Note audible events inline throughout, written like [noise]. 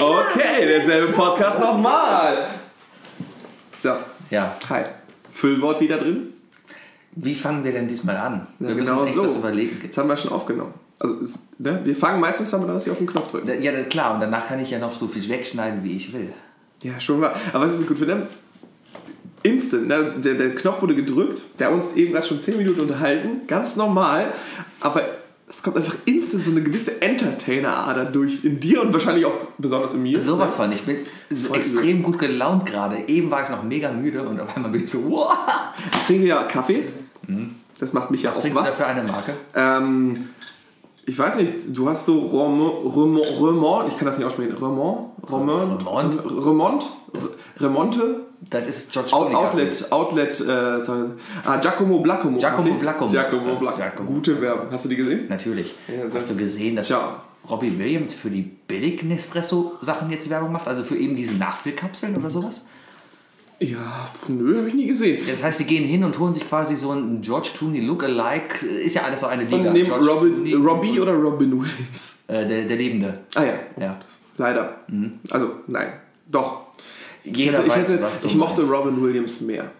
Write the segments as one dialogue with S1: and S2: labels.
S1: Okay, derselbe Podcast nochmal. So,
S2: Ja.
S1: hi. Füllwort wieder drin?
S2: Wie fangen wir denn diesmal an?
S1: Ja,
S2: wir müssen
S1: genau
S2: uns echt
S1: so.
S2: was überlegen.
S1: Jetzt haben wir schon aufgenommen. Also, ist, ne? wir fangen meistens damit an, dass ich auf den Knopf drücke.
S2: Ja, da- klar, und danach kann ich ja noch so viel wegschneiden, wie ich will.
S1: Ja, schon mal. Aber was ich so gut finde, instant, ne? Also der, der Knopf wurde gedrückt, der hat uns eben gerade schon 10 Minuten unterhalten, ganz normal, aber es kommt einfach instant so eine gewisse Entertainer-Ader durch in dir und wahrscheinlich auch besonders in mir.
S2: Sowas von, ich bin
S1: Voll
S2: extrem gut gelaunt gerade. Eben war ich noch mega müde und auf einmal bin ich so, wow.
S1: Ich trinke ja Kaffee. Das macht mich
S2: Mhm. Was
S1: ja auch
S2: trinkst du
S1: wach.
S2: da für eine Marke?
S1: Ähm, ich weiß nicht, du hast so Remont, Remont, Remont ich kann das nicht aussprechen, Remont, Remont,
S2: Remont?
S1: Remont, Remonte,
S2: Das ist George
S1: Out,
S2: Clooney Kaffee.
S1: Outlet, Outlet, äh, sorry. ah, Giacomo Blaccomo.
S2: Giacomo
S1: Kaffee.
S2: Blaccomo.
S1: Giacomo
S2: Das ist
S1: Blaccomo.
S2: Giacomo.
S1: Gute Werbung. Hast du die gesehen?
S2: Natürlich.
S1: Ja, das-
S2: Hast du gesehen, dass
S1: Ciao.
S2: Robbie Williams für die billigen Nespresso-Sachen jetzt Werbung macht? Also für eben diese Nachfüllkapseln oder sowas?
S1: Ja, nö, habe ich nie gesehen.
S2: Das heißt, die gehen hin und holen sich quasi so einen George Clooney Lookalike. Ist ja alles so eine Liga.
S1: Und nehmen
S2: George
S1: Robin,
S2: Clooney,
S1: Robbie oder Robin Williams.
S2: Äh, der, der Lebende.
S1: Ah ja,
S2: Ja.
S1: leider. Also, nein, doch.
S2: Mhm. Jeder
S1: ich
S2: weiß,
S1: hätte,
S2: was du
S1: ich mochte
S2: meinst.
S1: Robin Williams mehr.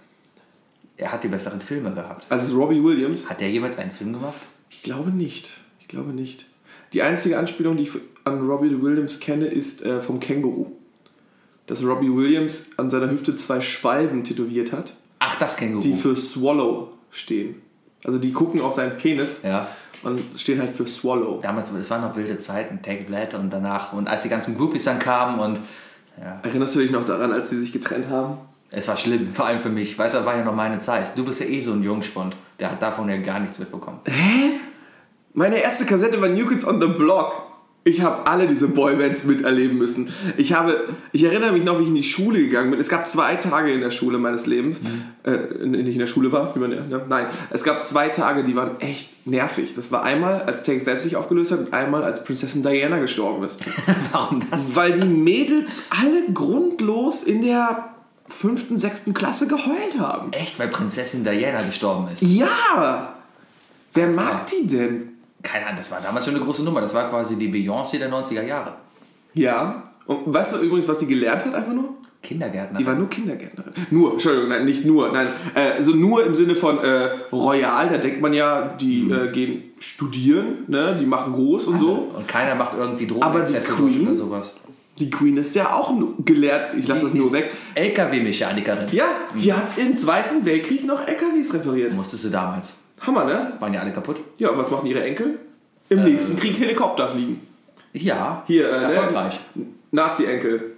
S2: Er hat die besseren Filme gehabt.
S1: Also, es ist Robbie Williams
S2: Hat der jeweils einen Film gemacht?
S1: Ich glaube nicht. Ich glaube nicht. Die einzige Anspielung, die ich an Robbie Williams kenne, ist äh, vom Känguru. Dass Robbie Williams an seiner Hüfte zwei Schwalben tätowiert hat,
S2: Ach, das Känguru.
S1: die für Swallow stehen. Also die gucken auf seinen Penis
S2: ja,
S1: und stehen halt für Swallow.
S2: damals, es waren noch wilde Zeiten, Take That und danach. Und als die ganzen Groupies dann kamen und ja,
S1: Erinnerst du dich noch daran, als sie sich getrennt haben?
S2: es war schlimm, vor allem für mich. Weißt du, das war ja noch meine Zeit. Du bist ja eh so ein Jungspund. Der hat davon ja gar nichts mitbekommen. [laughs]
S1: Meine erste Kassette war New Kids on the Block. Ich habe alle diese Boybands miterleben müssen. Ich habe, ich erinnere mich noch, wie ich in die Schule gegangen bin. Es gab zwei Tage in der Schule meines Lebens, äh, in denen ich in der Schule war, wie man, ja, ne? nein, es gab zwei Tage, die waren echt nervig. Das war einmal, als Take That sich aufgelöst hat und einmal, als Prinzessin Diana gestorben ist.
S2: Warum das?
S1: Weil die Mädels alle grundlos in der fünften, sechsten Klasse geheult haben.
S2: Echt, weil Prinzessin Diana gestorben ist.
S1: Ja! Wer
S2: war-
S1: mag die denn?
S2: Keine Ahnung, das war damals schon eine große Nummer. Das war quasi die Beyoncé der 90er Jahre.
S1: Ja. Und weißt du übrigens, was die gelernt hat einfach nur?
S2: Kindergärtner.
S1: Die war nur Kindergärtnerin. Nur, Entschuldigung, nein, nicht nur. Nein, äh, so nur im Sinne von äh, royal, da denkt man ja, die
S2: Mhm.
S1: äh, gehen studieren, ne? die machen groß
S2: Ah.
S1: und so.
S2: und keiner macht irgendwie
S1: Aber die
S2: Drogenexzesse durch
S1: Queen?
S2: oder sowas.
S1: Die Queen ist ja auch nur gelernt, ich lasse das nur
S2: Die ist Mhm.
S1: weg.
S2: LKW-Mechanikerin.
S1: Ja, die hat im Zweiten Weltkrieg noch LKWs repariert.
S2: Musstest du damals.
S1: Hammer, ne?
S2: Waren ja alle kaputt.
S1: Ja, und was machen ihre Enkel? Im
S2: Äh.
S1: nächsten Krieg Helikopter fliegen.
S2: Ja.
S1: Hier, äh, ne?
S2: Erfolgreich.
S1: Nazi-Enkel.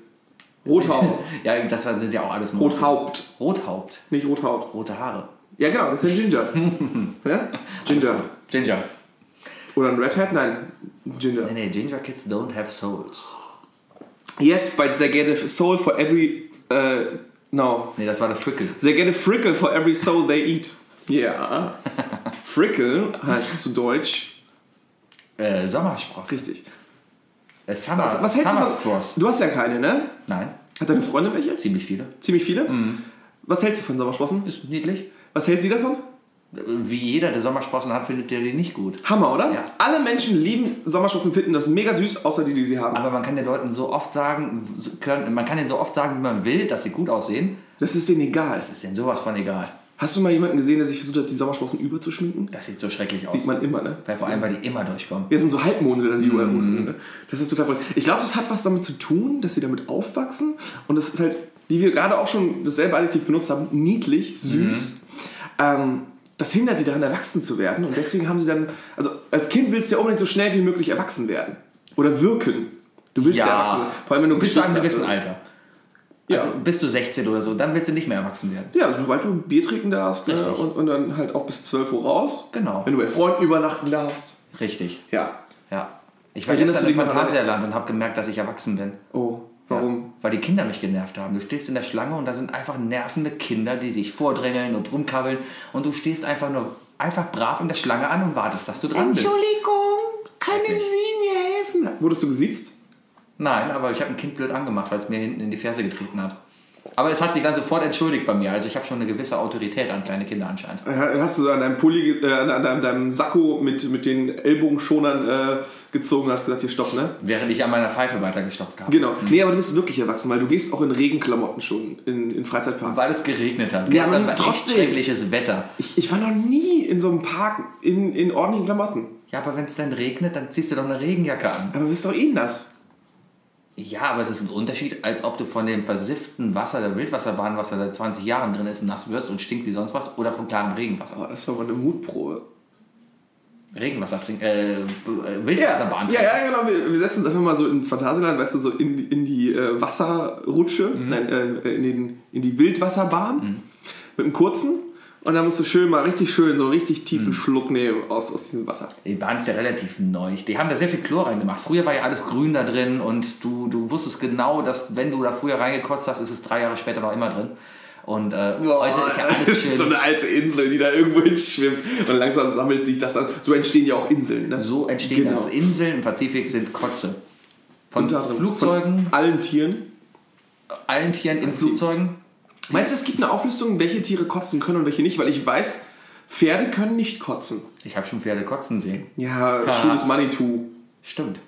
S1: Rothaupt.
S2: [laughs] Ja, das waren- sind ja auch alles nur
S1: Rothaupt,
S2: Rothaupt.
S1: nicht Rothaupt.
S2: Rote Haare.
S1: Ja, genau, das ist ein Ginger.
S2: [laughs]
S1: ja? Ginger.
S2: Ginger.
S1: Oder ein Red Hat? Nein, Ginger.
S2: Nee, nee, Ginger Kids don't have souls.
S1: Yes, but they get a soul for every. Uh, no.
S2: Nee, das war das Frickel.
S1: They get a frickle for every soul they eat. Ja. Frickle heißt zu Deutsch.
S2: Äh, Sommerspross.
S1: Richtig.
S2: Äh, Summer,
S1: Was, was hältst du
S2: Summerspross.
S1: von. Du hast ja keine, ne?
S2: Nein,
S1: Hat deine Freundin welche?
S2: ziemlich viele.
S1: Ziemlich viele? Was hältst du von Sommersprossen?
S2: Ist niedlich.
S1: Was hält sie davon?
S2: Äh, Wie jeder, der Sommersprossen hat, findet der die nicht gut.
S1: Hammer, oder?
S2: Ja.
S1: Alle Menschen lieben Sommersprossen, finden das mega süß, außer die, die sie haben.
S2: Aber man kann den Leuten so oft sagen, so können, man kann denen so oft sagen, wie man will, dass sie gut aussehen.
S1: Das ist denen egal.
S2: Das ist denen sowas von egal.
S1: Hast du mal jemanden gesehen, der sich versucht hat, die Sommersprossen überzuschminken?
S2: Das sieht so schrecklich aus.
S1: Sieht man immer, ne?
S2: Weil vor allem, weil die immer durchkommen.
S1: Wir sind so Halbmonde dann, die überall unten. ne? Das ist total voll. Ich glaube, das hat was damit zu tun, dass sie damit aufwachsen. Und das ist halt, wie wir gerade auch schon dasselbe Adjektiv benutzt haben, niedlich, süß. Ähm, das hindert die daran, erwachsen zu werden. Und deswegen haben sie dann, also als Kind willst du ja unbedingt so schnell wie möglich erwachsen werden. Oder wirken. Du willst ja, erwachsen werden. Vor allem, wenn du
S2: bis zu einem
S1: Geschwister
S2: gewissen
S1: hast.
S2: Alter.
S1: Ja.
S2: Also bist du 16 oder so, dann willst du nicht mehr erwachsen werden.
S1: Ja, sobald du Bier trinken darfst ne?
S2: Richtig.
S1: und, und dann halt auch bis 12 Uhr raus.
S2: Genau.
S1: Wenn du bei Freunden übernachten darst.
S2: Richtig.
S1: Ja.
S2: Ja. Ich war
S1: Erinnerst
S2: gestern
S1: du dich
S2: im
S1: noch an-
S2: Phantasialand und habe gemerkt, dass ich erwachsen bin.
S1: Oh, warum?
S2: Ja, weil die Kinder mich genervt haben. Du stehst in der Schlange und da sind einfach nervende Kinder, die sich vordrängeln und rumkabbeln und du stehst einfach nur einfach brav in der Schlange an und wartest, dass du dran bist.
S1: Entschuldigung, können Sie mir helfen? Wurdest du gesiezt?
S2: Nein, aber ich habe ein Kind blöd angemacht, weil es mir hinten in die Ferse getreten hat. Aber es hat sich dann sofort entschuldigt bei mir. Also ich habe schon eine gewisse Autorität an kleine Kinder anscheinend.
S1: Äh, Hast du so an deinem Pulli, ge- äh, an deinem, an deinem Sakko mit, mit den Ellbogenschonern äh, gezogen, hast gesagt, hier stopp, ne?
S2: Während ich an meiner Pfeife weitergestopft habe.
S1: Genau. Nee, aber du bist wirklich erwachsen, weil du gehst auch in Regenklamotten schon in, in Freizeitpark.
S2: Weil es geregnet hat.
S1: Ja, aber
S2: war
S1: trotzdem.
S2: echt schreckliches Wetter.
S1: Ich, ich war noch nie in so einem Park in, in ordentlichen Klamotten.
S2: Ja, aber wenn es dann regnet, dann ziehst du doch eine Regenjacke an.
S1: Aber bist doch eh nass.
S2: Ja, aber es ist ein Unterschied, als ob du von dem versifften Wasser der Wildwasserbahn, was da seit 20 Jahren drin ist, nass wirst und stinkt wie sonst was, oder von klarem Regenwasser.
S1: Oh, das war mal eine Mutprobe.
S2: Regenwasser trinken, äh, äh, Wildwasserbahn
S1: Ja, ja, ja, genau. Wir, wir setzen uns einfach mal so ins Phantasialand, weißt du, so in, die- in die äh, Wasserrutsche, nein, äh, in, den, in die Wildwasserbahn mit einem kurzen. Und dann musst du schön mal richtig schön, so einen richtig tiefen Schluck nehmen aus, aus diesem Wasser.
S2: Die Bahn ist ja relativ neu. Die haben da sehr viel Chlor reingemacht. Früher war ja alles grün da drin und du, du wusstest genau, dass wenn du da früher reingekotzt hast, ist es drei Jahre später noch immer drin. Und äh,
S1: [laughs]
S2: heute ist ja
S1: das
S2: alles
S1: ist so
S2: schön.
S1: eine alte Insel, die da irgendwo hinschwimmt. Und langsam sammelt sich das an. So entstehen ja auch Inseln. Ne?
S2: So entstehen
S1: Genau.
S2: das. Inseln im Pazifik sind Kotze. Von
S1: Unter anderem
S2: Flugzeugen,
S1: Von allen Tieren.
S2: allen Tieren in Flugzeugen.
S1: Meinst du, es gibt eine Auflistung, welche Tiere kotzen können und welche nicht? Weil ich weiß, Pferde können nicht kotzen.
S2: Ich habe schon Pferde kotzen sehen.
S1: Ja,
S2: Ha.
S1: schönes Manitou.
S2: Stimmt.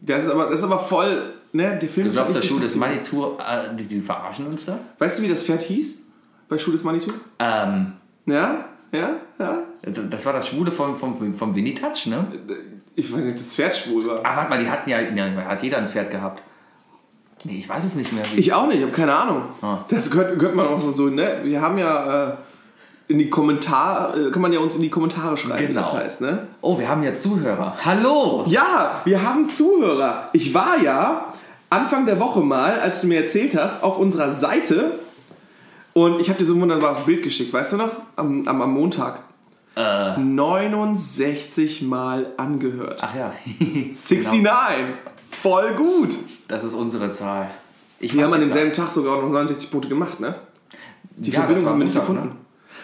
S1: Das ist aber, das ist aber voll. Ne, der Film
S2: Du
S1: ist
S2: glaubst, der
S1: richtig-
S2: Schuh des Manitou, äh, die, die verarschen uns da?
S1: Weißt du, wie das Pferd hieß? Bei Schuh des Manitou?
S2: Ähm,
S1: Ja, ja, ja.
S2: das war das Schwule vom, vom, vom Winnie Touch, ne?
S1: Ich weiß nicht, ob das Pferd schwul war.
S2: Ah, warte mal, die hatten ja, ja, hat jeder ein Pferd gehabt. Nee, ich weiß es nicht mehr. Wie.
S1: Ich auch nicht, ich habe keine Ahnung.
S2: Ah.
S1: Das gehört, gehört man auch so- so, ne? Wir haben ja äh, in die Kommentare, äh, kann man ja uns in die Kommentare schreiben,
S2: Genau.
S1: wie das heißt, ne?
S2: Oh, wir haben ja Zuhörer. Hallo!
S1: Ja, wir haben Zuhörer. Ich war ja Anfang der Woche mal, als du mir erzählt hast, auf unserer Seite und ich habe dir so ein wunderbares Bild geschickt, weißt du noch? Am, am, am Montag.
S2: Äh.
S1: 69 Mal angehört.
S2: Ach ja. [laughs] genau.
S1: 69! Voll gut!
S2: Das ist unsere Zahl. Ich
S1: Wir haben
S2: mag
S1: an
S2: die Zahl.
S1: demselben Tag sogar auch noch 69 Punkte gemacht, ne? Die
S2: Ja,
S1: Verbindung
S2: das war
S1: haben wir nicht
S2: Montag,
S1: gefunden.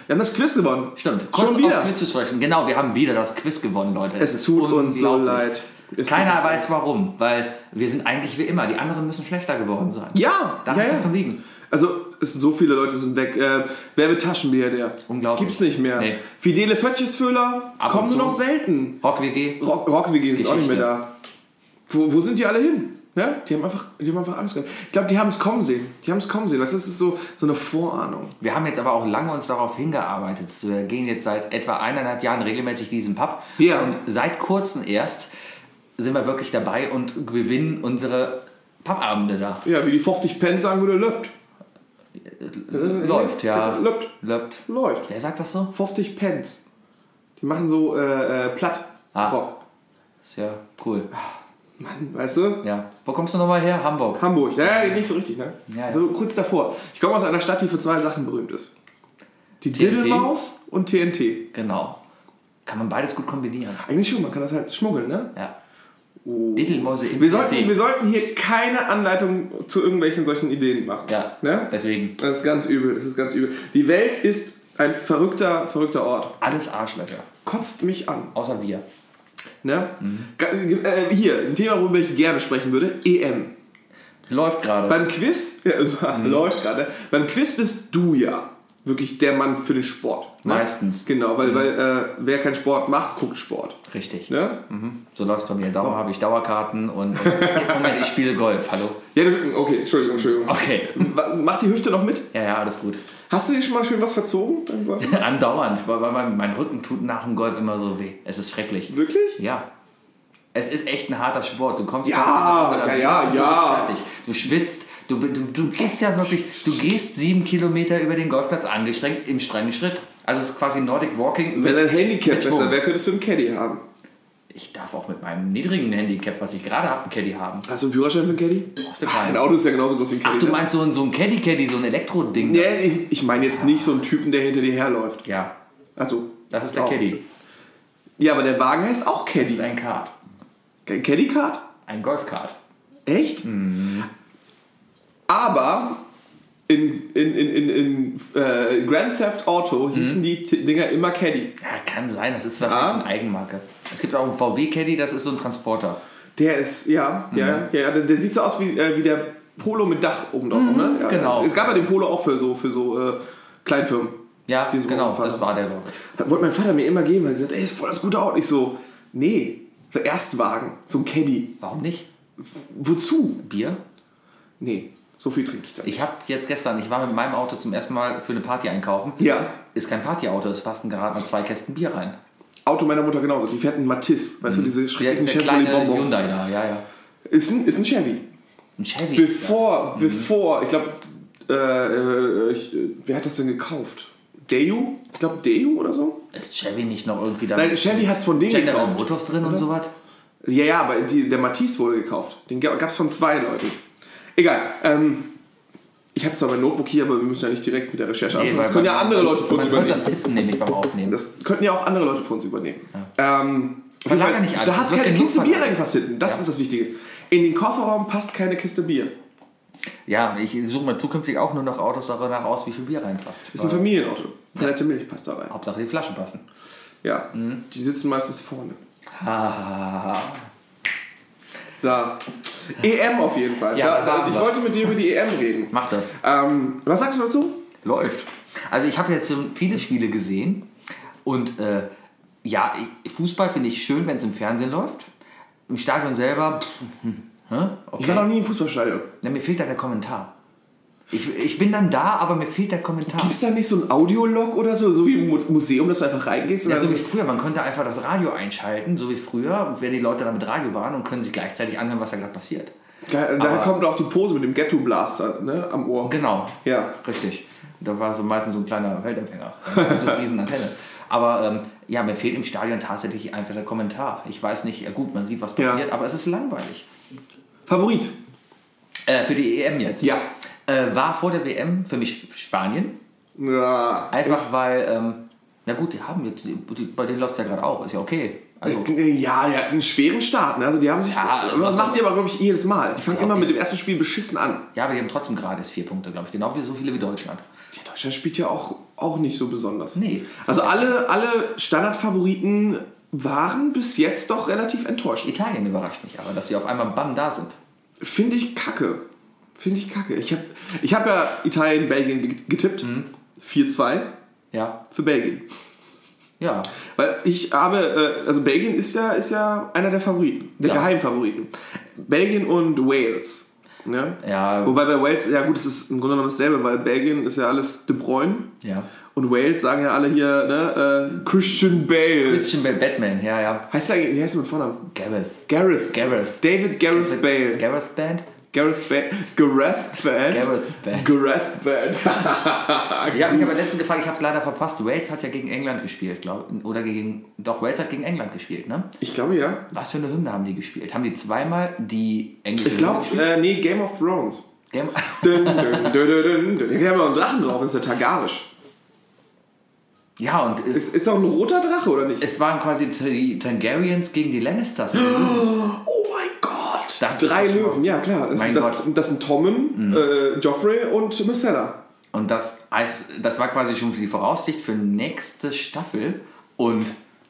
S1: Wir haben das Quiz gewonnen.
S2: Stimmt.
S1: Schon
S2: Kurz
S1: wieder.
S2: aufs Quiz zu sprechen. Genau, wir haben wieder das Quiz gewonnen, Leute.
S1: Es tut uns so
S2: unglaublich.
S1: leid. Es
S2: Keiner
S1: tut uns-
S2: weiß warum, weil wir sind eigentlich wie immer. Die anderen müssen schlechter geworden sein.
S1: Ja,
S2: Daran
S1: ja,
S2: kann's
S1: ja.
S2: doch liegen.
S1: Also, es, so viele Leute sind weg. Äh, wer wird Taschenmilliardär?
S2: Unglaublich.
S1: Gibt's nicht mehr.
S2: Nee.
S1: Fidele Fötchesföhler
S2: Ab
S1: kommen
S2: und
S1: nur noch
S2: zu.
S1: selten.
S2: Rock WG.
S1: Rock, Rock WG sind auch nicht
S2: Geschichte.
S1: mehr da. Wo, wo sind die alle hin? Ja, die haben einfach, die haben einfach Angst gehabt. Ich glaube, die haben es kommen sehen. Die haben es kommen sehen. Das ist so, so eine Vorahnung.
S2: Wir haben jetzt aber auch lange uns darauf hingearbeitet. Wir gehen jetzt seit etwa eineinhalb Jahren regelmäßig diesen Pub.
S1: Ja.
S2: Und seit kurzem erst sind wir wirklich dabei und gewinnen unsere Pubabende da.
S1: Ja, wie die 50 Pen sagen würde, löppt.
S2: Äh, Läuft, ja.
S1: Löppt,
S2: Läuft.
S1: läuft.
S2: Wer sagt das so?
S1: 50 Pence. Die machen so äh, äh, platt
S2: Ah.
S1: Rock.
S2: Ist ja cool.
S1: Mann, weißt du?
S2: Ja. Wo kommst du nochmal her? Hamburg.
S1: Hamburg. Ja, ja, nicht so richtig, ne?
S2: Ja, ja.
S1: So kurz davor. Ich komme aus einer Stadt, die für zwei Sachen berühmt ist. Die
S2: TNT?
S1: Diddlemaus und TNT.
S2: Genau. Kann man beides gut kombinieren.
S1: Eigentlich schon, man kann das halt schmuggeln, ne?
S2: Ja.
S1: Oh.
S2: Diddlemäuse in
S1: Wir
S2: TNT.
S1: sollten, wir sollten hier keine Anleitung zu irgendwelchen solchen Ideen machen.
S2: Ja.
S1: Ne?
S2: Deswegen.
S1: Das ist ganz übel, das ist ganz übel. Die Welt ist ein verrückter, verrückter Ort.
S2: Alles Arschlöcher.
S1: Kotzt mich an.
S2: Außer wir.
S1: Ne?
S2: Mhm.
S1: Ge- Äh, hier, ein Thema, worüber ich gerne sprechen würde, E EM.
S2: Läuft gerade.
S1: Beim Quiz, ja, [laughs]
S2: Mhm.
S1: läuft gerade, beim Quiz bist du ja wirklich der Mann für den Sport. Ne?
S2: Meistens. Mhm.
S1: Genau, weil, weil äh, wer keinen Sport macht, guckt Sport.
S2: Richtig. Mhm.
S1: Ne?
S2: So läuft's bei mir. Dauer habe ich Dauerkarten und. und [laughs] Moment, ich spiele Golf. Hallo.
S1: Ja, das, okay, Entschuldigung, Entschuldigung.
S2: Okay.
S1: Wa- Macht die Hüfte noch mit?
S2: Ja, ja, alles gut. [laughs]
S1: Hast du dir schon mal schön was verzogen? beim Golfen?
S2: Andauernd, weil weil mein, mein Rücken tut nach dem Golf immer so weh. Es ist schrecklich.
S1: Wirklich?
S2: Ja. Es ist echt ein harter Sport. Du kommst
S1: Ja,
S2: da-
S1: ja, ja,
S2: du
S1: ja.
S2: Bist halt fertig. Du schwitzt. Du, bi- du, du gehst ja wirklich, du gehst sieben Kilometer über den Golfplatz angestrengt im strengen Schritt. Also es ist quasi Nordic Walking.
S1: Wenn
S2: mit-
S1: dein Handicap
S2: mit
S1: besser
S2: Schwung.
S1: wäre, könntest du einen Caddy haben.
S2: Ich darf auch mit meinem niedrigen Handicap, was ich gerade habe, einen Caddy haben.
S1: Hast du einen Führerschein für einen Caddy?
S2: Brauchst du
S1: Ach,
S2: keinen.
S1: dein Auto ist ja genauso groß wie ein Caddy.
S2: Ach, du
S1: ne?
S2: meinst so ein, so ein Caddy-Caddy, so ein Elektro-Ding?
S1: Nee, ich, ich meine jetzt nicht so einen Typen, der hinter dir herläuft.
S2: Ja,
S1: Also,
S2: das ist der
S1: auch.
S2: Caddy.
S1: Ja, aber der Wagen heißt auch
S2: Das ist
S1: Caddy.
S2: ein Kart.
S1: Caddy Card?
S2: Ein Golfkart.
S1: Echt? Mhm. Aber in, in, in, in, in äh, Grand Theft Auto
S2: Mhm.
S1: hießen die T- Dinger immer Caddy.
S2: Ja, kann sein, das ist wahrscheinlich
S1: Ah.
S2: eine Eigenmarke. Es gibt auch einen VW Caddy, das ist so ein Transporter.
S1: Der ist, ja, ja, ja, ja der, der sieht so aus wie, äh, wie der Polo mit Dach oben drauf, ne? Ja,
S2: genau.
S1: Es gab ja den Polo auch für so, für so äh, Kleinfirmen.
S2: Ja,
S1: Hier so
S2: genau,
S1: rumfahren.
S2: das war der Rock.
S1: Hat- Wollte mein Vater mir immer geben, hat gesagt, ey, ist voll das gute Auto. Ich so, nee, so Erstwagen, so ein Caddy.
S2: Warum nicht?
S1: Wozu?
S2: Bier?
S1: Nee, so viel trinke ich da. nicht.
S2: Ich habe jetzt gestern, ich war mit meinem Auto zum ersten Mal für eine Party einkaufen.
S1: Ja,
S2: Ist kein Partyauto, es passen gerade mal zwei Kästen Bier rein.
S1: Auto meiner Mutter genauso. Die fährt einen Matiz, weißt du, diese
S2: Der,
S1: schrecklichen
S2: Mhm. der kleine
S1: Chevrolet-Bonbons.
S2: Hyundai da, ja, ja.
S1: Ist ein, ist ein Chevy.
S2: Ein Chevy.
S1: Bevor,
S2: Mhm.
S1: bevor, ich glaube, äh, ich, äh, wer hat das denn gekauft? Daewoo? Ich glaube, Daewoo oder so?
S2: Das- Ist Chevy nicht noch irgendwie da?
S1: Nein, Chevy hat es von denen
S2: General
S1: gekauft.
S2: Motors drin und sowas?
S1: Ja, ja, aber die, der Matisse wurde gekauft. Den gab es von zwei Leuten. Egal. Ähm, ich habe zwar mein Notebook hier, aber wir müssen ja nicht direkt mit der Recherche anfangen.
S2: weil
S1: Das können
S2: man-
S1: ja andere Leute für uns
S2: Man hört
S1: übernehmen.
S2: das Tippen nämlich beim Aufnehmen.
S1: Das könnten ja auch andere Leute für uns übernehmen. Ähm,
S2: Verlagere
S1: weil-
S2: nicht alles,
S1: Da
S2: es
S1: hat
S2: wird
S1: keine
S2: genug
S1: Kiste Bier
S2: verlagert.
S1: reingepasst hinten. Das ist das Wichtige. In den Kofferraum passt keine Kiste Bier.
S2: Ja, ich suche mir zukünftig auch nur noch Autos danach aus, wie viel Bier reinpasst.
S1: Ist ein
S2: Weil
S1: Familienauto. Palette Milch passt da rein.
S2: Hauptsache die Flaschen passen.
S1: Ja, die sitzen meistens vorne.
S2: Hahaha.
S1: So. EM auf jeden Fall.
S2: Ja,
S1: da,
S2: da
S1: da,
S2: haben
S1: ich
S2: wir.
S1: wollte mit dir über die EM reden.
S2: Mach das.
S1: Ähm, was sagst du dazu?
S2: Läuft. Also ich habe jetzt schon viele Spiele gesehen und äh, ja, ich- Fußball finde ich schön, wenn es im Fernsehen läuft. Im Stadion selber, pff, hm, hä?
S1: Ich war noch
S2: okay.
S1: nie im Fußballstadion.
S2: Na, mir fehlt da der Kommentar. Ich, ich bin dann da, aber mir fehlt der Kommentar.
S1: Gibt es da nicht so ein Audiolog oder so, so wie im Mu- Museum, dass du einfach reingehst? und
S2: Ja, so
S1: dann-
S2: wie früher, man konnte einfach das Radio einschalten, so wie früher, und wenn die Leute dann mit Radio waren und können sich gleichzeitig anhören, was da gerade passiert.
S1: da da
S2: aber-
S1: kommt auch die Pose mit dem Ghetto-Blaster ne, am Ohr.
S2: Genau,
S1: Ja.
S2: richtig. Da war so meistens so ein kleiner Weltempfänger, so eine riesen Antenne. Aber ähm, ja, mir fehlt im Stadion tatsächlich einfach der Kommentar. Ich weiß nicht, ja gut, man sieht, was
S1: Ja.
S2: passiert, aber es ist langweilig.
S1: Favorit?
S2: Äh, für die EM jetzt.
S1: Ja.
S2: Äh, war vor der WM für mich Spanien.
S1: ja.
S2: Einfach weil, ähm, na gut, die haben jetzt, die, die, bei denen läuft es ja gerade auch, ist ja okay. Also,
S1: Ja, ja, einen schweren Start. Ne? Also die haben sich.
S2: Ja,
S1: das
S2: macht
S1: machen die aber, glaube ich, jedes Mal. Die fangen
S2: Ja,
S1: immer
S2: okay.
S1: mit dem ersten Spiel beschissen an.
S2: ja, aber die haben trotzdem gerade vier Punkte, glaube ich, genau wie so viele wie Deutschland.
S1: Ja, Deutschland spielt ja auch, auch nicht so besonders.
S2: Nee.
S1: Also alle, alle Standardfavoriten waren bis jetzt doch relativ enttäuschend.
S2: Italien überrascht mich aber, dass sie auf einmal bam da sind.
S1: Finde ich kacke. Finde ich kacke. Ich habe ich hab ja Italien, Belgien ge- getippt.
S2: Mhm.
S1: 4-2
S2: Ja,
S1: für Belgien.
S2: ja.
S1: Weil ich habe, äh, also Belgien ist ja, ist ja einer der Favoriten, der
S2: Ja.
S1: Geheimfavoriten. Belgien und Wales. Ne?
S2: Ja.
S1: Wobei bei Wales, ja gut, es ist im Grunde genommen dasselbe, weil Belgien ist ja alles De Bruyne.
S2: Ja.
S1: Und Wales sagen ja alle hier, ne, äh, Christian Bale.
S2: Christian Bale, Batman, ja, ja.
S1: Heißt der eigentlich, wie heißt der mit Vornamen?
S2: Gareth.
S1: Gareth.
S2: Gareth.
S1: David Gareth Bale.
S2: Gareth Band?
S1: Gareth Bale. Gareth Bale.
S2: Gareth Bale.
S1: Gareth Bale. [laughs]
S2: Ich habe mich aber letztens gefragt, ich habe leider verpasst. Wales hat ja gegen England gespielt, glaube ich. Oder gegen. Doch, Wales hat gegen England gespielt, ne?
S1: Ich glaube ja.
S2: Was für eine Hymne haben die gespielt? Haben die zweimal die englische
S1: Ich glaube,
S2: Hymne
S1: äh, nee, Game of Thrones.
S2: gespielt?
S1: Dün, dün, dün, dün, dün, dün. Hier haben wir einen Drachen drauf, das ist ja Targarisch.
S2: [laughs] Ja, und äh,
S1: Ist, ist doch ein roter Drache, oder nicht?
S2: es waren quasi die Targaryens gegen
S1: [gasps]
S2: die Lannisters.
S1: Oh mein Gott!
S2: Das
S1: Drei
S2: ist doch schon
S1: Löwen, ja klar. Das,
S2: Mein
S1: das,
S2: Gott.
S1: das sind Tommen, äh, Joffrey und Marcella.
S2: Und das, heißt, das war quasi schon die Voraussicht für nächste Staffel. Und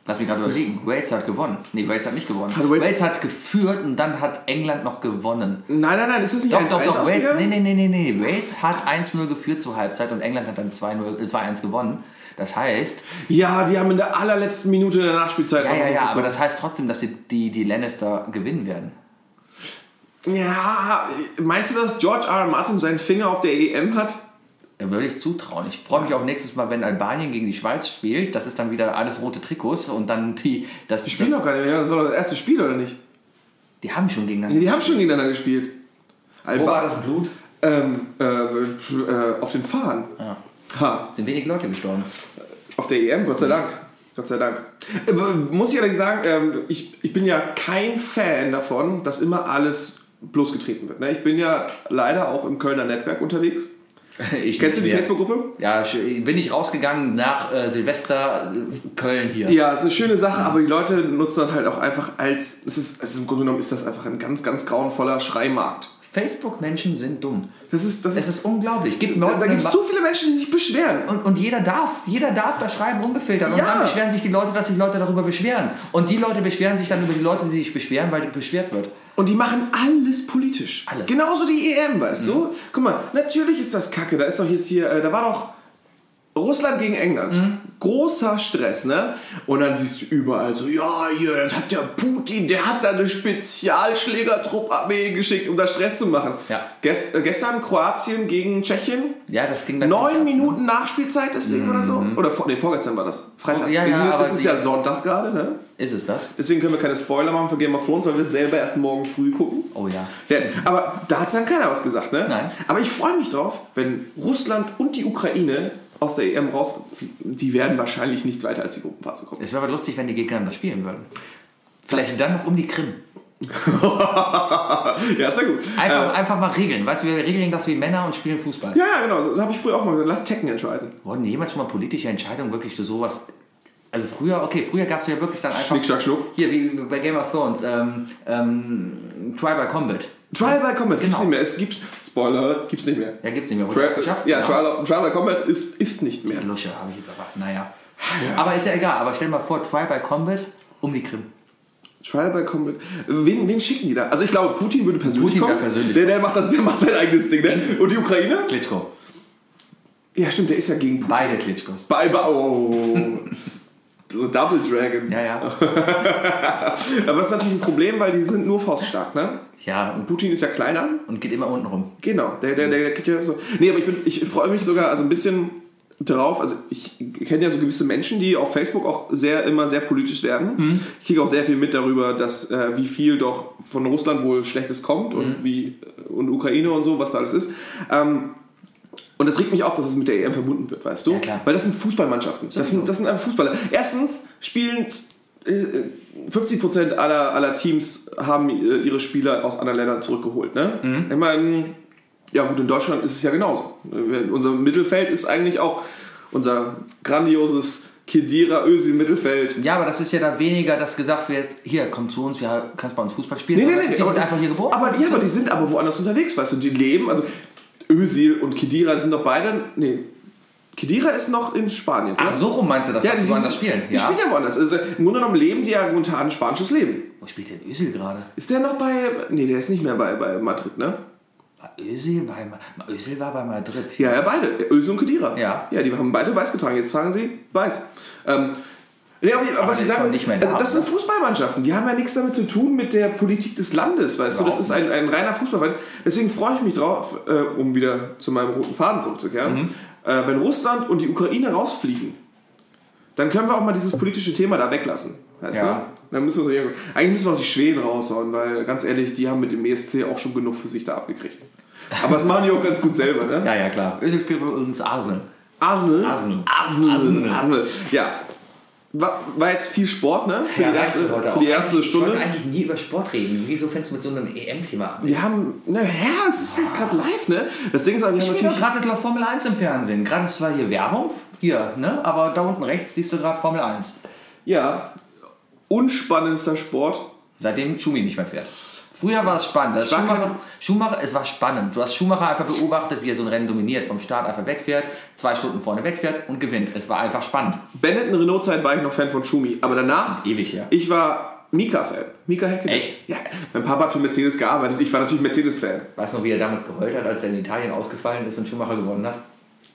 S2: lass mich gerade überlegen, Wales hat gewonnen. Nee, Wales hat nicht gewonnen.
S1: Hat
S2: Wales,
S1: Wales-
S2: hat geführt und dann hat England noch gewonnen.
S1: Nein, nein, nein, ist das nicht
S2: Doch, doch,
S1: 1-1
S2: doch. Wales,
S1: ausgegangen?
S2: nee, nee, nee, nee, nee. Wales hat 1-0 geführt zur Halbzeit und England hat dann 2-0 äh, 2-1 gewonnen. Das heißt,
S1: Ja, die haben in der allerletzten Minute der Nachspielzeit
S2: ja,
S1: noch
S2: ja,
S1: so
S2: ja,
S1: gezogen.
S2: aber das heißt trotzdem, dass die, die, die Lannister gewinnen werden.
S1: Ja, meinst du, dass George R. R. Martin seinen Finger auf der EM hat?
S2: Da würde ich zutrauen. Ich freue mich auch nächstes Mal, wenn Albanien gegen die Schweiz spielt. Das ist dann wieder alles rote Trikots und dann die. Das,
S1: Die spielen
S2: das,
S1: doch gar nicht mehr. Das war doch das erste Spiel, oder nicht?
S2: die haben schon gegeneinander.
S1: Ja, die haben schon gegeneinander gespielt.
S2: Wo war
S1: Alba
S2: das Blut?
S1: ähm, äh, äh, auf den Fahnen.
S2: Ja.
S1: Ha,
S2: Ah. Sind wenig Leute gestorben. [laughs]
S1: auf der EM, Gott sei
S2: Mhm.
S1: Dank. Gott sei Dank. Äh, muss ich ehrlich sagen, ähm, ich, ich bin ja kein Fan davon, dass immer alles bloßgetreten wird. Ne? Ich bin ja leider auch im Kölner Netzwerk unterwegs.
S2: Ich
S1: Kennst du die
S2: ja.
S1: Facebook-Gruppe?
S2: Ja, ich- bin ich rausgegangen nach äh, Silvester äh, Köln hier.
S1: Ja, ist eine schöne
S2: Mhm.
S1: Sache, aber die Leute nutzen das halt auch einfach als. Es ist, also Im Grunde genommen ist das einfach ein ganz, ganz grauenvoller Schreimarkt.
S2: Facebook-Menschen sind dumm.
S1: Das ist, das
S2: Es
S1: ist,
S2: ist unglaublich. Gib
S1: da,
S2: Leuten
S1: da
S2: eine
S1: gibt es
S2: Ba-
S1: so viele Menschen, die sich beschweren.
S2: und, und jeder darf, jeder darf da schreiben, ungefiltert. Und
S1: Ja.
S2: dann beschweren sich die Leute, dass sich Leute darüber beschweren. Und die Leute beschweren sich dann über die Leute, die sich beschweren, weil beschwert wird.
S1: Und die machen alles politisch.
S2: Alles. Mhm.
S1: Genauso die EM, weißt du? Guck mal, natürlich ist das Kacke. Da ist doch jetzt hier, äh, da war doch Russland gegen England.
S2: Mhm.
S1: Großer Stress, ne? Und dann siehst du überall so, ja, hier, das hat der Putin, der hat da eine Spezialschlägertrupparmee geschickt, um da Stress zu machen.
S2: Ja.
S1: Gest, äh, gestern Kroatien gegen Tschechien.
S2: Ja, das ging dann.
S1: Neun Minuten Nachspielzeit deswegen oder so? Oder vor, nee, vorgestern war das. Freitag.
S2: Oh, ja, ja,
S1: Wir sind-
S2: aber
S1: das ist
S2: die-
S1: ja Sonntag gerade, ne?
S2: Ist es das?
S1: Deswegen können wir keine Spoiler machen für Game of Thrones, weil wir es selber erst morgen früh gucken.
S2: Oh ja.
S1: Ja, aber da hat dann keiner was gesagt, ne?
S2: Nein.
S1: Aber ich freue mich drauf, wenn Russland und die Ukraine aus der EM raus, die werden wahrscheinlich nicht weiter als die Gruppenphase kommen.
S2: Es wäre aber lustig, wenn die Gegner das spielen würden. Vielleicht dann noch um die Krim.
S1: [laughs] ja, das war gut. Ähm,
S2: Einfach, einfach mal regeln. Weißt du, wir regeln das wie Männer und spielen Fußball.
S1: Ja, ja, genau, so, so habe ich früher auch mal gesagt, lass Tekken entscheiden.
S2: Wurden jemals schon mal politische Entscheidungen wirklich so sowas. Also früher, okay, früher gab es ja wirklich dann einfach.
S1: Schnick, schnack, schnuck.
S2: Hier, wie bei Game of Thrones, ähm, ähm, Try by Combat.
S1: Trial by Combat gibt's
S2: Genau.
S1: nicht mehr. Es gibt's, Spoiler, gibt's nicht mehr.
S2: Ja, gibt's nicht mehr. Wurde
S1: Trial,
S2: abgeschafft,
S1: ja,
S2: genau.
S1: Trial, Trial by Combat ist, ist nicht mehr.
S2: Lusche habe ich jetzt aber, naja. Aber ist ja egal, aber stell dir mal vor, Try by Combat um die Krim.
S1: Trial by Combat. Wen, wen schicken die da? Also ich glaube, Putin würde persönlich
S2: Putin
S1: kommen.
S2: da persönlich.
S1: Der, der macht das, der macht sein eigenes Ding, ne? Und die Ukraine?
S2: Klitschko.
S1: Ja, stimmt, der ist ja gegen Putin.
S2: Beide Klitschkos.
S1: Bei Ba- oh. so Double Dragon.
S2: Ja, ja.
S1: [laughs] Aber das ist natürlich ein Problem, weil die sind nur fauststark, ne?
S2: Ja, und,
S1: Putin ist ja kleiner.
S2: und geht immer unten rum.
S1: Genau. Der, der, der, der kriegt ja so. Nee, aber ich, bin- ich freue mich sogar also ein bisschen drauf. Also ich kenne ja so gewisse Menschen, die auf Facebook auch sehr immer sehr politisch werden.
S2: Mhm.
S1: Ich kriege auch sehr viel mit darüber, dass äh, wie viel doch von Russland wohl Schlechtes kommt
S2: Mhm.
S1: und wie und Ukraine und so, was da alles ist. Ähm, und das regt mich auf, dass es mit der EM verbunden wird, weißt du?
S2: Ja, klar.
S1: Weil das sind Fußballmannschaften. Das sind, das sind einfach Fußballer. Erstens spielen äh, 50% aller, aller Teams haben äh, ihre Spieler aus anderen Ländern zurückgeholt. Ne?
S2: Mhm.
S1: Ich meine, ja gut, in Deutschland ist es ja genauso. Äh, Unser Mittelfeld ist eigentlich auch unser grandioses Kedira Özil Mittelfeld.
S2: Ja, aber das ist ja da weniger, dass gesagt wird, hier, komm zu uns, wir kannst bei uns Fußball spielen. sondern Die
S1: aber-
S2: sind einfach hier geboren.
S1: Aber, ja, aber die sind aber woanders unterwegs, weißt du, die leben, also Özil und Kedira sind doch beide, nee, Kedira ist noch in Spanien.
S2: Ach,
S1: oder?
S2: so rum meinst du das, dass die woanders
S1: sind-
S2: spielen?
S1: Die
S2: Ja.
S1: spielen ja woanders. Also, Im Grunde genommen leben die ja momentan ein spanisches Leben.
S2: Wo spielt denn Özil gerade?
S1: Ist der noch bei, nee, der ist nicht mehr bei, bei Madrid, ne?
S2: War Özil, bei, Ma- Özil war bei Madrid.
S1: Ja, ja, beide. Özil und Kedira.
S2: Ja.
S1: Ja, die haben beide weiß getragen. Jetzt tragen sie weiß. Ähm, nee, aber,
S2: Aber
S1: was
S2: der
S1: ich
S2: ist
S1: sage,
S2: doch nicht mehr ne? da,
S1: also das sind
S2: oder?
S1: Fußballmannschaften. Die haben ja nichts damit zu tun mit der Politik des Landes, weißt du. Das
S2: Überhaupt
S1: ist ein, ein reiner Fußballverein. Deswegen freue ich mich drauf, äh, um wieder zu meinem roten Faden zurückzukehren.
S2: Mhm.
S1: Äh, wenn Russland und die Ukraine rausfliegen, dann können wir auch mal dieses politische Thema da weglassen. Weißt
S2: Ja.
S1: du? Dann müssen wir so irgendwie- Eigentlich müssen wir auch die Schweden raushauen, weil ganz ehrlich, die haben mit dem ESC auch schon genug für sich da abgekriegt. Aber das machen die auch ganz gut selber, ne?
S2: Ja, ja, klar. Özil spielt übrigens Arsenal.
S1: Arsenal.
S2: Arsenal.
S1: Arsenal.
S2: Arsenal.
S1: Arsenal. Ja. War, war jetzt viel Sport, ne? Für die
S2: reicht
S1: erste,
S2: heute
S1: für die
S2: auch.
S1: erste
S3: Ich wollte
S1: Stunde.
S3: eigentlich nie über Sport reden. Wieso fängst du mit so einem
S2: E
S3: EM-Thema an?
S1: Wir haben, ne, ja, es ist gerade live, ne? Das Ding ist aber, wir haben
S2: Ich bin doch
S1: natürlich.
S2: gerade glaub, Formel 1 im Fernsehen. Gerade ist zwar hier Werbung, hier, ne? Aber da unten rechts siehst du gerade Formel 1.
S1: Ja. Unspannendster Sport.
S2: Seitdem Schumi nicht mehr fährt. Früher war es spannend. Das
S1: war
S2: Schumacher,
S1: kein-
S2: Schumacher, es war spannend. Du hast Schumacher einfach beobachtet, wie er so ein Rennen dominiert, vom Start einfach wegfährt, zwei Stunden vorne wegfährt und gewinnt. Es war einfach spannend.
S1: Benetton Renault-Zeit war ich noch Fan von Schumi. Aber danach,
S2: Ewig her.
S1: ich war Mika-Fan. Mika Häkkinen.
S2: Echt?
S1: Ja. Mein Papa hat für Mercedes gearbeitet. Ich war natürlich Mercedes-Fan.
S2: Weißt du noch, wie er damals geheult hat, als er in Italien ausgefallen ist und Schumacher gewonnen hat?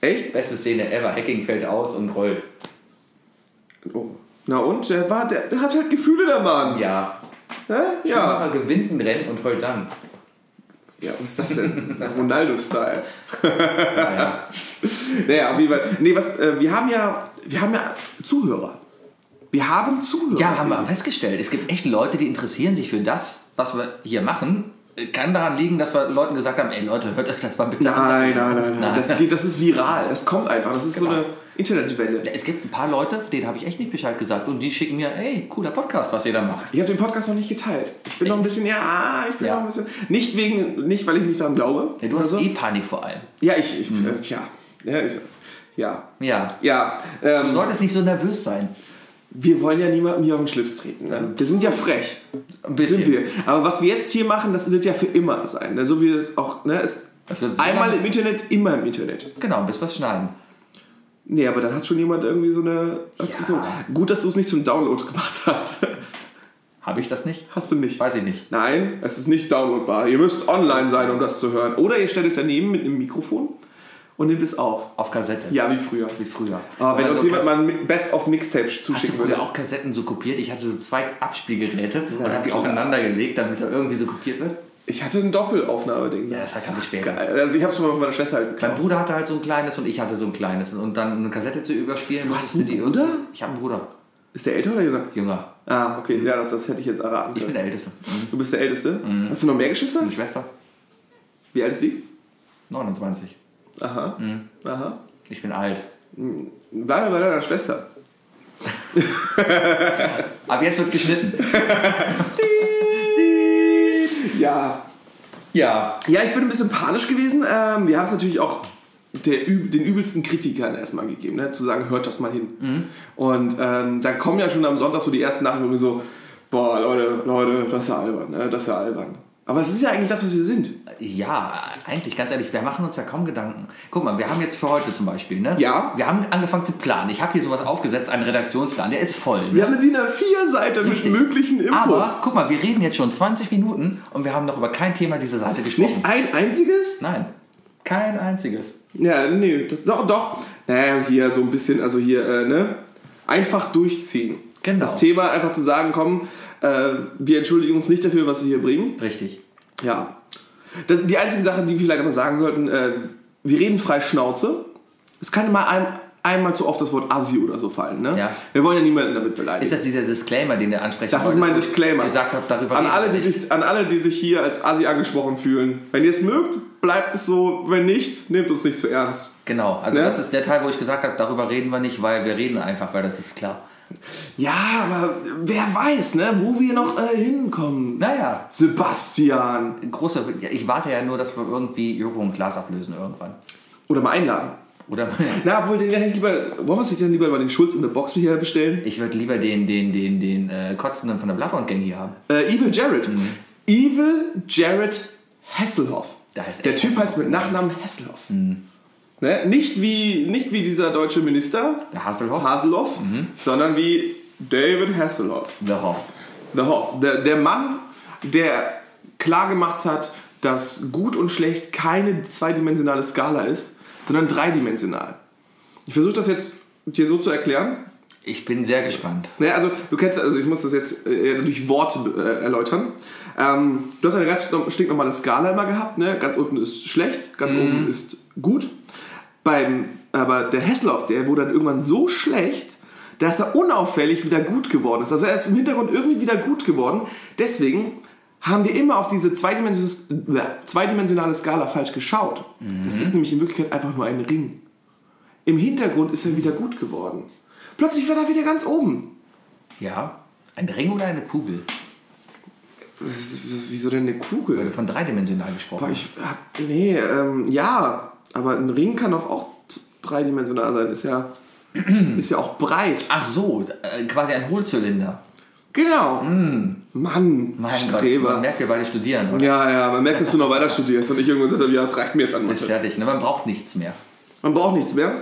S1: Echt?
S2: Beste Szene ever. Hacking fällt aus und rollt.
S1: Oh. Na und? Der, war, der, der hat halt Gefühle, der Mann.
S2: Ja.
S1: Hä? Ja.
S2: Schumacher gewinnt ein Rennen und heult dann.
S1: Ja, was ist das denn? Ronaldo-Style.
S2: Naja.
S1: Naja, auf jeden Fall. Nee, was, äh, wir haben ja, wir haben ja Zuhörer. Wir haben Zuhörer.
S2: Ja, haben wir festgestellt. Es gibt echt Leute, die interessieren sich für das, was wir hier machen. Kann daran liegen, dass wir Leuten gesagt haben, ey Leute, hört euch das mal bitte an.
S1: Nein, nein, nein, nein. Das, geht, das ist viral. Das kommt einfach. Das ist so
S2: Genau.
S1: eine Internetwelle.
S2: Es gibt ein paar Leute, denen habe ich echt nicht Bescheid gesagt und die schicken mir, ey, cooler Podcast, was ihr da macht.
S1: Ich habe den Podcast noch nicht geteilt. Ich bin noch ein bisschen, ja, ich bin
S2: Ja.
S1: noch ein bisschen. Nicht wegen, nicht weil ich nicht daran glaube.
S2: Ja, du
S1: oder
S2: hast
S1: so.
S2: eh Hm. Panik vor allem.
S1: Ja, ich, ich äh, tja. Ja, ich, ja.
S2: Ja.
S1: Ja.
S2: Du
S1: Ähm,
S2: solltest nicht so nervös sein.
S1: wir wollen ja niemandem hier auf den Schlips treten. Ne? Wir sind ja frech.
S2: Ein
S1: Sind
S2: bisschen.
S1: wir. Aber was wir jetzt hier machen, das wird ja für immer sein. Ne? So wie das auch, ne? Es,
S2: Das wird sehr
S1: einmal
S2: lang-
S1: im Internet, immer im Internet.
S2: Genau, bis was schneiden.
S1: Nee, aber dann hat schon jemand irgendwie so eine. hat's
S2: Ja.
S1: gezogen. Gut, dass du es nicht zum Download gemacht hast. [laughs]
S2: Habe ich das nicht?
S1: Hast du nicht.
S2: Weiß ich nicht.
S1: Nein, es ist nicht downloadbar. Ihr müsst online sein, um das zu hören. Oder ihr stellt euch daneben mit einem Mikrofon und nehmt es auf.
S2: Auf Kassette.
S1: Ja, wie früher.
S2: Wie früher.
S1: Aber wenn
S2: Also
S1: uns jemand
S2: Kas-
S1: mal ein Best of Mixtape
S2: Hast du
S1: zuschicken
S2: früher
S1: würde.
S2: auch Kassetten so kopiert? Ich hatte so zwei Abspielgeräte und
S1: Ja,
S2: habe die
S1: klar.
S2: aufeinander gelegt, damit da irgendwie so kopiert wird.
S1: Ich hatte ein Doppelaufnahmeding.
S2: Ja, das hat ganz später.
S1: Geil. Also ich hab's mal von meiner Schwester halt
S2: Mein
S1: geklaut.
S2: Bruder hatte halt so ein kleines und ich hatte so ein kleines. Und dann eine Kassette zu überspielen.
S1: hast
S2: musstest du
S1: einen
S2: die-
S1: Bruder?
S2: Ich habe einen Bruder.
S1: Ist der älter oder jünger?
S2: Jünger.
S1: Ah, okay. Ja, das, das hätte ich jetzt erraten
S2: Ich bin [laughs]
S1: können.
S2: der Älteste. Mhm.
S1: Du bist der Älteste? Hast du noch mehr Geschwister?
S2: Eine Schwester.
S1: Wie alt ist die?
S2: 29.
S1: Aha.
S2: Mhm.
S1: Aha.
S2: Ich bin alt.
S1: Bleib mal bei deiner Schwester.
S2: Ab jetzt wird geschnitten.
S1: Ja,
S2: Ja.
S1: Ja, ich bin ein bisschen panisch gewesen. Ähm, wir haben es natürlich auch der, üb- den übelsten Kritikern erstmal gegeben, ne? zu sagen, hört das mal hin.
S2: Mhm.
S1: Und ähm, da kommen ja schon am Sonntag so die ersten Nachrichten so, boah, Leute, Leute, das ist ja albern, ne? das ist ja albern. Aber es ist ja eigentlich das, was wir sind.
S2: Ja, eigentlich, ganz ehrlich, wir machen uns ja kaum Gedanken. Guck mal, wir haben jetzt für heute zum Beispiel, ne?
S1: Ja.
S2: Wir haben angefangen zu planen. Ich habe hier sowas aufgesetzt, einen Redaktionsplan. Der ist voll.
S1: Wir haben eine DIN A4-Seite mit
S2: Richtig.
S1: möglichen Input.
S2: Aber guck mal, wir reden jetzt schon 20 Minuten und wir haben noch über kein Thema dieser Seite gesprochen.
S1: Nicht ein einziges?
S2: Nein, kein einziges.
S1: Ja, nee, das, doch, doch. Naja, hier so ein bisschen, also hier, äh, ne? Einfach durchziehen.
S2: Genau.
S1: Das Thema einfach zu sagen, komm, äh, wir entschuldigen uns nicht dafür, was wir hier bringen.
S2: Richtig.
S1: Ja. Das, die einzige Sache, die wir vielleicht noch mal sagen sollten, äh, wir reden frei Schnauze. Es kann mal ein, einmal zu oft das Wort Assi oder so fallen. Ne?
S2: Ja.
S1: Wir wollen ja niemanden damit beleidigen.
S2: Ist das dieser Disclaimer, den der ansprechen
S1: das ist
S2: wollte,
S1: mein
S2: wo ich
S1: Disclaimer.
S2: gesagt habe, darüber
S1: an,
S2: reden
S1: alle,
S2: wir
S1: die
S2: nicht.
S1: sich, an alle, die sich hier als Assi angesprochen fühlen. Wenn ihr es mögt, bleibt es so. Wenn nicht, nehmt uns nicht zu ernst.
S2: Genau, also
S1: Ne?
S2: das ist der Teil, wo ich gesagt habe, darüber reden wir nicht, weil wir reden einfach, weil das ist klar.
S1: Ja, aber wer weiß, ne, wo wir noch äh, hinkommen.
S2: Naja,
S1: Sebastian.
S2: große, ja, ich warte ja nur, dass wir irgendwie Joko und Glas ablösen irgendwann.
S1: Oder mal einladen.
S2: Oder [laughs]
S1: Na, obwohl, den hätte ich lieber. Wollen wir uns nicht dann lieber mal den Schulz in der Box hier bestellen?
S2: ich würde lieber den, den, den, den äh, Kotzenden von der Bloodhound Gang hier haben.
S1: Äh, Evil Jared.
S2: Mhm.
S1: Evil Jared Hasselhoff.
S2: Der heißt
S1: der
S2: echt Mhm.
S1: Typ
S2: Hasselhoff,
S1: heißt mit Nachnamen Hasselhoff. Ne? Nicht, wie, nicht wie dieser deutsche Minister
S2: Der Hasselhoff?
S1: Hasselhoff,
S2: Mhm.
S1: sondern wie David Hasselhoff.
S2: der Hoff.
S1: The Hoff. Der, der Mann, der klar gemacht hat, dass gut und schlecht keine zweidimensionale Skala ist, sondern dreidimensional. Ich versuche das jetzt dir so zu erklären.
S2: Ich bin sehr gespannt.
S1: Naja, also du kennst, also ich muss das jetzt äh, durch Worte äh, erläutern. Ähm, du hast eine ganz norm- stinknormale Skala immer gehabt, ne? Ganz unten ist schlecht, ganz oben ist gut. Beim, aber der Hesslauf, der wurde dann irgendwann so schlecht, dass er unauffällig wieder gut geworden ist. Also er ist im Hintergrund irgendwie wieder gut geworden. Deswegen haben wir immer auf diese zweidimensions- äh, zweidimensionale Skala falsch geschaut. Das ist nämlich in Wirklichkeit einfach nur ein Ring. Im Hintergrund ist er wieder gut geworden. Plötzlich war er wieder ganz oben.
S2: Ja? Ein Ring oder eine Kugel?
S1: Das ist- Wieso denn eine
S2: Weil wir
S1: Kugel?
S2: von dreidimensional
S1: Boah,
S2: gesprochen
S1: ich hab, nee, ähm, ja, aber ein Ring kann doch auch t- dreidimensional sein, ist
S2: [clears throat]
S1: ja, ist ja auch breit.
S2: Ach so, äh, quasi ein Hohlzylinder.
S1: Genau. Mann,
S2: Mm. Mein Gott, man
S1: Streber.
S2: merkt, wir beide studieren. Oder?
S1: ja, ja, man merkt, dass du noch weiter studierst und ich irgendwann gesagt habe, ja, es reicht mir jetzt an
S2: Ist
S1: Mathe.
S2: fertig, ne? Man braucht nichts mehr.
S1: Man braucht nichts mehr.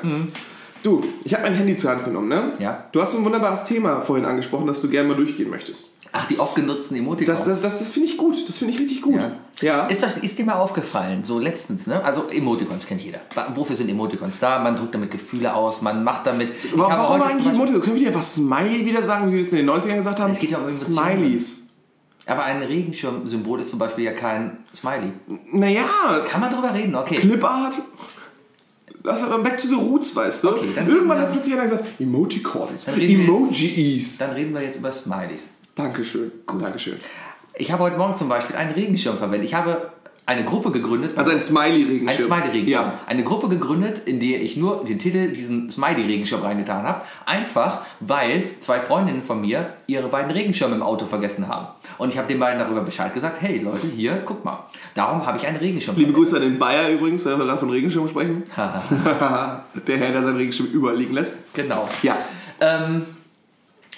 S1: Du, ich habe mein Handy zur Hand genommen, ne?
S2: Mhm. Ja.
S1: Du hast so ein wunderbares Thema vorhin angesprochen, das du gerne mal durchgehen möchtest.
S2: Ach, die oft genutzten Emoticons.
S1: Das, das, das, das finde ich gut, das finde ich richtig gut.
S2: Ja.
S1: ja.
S2: Ist, euch, ist dir mal aufgefallen, so letztens, ne? Also Emoticons kennt jeder. Wa- Wofür sind Emoticons da? Man drückt damit Gefühle aus, man macht damit. Ich
S1: Wa-
S2: habe
S1: warum
S2: heute zum
S1: eigentlich
S2: Beispiel-
S1: Emoticons? Können wir wieder was Smiley wieder sagen, wie wir es in den 90ern gesagt haben?
S2: Es geht ja um Emotionen.
S1: Smileys.
S2: Aber ein Regenschirmsymbol ist zum Beispiel ja kein Smiley.
S1: Naja,
S2: Kann man drüber reden, okay.
S1: Clipart. Das ist aber back to the roots, weißt du?
S2: Okay, dann-
S1: Irgendwann hat plötzlich einer gesagt, Emoticons,
S2: Dann reden wir
S1: Emojis.
S2: Dann reden wir jetzt über Smileys.
S1: Dankeschön, Dankeschön.
S2: Ich habe heute Morgen zum Beispiel einen Regenschirm verwendet. Ich habe eine Gruppe gegründet.
S1: Also ein
S2: Ein
S1: Smiley-Regenschirm.
S2: Smiley-Regenschirm.
S1: Ja.
S2: Eine Gruppe gegründet, in der ich nur den Titel diesen Smiley-Regenschirm reingetan habe. Einfach, weil zwei Freundinnen von mir ihre beiden Regenschirme im Auto vergessen haben. Und ich habe den beiden darüber Bescheid gesagt, hey Leute, hier, guck mal. Darum habe ich einen Regenschirm.
S1: Liebe Grüße an den Bayer übrigens, wenn wir gerade von Regenschirm sprechen.
S2: Haha,
S1: [laughs] der Herr, der seinen Regenschirm überall liegen lässt.
S2: genau.
S1: Ja.
S2: Ähm,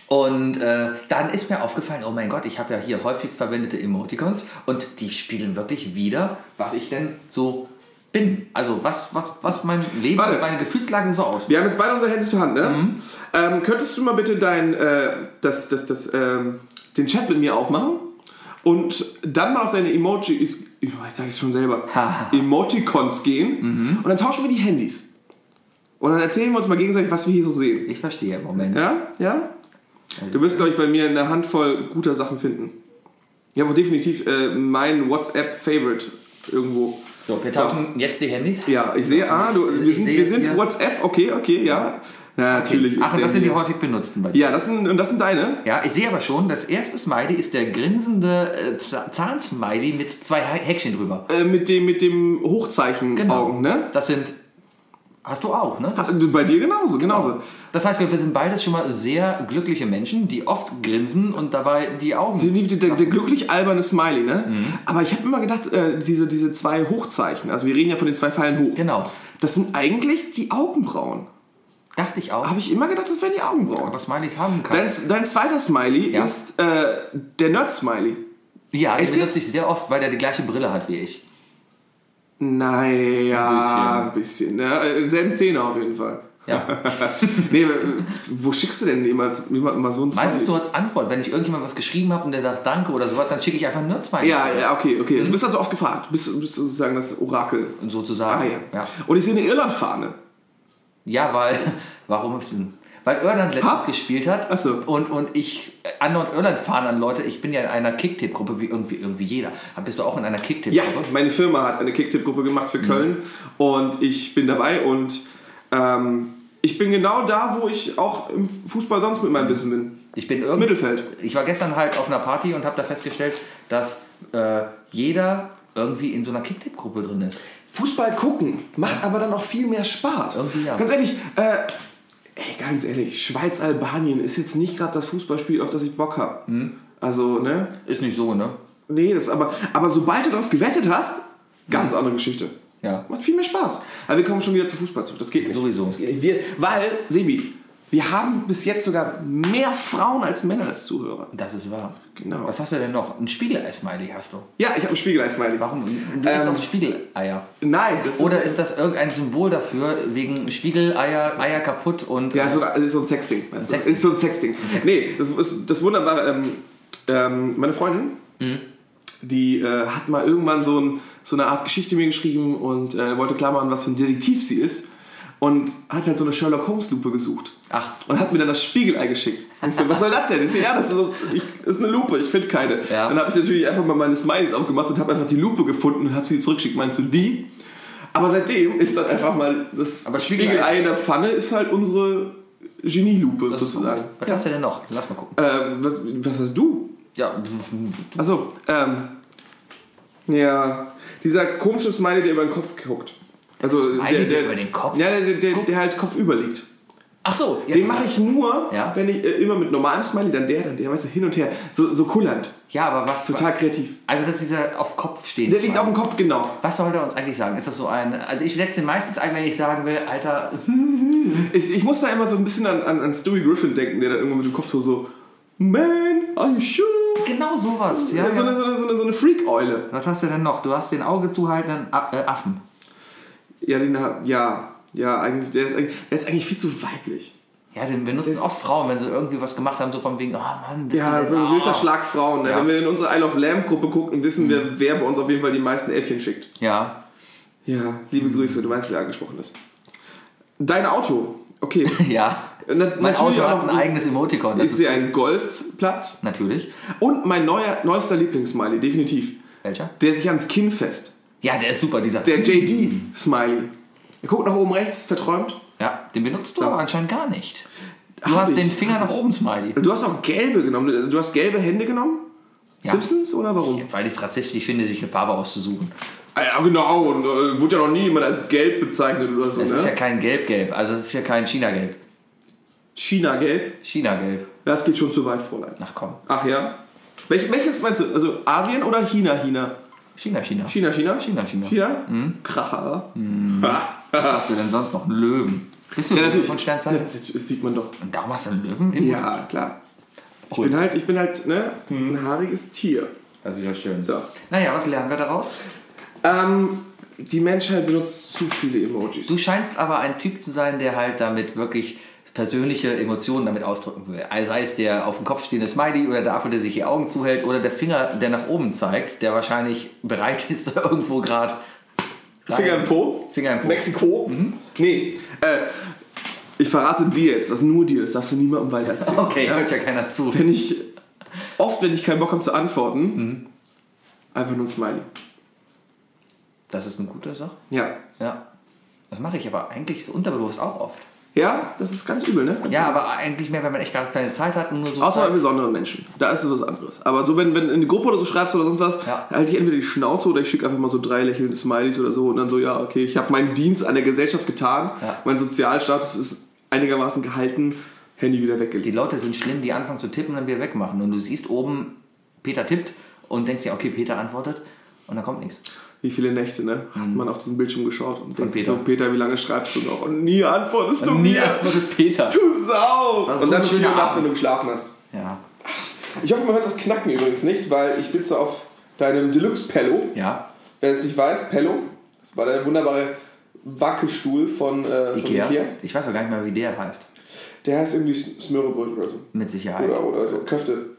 S2: Und äh, dann ist mir aufgefallen, oh mein Gott, ich habe ja hier häufig verwendete Emoticons und die spiegeln wirklich wieder, was ich denn so bin. Also was, was, was mein Leben
S1: Warte.
S2: und meine Gefühlslagen so aussieht.
S1: Wir haben jetzt beide unsere Handys zur Hand, ne?
S2: Mhm.
S1: Ähm, könntest du mal bitte dein, äh, das, das, das, ähm, den Chat mit mir aufmachen? Und dann mal auf deine Emojis, ich sage es schon selber,
S2: Ha. Mhm.
S1: Emoticons gehen. Und dann tauschen wir die Handys. Und dann erzählen wir uns mal gegenseitig, was wir hier so sehen.
S2: Ich verstehe im Moment.
S1: Ja? Ja? Du wirst, glaube ich, bei mir eine Handvoll guter Sachen finden. Ich habe auch definitiv äh, mein WhatsApp-Favorite irgendwo.
S2: So, wir tauschen jetzt die Handys.
S1: Ja, ich sehe, ah, du, wir
S2: Ich
S1: sind,
S2: sehe
S1: wir
S2: es
S1: sind
S2: hier.
S1: WhatsApp, okay, okay, ja. Na, natürlich
S2: Ach, und
S1: der
S2: das sind die
S1: hier.
S2: häufig benutzten bei dir.
S1: Ja, das sind, und das sind deine.
S2: Ja, ich sehe aber schon, das erste Smiley ist der grinsende äh, Z- Zahn-Smiley mit zwei Hä- Häkchen drüber. Genau.
S1: Äh, mit dem, mit dem Hochzeichen Augen, ne? Äh,
S2: Das sind. Hast du auch, ne? Das, Genau.
S1: Bei dir genauso, genauso.
S2: das heißt, wir sind beides schon mal sehr glückliche Menschen, die oft grinsen und dabei die Augen.
S1: Der, der, der glücklich alberne Smiley, ne?
S2: Mhm.
S1: Aber ich habe immer gedacht, äh, diese, diese zwei Hochzeichen, also wir reden ja von den zwei Pfeilen hoch.
S2: genau.
S1: Das sind eigentlich die Augenbrauen.
S2: Dachte ich auch.
S1: Habe ich immer gedacht, das wären die Augenbrauen.
S2: Aber Smileys haben kann.
S1: Dein, dein zweiter Smiley
S2: Ja.
S1: ist äh, der Nerd-Smiley.
S2: ja, den
S1: Echt jetzt?
S2: benutze ich sehr oft, weil der die gleiche Brille hat wie ich.
S1: Naja, ein bisschen. ne? Äh, im selben Zähne auf jeden Fall.
S2: Ja.
S1: [laughs] Nee, äh, wo schickst du denn jemals, jemandem mal so einen Smiley?
S2: Meistens nur als Antwort. Wenn ich irgendjemand was geschrieben habe und der sagt Danke oder sowas, dann schicke ich einfach nur Smiley.
S1: Ja, ja, okay, okay. Du bist also oft gefragt. Du bist, du bist sozusagen das Orakel.
S2: Und sozusagen.
S1: Ah, ja.
S2: ja.
S1: Und ich sehe eine Irland-Fahne.
S2: Ja, weil, [laughs] warum hast du Weil Irland letztens
S1: Ha?
S2: gespielt hat
S1: Ach so.
S2: und, und ich an Nordirland fahren an Leute, ich bin ja in einer Kicktipp-Gruppe wie irgendwie, irgendwie jeder. Bist du auch in einer
S1: Ja,
S2: Kicktipp-Gruppe?
S1: meine Firma hat eine Kicktipp-Gruppe gemacht
S2: Mhm.
S1: für Köln und ich bin dabei und ähm, ich bin genau da, wo ich auch im Fußball sonst mit
S2: Mhm.
S1: meinem Wissen bin.
S2: Ich bin irgendwie,
S1: Mittelfeld.
S2: ich war gestern halt auf einer Party und habe da festgestellt, dass äh, jeder irgendwie in so einer Kicktipp-Gruppe drin ist.
S1: Fußball gucken macht aber dann auch viel mehr Spaß.
S2: Irgendwie ja.
S1: Ganz ehrlich, äh, ey, ganz ehrlich, Schweiz-Albanien ist jetzt nicht gerade das Fußballspiel, auf das ich Bock habe.
S2: Mhm.
S1: Also, ne?
S2: Ist nicht so, ne?
S1: Nee, das aber, aber sobald du drauf gewettet hast, ganz andere Geschichte.
S2: Ja,
S1: Macht viel mehr Spaß. Aber wir kommen schon wieder zu Fußball zurück. Das geht nicht.
S2: sowieso.
S1: Wir, weil, Sebi, wir haben bis jetzt sogar mehr Frauen als Männer als Zuhörer.
S2: Das ist wahr.
S1: Genau.
S2: Was hast du denn noch? Ein Spiegelei-Smiley hast du.
S1: Ja, ich habe ein Spiegelei-Smiley.
S2: Warum? Du isst
S1: Ähm,
S2: auf Spiegeleier.
S1: Nein, das
S2: Oder
S1: ist...
S2: ist das irgendein Symbol dafür, wegen Spiegeleier, Eier kaputt und.
S1: Ja, so, das ist so ein Sexting. Weißt du?
S2: Sexting.
S1: Ist so ein Sexting. Nee, das ist das Wunderbare. Ähm, ähm, meine Freundin, die äh, hat mal irgendwann so, ein, so eine Art Geschichte mir geschrieben und äh, wollte klar machen, was für ein Detektiv sie ist. Und hat halt so eine Sherlock-Holmes-Lupe gesucht.
S2: Ach,
S1: und hat mir dann das Spiegelei
S2: [laughs]
S1: geschickt. Und ich so, was soll das denn? Ich so, ja, das ist, ich, ist eine Lupe, ich finde keine.
S2: Ja.
S1: Dann habe ich natürlich einfach mal meine Smileys aufgemacht und habe einfach die Lupe gefunden und habe sie zurückgeschickt. Meinst du die? Aber seitdem ist dann einfach mal das
S2: Aber Spiegelei-
S1: Spiegelei in der Pfanne ist halt unsere Genielupe
S2: das ist
S1: sozusagen.
S2: gut. Was
S1: Ja.
S2: hast du denn noch? Lass mal gucken.
S1: Ähm, was, was hast du?
S2: Ja,
S1: Achso, ähm, ja, dieser komische Smiley, der über den Kopf guckt. Also der,
S2: Smiley, der über den Kopf?
S1: Ja, der, der, der, der halt Kopf überliegt.
S2: ach so. Ja,
S1: Den mache ich nur,
S2: Ja.
S1: wenn ich äh, immer mit normalem Smiley, dann der, dann der, weißt du, hin und her. So, so kullernd.
S2: Ja, aber was?
S1: Total kreativ.
S2: Also das ist dieser auf Kopf stehende.
S1: Der liegt auf dem Kopf, genau.
S2: Was soll der uns eigentlich sagen? Ist das so ein? Also ich setze den meistens ein, wenn ich sagen will, Alter, [laughs]
S1: Ich, ich muss da immer so ein bisschen an, an, an Stewie Griffin denken, der da irgendwo mit dem Kopf so, so Man, are you sure?
S2: genau sowas. Ja,
S1: so,
S2: ja.
S1: Eine, so, eine, so, eine, so eine Freak-Eule.
S2: Was hast du denn noch? Du hast den Auge zuhaltenden A- äh, Affen.
S1: Ja, den hat, ja, ja, eigentlich, der ist, eigentlich- der ist eigentlich viel zu weiblich.
S2: Ja, den benutzen
S1: Das-
S2: oft Frauen, wenn sie irgendwie was gemacht haben, so von wegen, oh Mann, bist du
S1: Ja,
S2: denn-
S1: so ein gewisser
S2: ah.
S1: Schlag Frauen. Ne?
S2: Ja. Mhm.
S1: Wenn wir in unsere Isle of Lamb-Gruppe gucken, wissen wir, wer bei uns auf jeden Fall die meisten Äffchen schickt.
S2: Ja. [laughs]
S1: Ja, liebe Grüße, du weißt, wer angesprochen ist. Dein Auto,
S2: [laughs]
S1: okay.
S2: Ja.
S1: Na,
S2: Mein
S1: natürlich
S2: Auto
S1: auch
S2: hat
S1: noch-
S2: ein eigenes Emoticon. Das
S1: ist
S2: ist
S1: ja ein Golfplatz.
S2: natürlich.
S1: Und mein neuer, neuester Lieblingssmiley, definitiv.
S2: Welcher?
S1: Der sich ans Kinn fest.
S2: Ja, der ist super, dieser.
S1: Der JD-Smiley. Er guckt nach oben rechts, verträumt.
S2: Ja, den benutzt du aber anscheinend gar nicht. Du
S1: Hab
S2: hast
S1: ich.
S2: den Finger nach oben, Smiley.
S1: Du hast auch gelbe genommen. Also du hast gelbe Hände genommen?
S2: Ja.
S1: Simpsons oder warum?
S2: Weil ich es rassistisch finde, sich eine Farbe auszusuchen.
S1: Ah, Ja, genau. Und äh, wurde ja noch nie jemand als gelb bezeichnet oder so,
S2: Es ist ja
S1: ne?
S2: kein Gelb-Gelb, also es ist ja kein China-Gelb.
S1: China-gelb.
S2: China-Gelb.
S1: Das geht schon zu weit, Fräulein.
S2: Ach komm.
S1: Ach ja. Welch, welches meinst du? Also Asien oder China, China?
S2: China, China.
S1: China, China?
S2: China, China.
S1: China? Mhm. Kracher. [laughs] Ha.
S2: Was hast du denn sonst noch? Einen Löwen. Bist du
S1: Ja,
S2: Löwe
S1: natürlich.
S2: von Sternzeichen?
S1: Das sieht man doch.
S2: Und darum hast du einen Löwen? Im
S1: Ja, klar. Ich bin halt, ich bin halt ne,
S2: Hm.
S1: ein haariges Tier.
S2: Das ist ja schön.
S1: So.
S2: Naja, was lernen wir daraus?
S1: Ähm, die Menschheit benutzt zu viele Emojis.
S2: Du scheinst aber ein Typ zu sein, der halt damit wirklich persönliche Emotionen damit ausdrücken will. Also sei es der auf dem Kopf stehende Smiley oder dafür, der sich die Augen zuhält oder der Finger, der nach oben zeigt, der wahrscheinlich bereit ist, [laughs] irgendwo gerade
S1: Finger im Po.
S2: Finger im Po. Mhm.
S1: Mexiko. Nee. Äh, ich verrate dir jetzt, was nur dir ist, darfst du niemandem weiter erzählen.
S2: [laughs] Okay, hört ja keiner zu.
S1: Wenn ich, oft, wenn ich keinen Bock habe zu antworten,
S2: Mhm.
S1: einfach nur ein Smiley.
S2: Das ist eine gute Sache.
S1: Ja.
S2: Ja. Das mache ich aber eigentlich so unterbewusst auch oft.
S1: Ja, das ist ganz übel, ne?
S2: Ja, aber eigentlich mehr, wenn man echt gar keine Zeit hat und nur so.
S1: Außer bei besonderen Menschen. Da ist es was anderes. Aber so, wenn, wenn in eine Gruppe oder so schreibst oder sonst was,
S2: Ja.
S1: halte ich entweder die Schnauze oder ich schicke einfach mal so drei lächelnde Smileys oder so und dann so, ja, okay, ich habe meinen Dienst an der Gesellschaft getan,
S2: Ja.
S1: mein Sozialstatus ist einigermaßen gehalten, Handy wieder
S2: Die
S1: weggelegt.
S2: Leute sind schlimm, die anfangen zu tippen und dann wieder wegmachen. Und du siehst oben, Peter tippt und denkst dir, okay, Peter antwortet und dann kommt nichts.
S1: Wie viele Nächte, ne? Hat man auf diesen Bildschirm geschaut und denkt sich so,
S2: Mhm. Peter.
S1: Peter, wie lange schreibst du noch? Und nie antwortest du
S2: Nie
S1: mir.
S2: antwortet
S1: [laughs]
S2: Peter.
S1: Du Sau!
S2: Das ist
S1: Und
S2: so
S1: dann um 4
S2: ein
S1: Uhr
S2: schöner
S1: nachts, wenn
S2: Abend.
S1: du geschlafen hast.
S2: Ja.
S1: Ich hoffe, man hört das Knacken übrigens nicht, weil ich sitze auf deinem Deluxe-Pello.
S2: Ja.
S1: Wer es nicht weiß, Pello, das war der wunderbare Wackelstuhl von, äh, von
S2: Ikea.
S1: Ikea.
S2: Ich weiß auch gar nicht mehr, wie der heißt.
S1: Der heißt irgendwie Smörrebröt oder so.
S2: Mit Sicherheit.
S1: Oder, oder so, Köfte.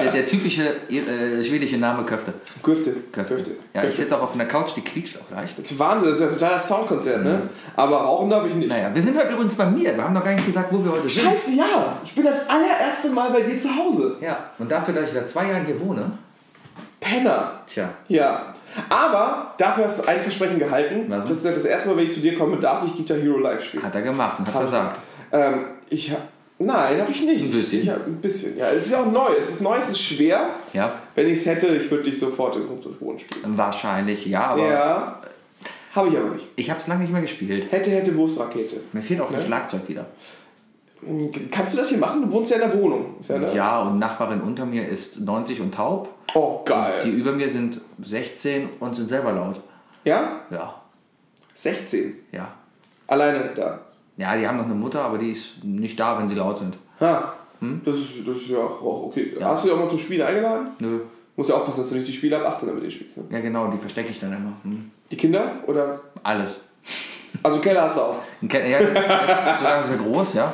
S2: Der, der typische äh, schwedische Name Köfte.
S1: Köfte.
S2: Köfte.
S1: Köfte.
S2: Ja, ich
S1: Köfte.
S2: sitze auch auf einer Couch, die quietscht auch leicht.
S1: Das ist Wahnsinn, das ist ja ein totaler Soundkonzert, ne? Aber rauchen darf ich nicht.
S2: Mhm. Naja, wir sind heute übrigens bei mir. Wir haben noch gar nicht gesagt, wo wir heute sind.
S1: Scheiße, ja! Ich bin das allererste Mal bei dir zu Hause.
S2: Ja, und dafür, dass ich seit zwei Jahren hier wohne,
S1: Penner.
S2: tja,
S1: Ja. Aber dafür hast du ein Versprechen gehalten.
S2: Was? Ah.
S1: Das ist ja das erste Mal, wenn ich zu dir komme, darf ich Guitar Hero live spielen.
S2: hat er gemacht und hat versagt.
S1: Ähm, ich hab, Nein, habe ich nicht.
S2: Ein bisschen.
S1: Ich hab, ein bisschen, ja. Es ist ja auch neu. Es ist neu, es ist schwer.
S2: Ja,
S1: Wenn ich es hätte, ich würde dich sofort in Grund und Boden spielen.
S2: wahrscheinlich, ja, aber
S1: Ja. Habe ich aber nicht.
S2: ich habe es lange nicht mehr gespielt.
S1: Hätte, hätte, Wurstrakete.
S2: Mir fehlt auch ein
S1: Ne?
S2: Schlagzeug wieder.
S1: Hm, Kannst du das hier machen? Du wohnst ja in der Wohnung. Ist ja, ne? eine-
S2: Ja, und Nachbarin unter mir ist 90 und taub.
S1: Oh,
S2: Die
S1: geil.
S2: über mir sind 16 und sind selber laut.
S1: Ja?
S2: Ja,
S1: 16.
S2: ja.
S1: Alleine da.
S2: Ja, die haben noch eine Mutter, aber die ist nicht da, wenn sie laut sind.
S1: Ha. Das, ist, das ist ja auch okay.
S2: Hm? Ja.
S1: Hast du ja auch mal zum Spielen eingeladen?
S2: Nö.
S1: Muss ja aufpassen, dass du nicht die Spiele ab 18 damit dir spielst. Ne?
S2: Ja, genau, die verstecke ich dann immer. Hm.
S1: Die Kinder? Oder?
S2: Alles.
S1: Also Keller hast du auch.
S2: Ein Ke- Ja, das ist, solange ist er groß, ja.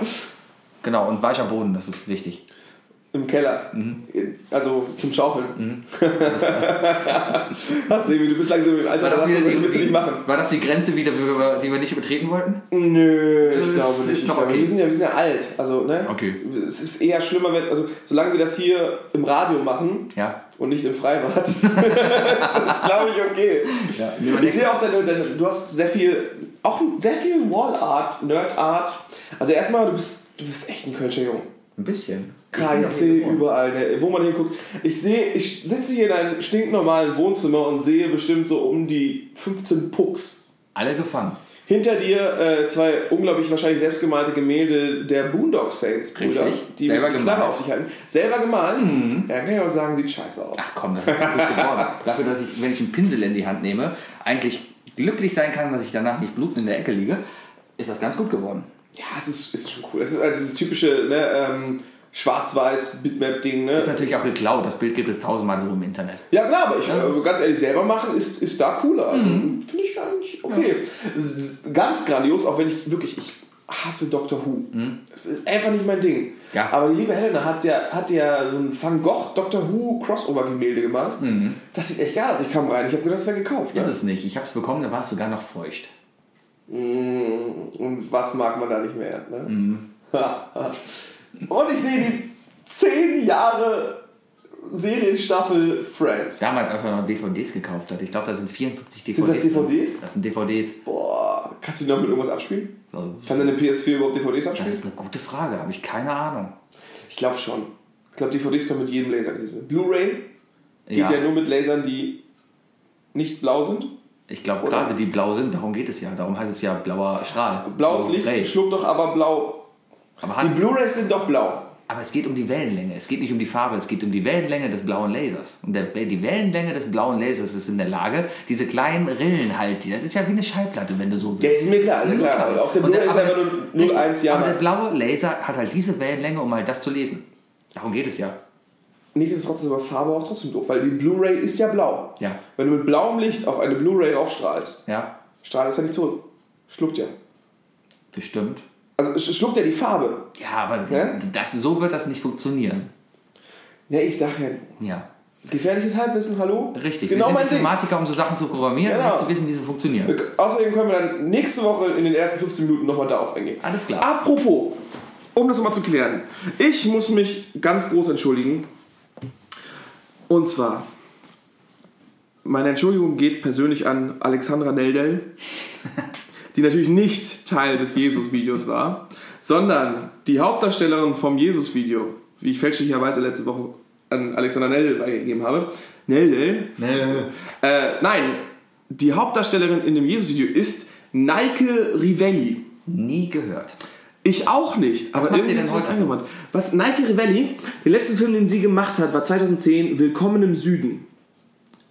S2: Genau, und weicher Boden, das ist wichtig.
S1: Im Keller.
S2: Mhm.
S1: Also zum Schaufeln. [laughs] Hast du, irgendwie- du bist langsam im Alter,
S2: War das,
S1: das
S2: wieder
S1: willst du nicht
S2: die,
S1: machen.
S2: war das die Grenze, wieder, die wir- die wir nicht betreten wollten?
S1: Nö, ich
S2: Das
S1: glaube
S2: ist
S1: nicht. Ich
S2: noch
S1: glaube,
S2: okay.
S1: wir, sind ja, wir sind ja alt. Also, ne?
S2: Okay.
S1: Es ist eher schlimmer, wenn, also solange wir das hier im Radio machen
S2: Ja.
S1: und nicht im Freibad, [laughs] ist glaube ich okay.
S2: ja.
S1: Ich sehe auch, deine, deine, du hast sehr viel, auch sehr viel Wall Art, Nerd Art. Also erstmal, du bist, du bist echt ein Kölscher Junge.
S2: Ein bisschen.
S1: KIC überall, ne? wo man hinguckt. Ich sehe, ich sitze hier in einem stinknormalen Wohnzimmer und sehe bestimmt so um die 15 Pucks.
S2: Alle gefangen.
S1: Hinter dir äh, zwei unglaublich wahrscheinlich selbstgemalte Gemälde der Boondock Saints, Brüder,
S2: Richtig.
S1: die
S2: Selber
S1: die Knarre
S2: gemalt. Mhm.
S1: auf dich halten. Selber gemalt? Ja, kann ich auch sagen, sieht scheiße aus.
S2: Ach komm, das ist doch gut geworden. Dafür, dass ich, wenn ich einen Pinsel in die Hand nehme, eigentlich glücklich sein kann, dass ich danach nicht blutend in der Ecke liege, ist das ganz gut geworden.
S1: Ja, es ist, ist schon cool. Es ist halt dieses typische ne, ähm, schwarz-weiß Bitmap-Ding.
S2: Ist
S1: Ne?
S2: natürlich auch geklaut, das Bild gibt es tausendmal so im Internet.
S1: Ja, klar, aber ich,
S2: Ja. Mhm.
S1: äh, ganz ehrlich, selber machen ist, ist da cooler. Also, Finde ich eigentlich okay. S- Ganz grandios, auch wenn ich wirklich, ich hasse Doctor Who. Es ist einfach nicht mein Ding.
S2: Mhm. Ja.
S1: Aber die liebe Helena hat ja, hat ja so ein Van Gogh Doctor Who Crossover-Gemälde gemalt. Das sieht echt geil aus. Ich kam rein, ich habe gedacht, das wäre gekauft. Ne?
S2: Mhm. Ist es nicht. Ich habe es bekommen, da war es sogar noch feucht.
S1: Mm, Und was mag man da nicht mehr? Ne?
S2: Mhm.
S1: [laughs] Und ich sehe die 10 Jahre Serienstaffel Friends.
S2: Damals, als man noch DVDs gekauft hat, ich glaube, da sind 54 DVDs.
S1: Sind das DVDs?
S2: drin. Das sind DVDs.
S1: Boah, kannst du die noch mit irgendwas abspielen?
S2: Also,
S1: Kann deine PS4 überhaupt DVDs
S2: Das
S1: abspielen?
S2: ist eine gute Frage, habe ich keine Ahnung.
S1: Ich glaube schon. Ich glaube, DVDs können mit jedem Laser gelesen. Blu-ray geht ja. nur mit Lasern, die nicht blau sind.
S2: Ich glaube,
S1: Oder?
S2: gerade die blau sind, darum geht es ja. Darum heißt es ja blauer Strahl.
S1: Blaues
S2: Blauer
S1: Licht
S2: Ray.
S1: schluckt doch aber blau.
S2: Aber
S1: Die
S2: hat,
S1: Blu-rays sind doch blau.
S2: Aber es geht um die Wellenlänge. Es geht nicht um die Farbe, es geht um die Wellenlänge des blauen Lasers. Und der, die Wellenlänge des blauen Lasers ist in der Lage, diese kleinen Rillen halt, die- das ist ja wie eine Schallplatte, wenn du so halt.
S1: Ja, ist mir klar, ja, klar. Auf dem
S2: Und
S1: Blue ist
S2: aber
S1: einfach
S2: der-
S1: nur 01
S2: richtig, Aber
S1: Jahre.
S2: der blaue Laser hat halt diese Wellenlänge, um halt das zu lesen. Darum geht es ja.
S1: Nichtsdestotrotz ist aber Farbe auch trotzdem doof, weil die Blu-ray ist ja blau.
S2: Ja.
S1: Wenn du mit blauem Licht auf eine Blu-ray aufstrahlst,
S2: Ja,
S1: strahlt es ja nicht zurück. Schluckt ja.
S2: bestimmt.
S1: Also es schluckt ja die Farbe.
S2: Ja, aber
S1: Ja?
S2: das, so wird das nicht funktionieren.
S1: Ja, ich sag ja,
S2: Ja,
S1: gefährliches Halbwissen, hallo?
S2: richtig.
S1: Ist genau
S2: Wir sind
S1: mein Ding.
S2: Informatiker, um so Sachen zu programmieren
S1: Genau.
S2: und zu wissen, wie sie funktionieren.
S1: Wir- Außerdem können wir dann nächste Woche in den ersten 15 Minuten nochmal darauf eingehen.
S2: Alles klar.
S1: Apropos, um das nochmal zu klären. Ich muss mich ganz groß entschuldigen. Und zwar, meine Entschuldigung geht persönlich an Alexandra Neldel, die natürlich nicht Teil des Jesus-Videos war, sondern die Hauptdarstellerin vom Jesus-Video, wie ich fälschlicherweise letzte Woche an Alexandra Neldel weitergegeben habe. Neldel,
S2: Ne?
S1: äh, nein, die Hauptdarstellerin in dem Jesus-Video ist Nike Rivelli.
S2: Nie gehört.
S1: Ich auch nicht, aber
S2: macht ihr
S1: irgendwie
S2: denn
S1: hat sie was
S2: heute
S1: eingewandt. Was Nike Rivelli, den letzten Film, den sie gemacht hat, war 2010 Willkommen im Süden.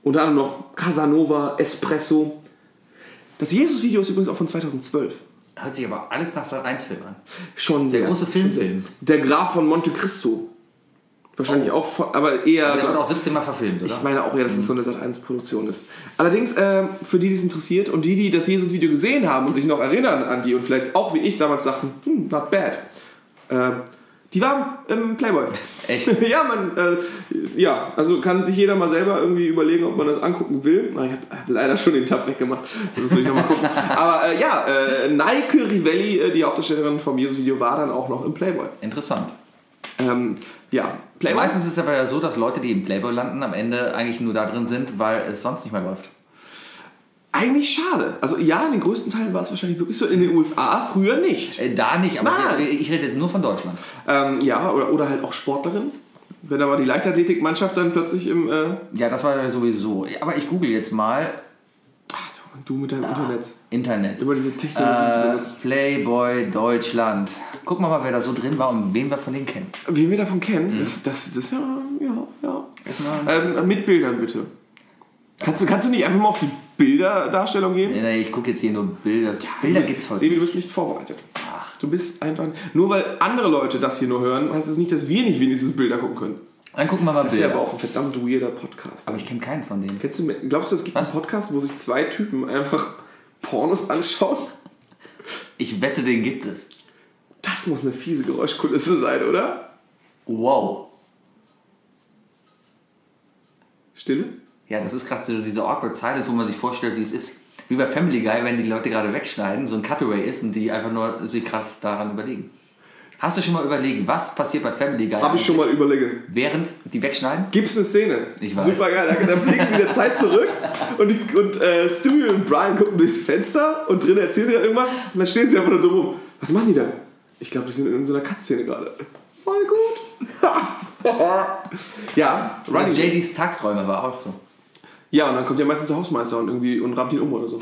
S1: Unter anderem noch Casanova, Espresso. Das Jesus-Video ist übrigens auch von 2012.
S2: Hört sich aber alles nach Sat 1 Film an.
S1: Schon sehr.
S2: Der große Filmfilm. Oh.
S1: Der Graf von Monte Cristo. Wahrscheinlich auch, von, aber eher.
S2: Der wird auch 17 Mal verfilmt, oder?
S1: Ich meine auch eher, dass es so eine Sat1-Produktion ist. Allerdings, ähm, für die, die es interessiert und die, die das Jesus-Video gesehen haben und sich noch erinnern an die und vielleicht auch wie ich damals dachten, hm, not bad. Ähm, die waren im Playboy. [laughs]
S2: Echt?
S1: ja, man, äh, ja, also kann sich jeder mal selber irgendwie überlegen, ob man das angucken will. Na, ich habe hab leider schon den Tab weggemacht. Das muss ich nochmal gucken. Aber äh, ja, äh, Nike Rivelli, äh, die Hauptdarstellerin vom Jesus-Video, war dann auch noch im Playboy. [laughs]
S2: Interessant.
S1: Ähm, ja, Playboy.
S2: Meistens ist es aber ja so, dass Leute, die im Playboy landen, am Ende eigentlich nur da drin sind, weil es sonst nicht mehr läuft.
S1: Eigentlich schade. Also ja, in den größten Teilen war es wahrscheinlich wirklich so. In den USA früher nicht.
S2: Äh, Da nicht, aber
S1: Nein.
S2: ich, ich rede jetzt nur von Deutschland.
S1: Ähm, ja, oder, oder halt auch Sportlerin. Wenn aber die Leichtathletikmannschaft dann plötzlich im... Äh,
S2: Ja, das war ja sowieso. Aber ich google jetzt mal
S1: ach, du, du mit deinem Internet.
S2: Internet.
S1: Über diese Technologie
S2: Ah. Äh,
S1: benutzt.
S2: Playboy Deutschland. Gucken wir mal, wer da so drin war und wen wir von denen kennen.
S1: Wen wir davon
S2: Mhm.
S1: kennen, das, das, das ja... ja, ja.
S2: Ist mal-
S1: Ähm, mit Bildern bitte. Kannst du, kannst du nicht einfach mal auf die Bilderdarstellung gehen?
S2: Nee, nee, ich gucke jetzt hier nur Bilder. Bilder gibt's heute.
S1: ne. Sebi, du bist nicht vorbereitet. Du bist einfach... Nur weil andere Leute das hier nur hören, heißt es nicht, dass wir nicht wenigstens Bilder gucken können.
S2: Dann gucken wir mal
S1: Das ist ja
S2: Bilder.
S1: aber
S2: aber,
S1: auch ein verdammt weirder Podcast.
S2: ich kenne keinen von denen.
S1: Kennst du, glaubst du, es gibt
S2: Was?
S1: einen Podcast, wo sich zwei Typen einfach Pornos anschauen?
S2: Ich wette, den gibt es.
S1: Das muss eine fiese Geräuschkulisse sein, oder?
S2: Wow.
S1: Stille?
S2: Ja, das ist gerade so diese awkward Silence, wo man sich vorstellt, wie es ist. Wie bei Family Guy, wenn die Leute gerade wegschneiden, so ein Cutaway ist und die einfach nur sich gerade daran überlegen. Hast du schon mal überlegt, was passiert bei Family Guy?
S1: Habe ich schon mal überlegt.
S2: Während die wegschneiden?
S1: Gibt es eine Szene?
S2: Ich weiß.
S1: Super geil. Da, da fliegen sie in der Zeit zurück und, die, und äh, Stewie und Brian gucken durchs Fenster und drin erzählen sie halt irgendwas und dann stehen sie einfach nur so rum. Was machen die da? Ich glaube, die sind in so einer Katzszene gerade. Voll gut. [laughs] ja,
S2: Oder
S1: Running.
S2: JDs Tagsräume war auch so.
S1: Ja, und dann kommt ja meistens der Hausmeister und irgendwie und rammt ihn um oder so.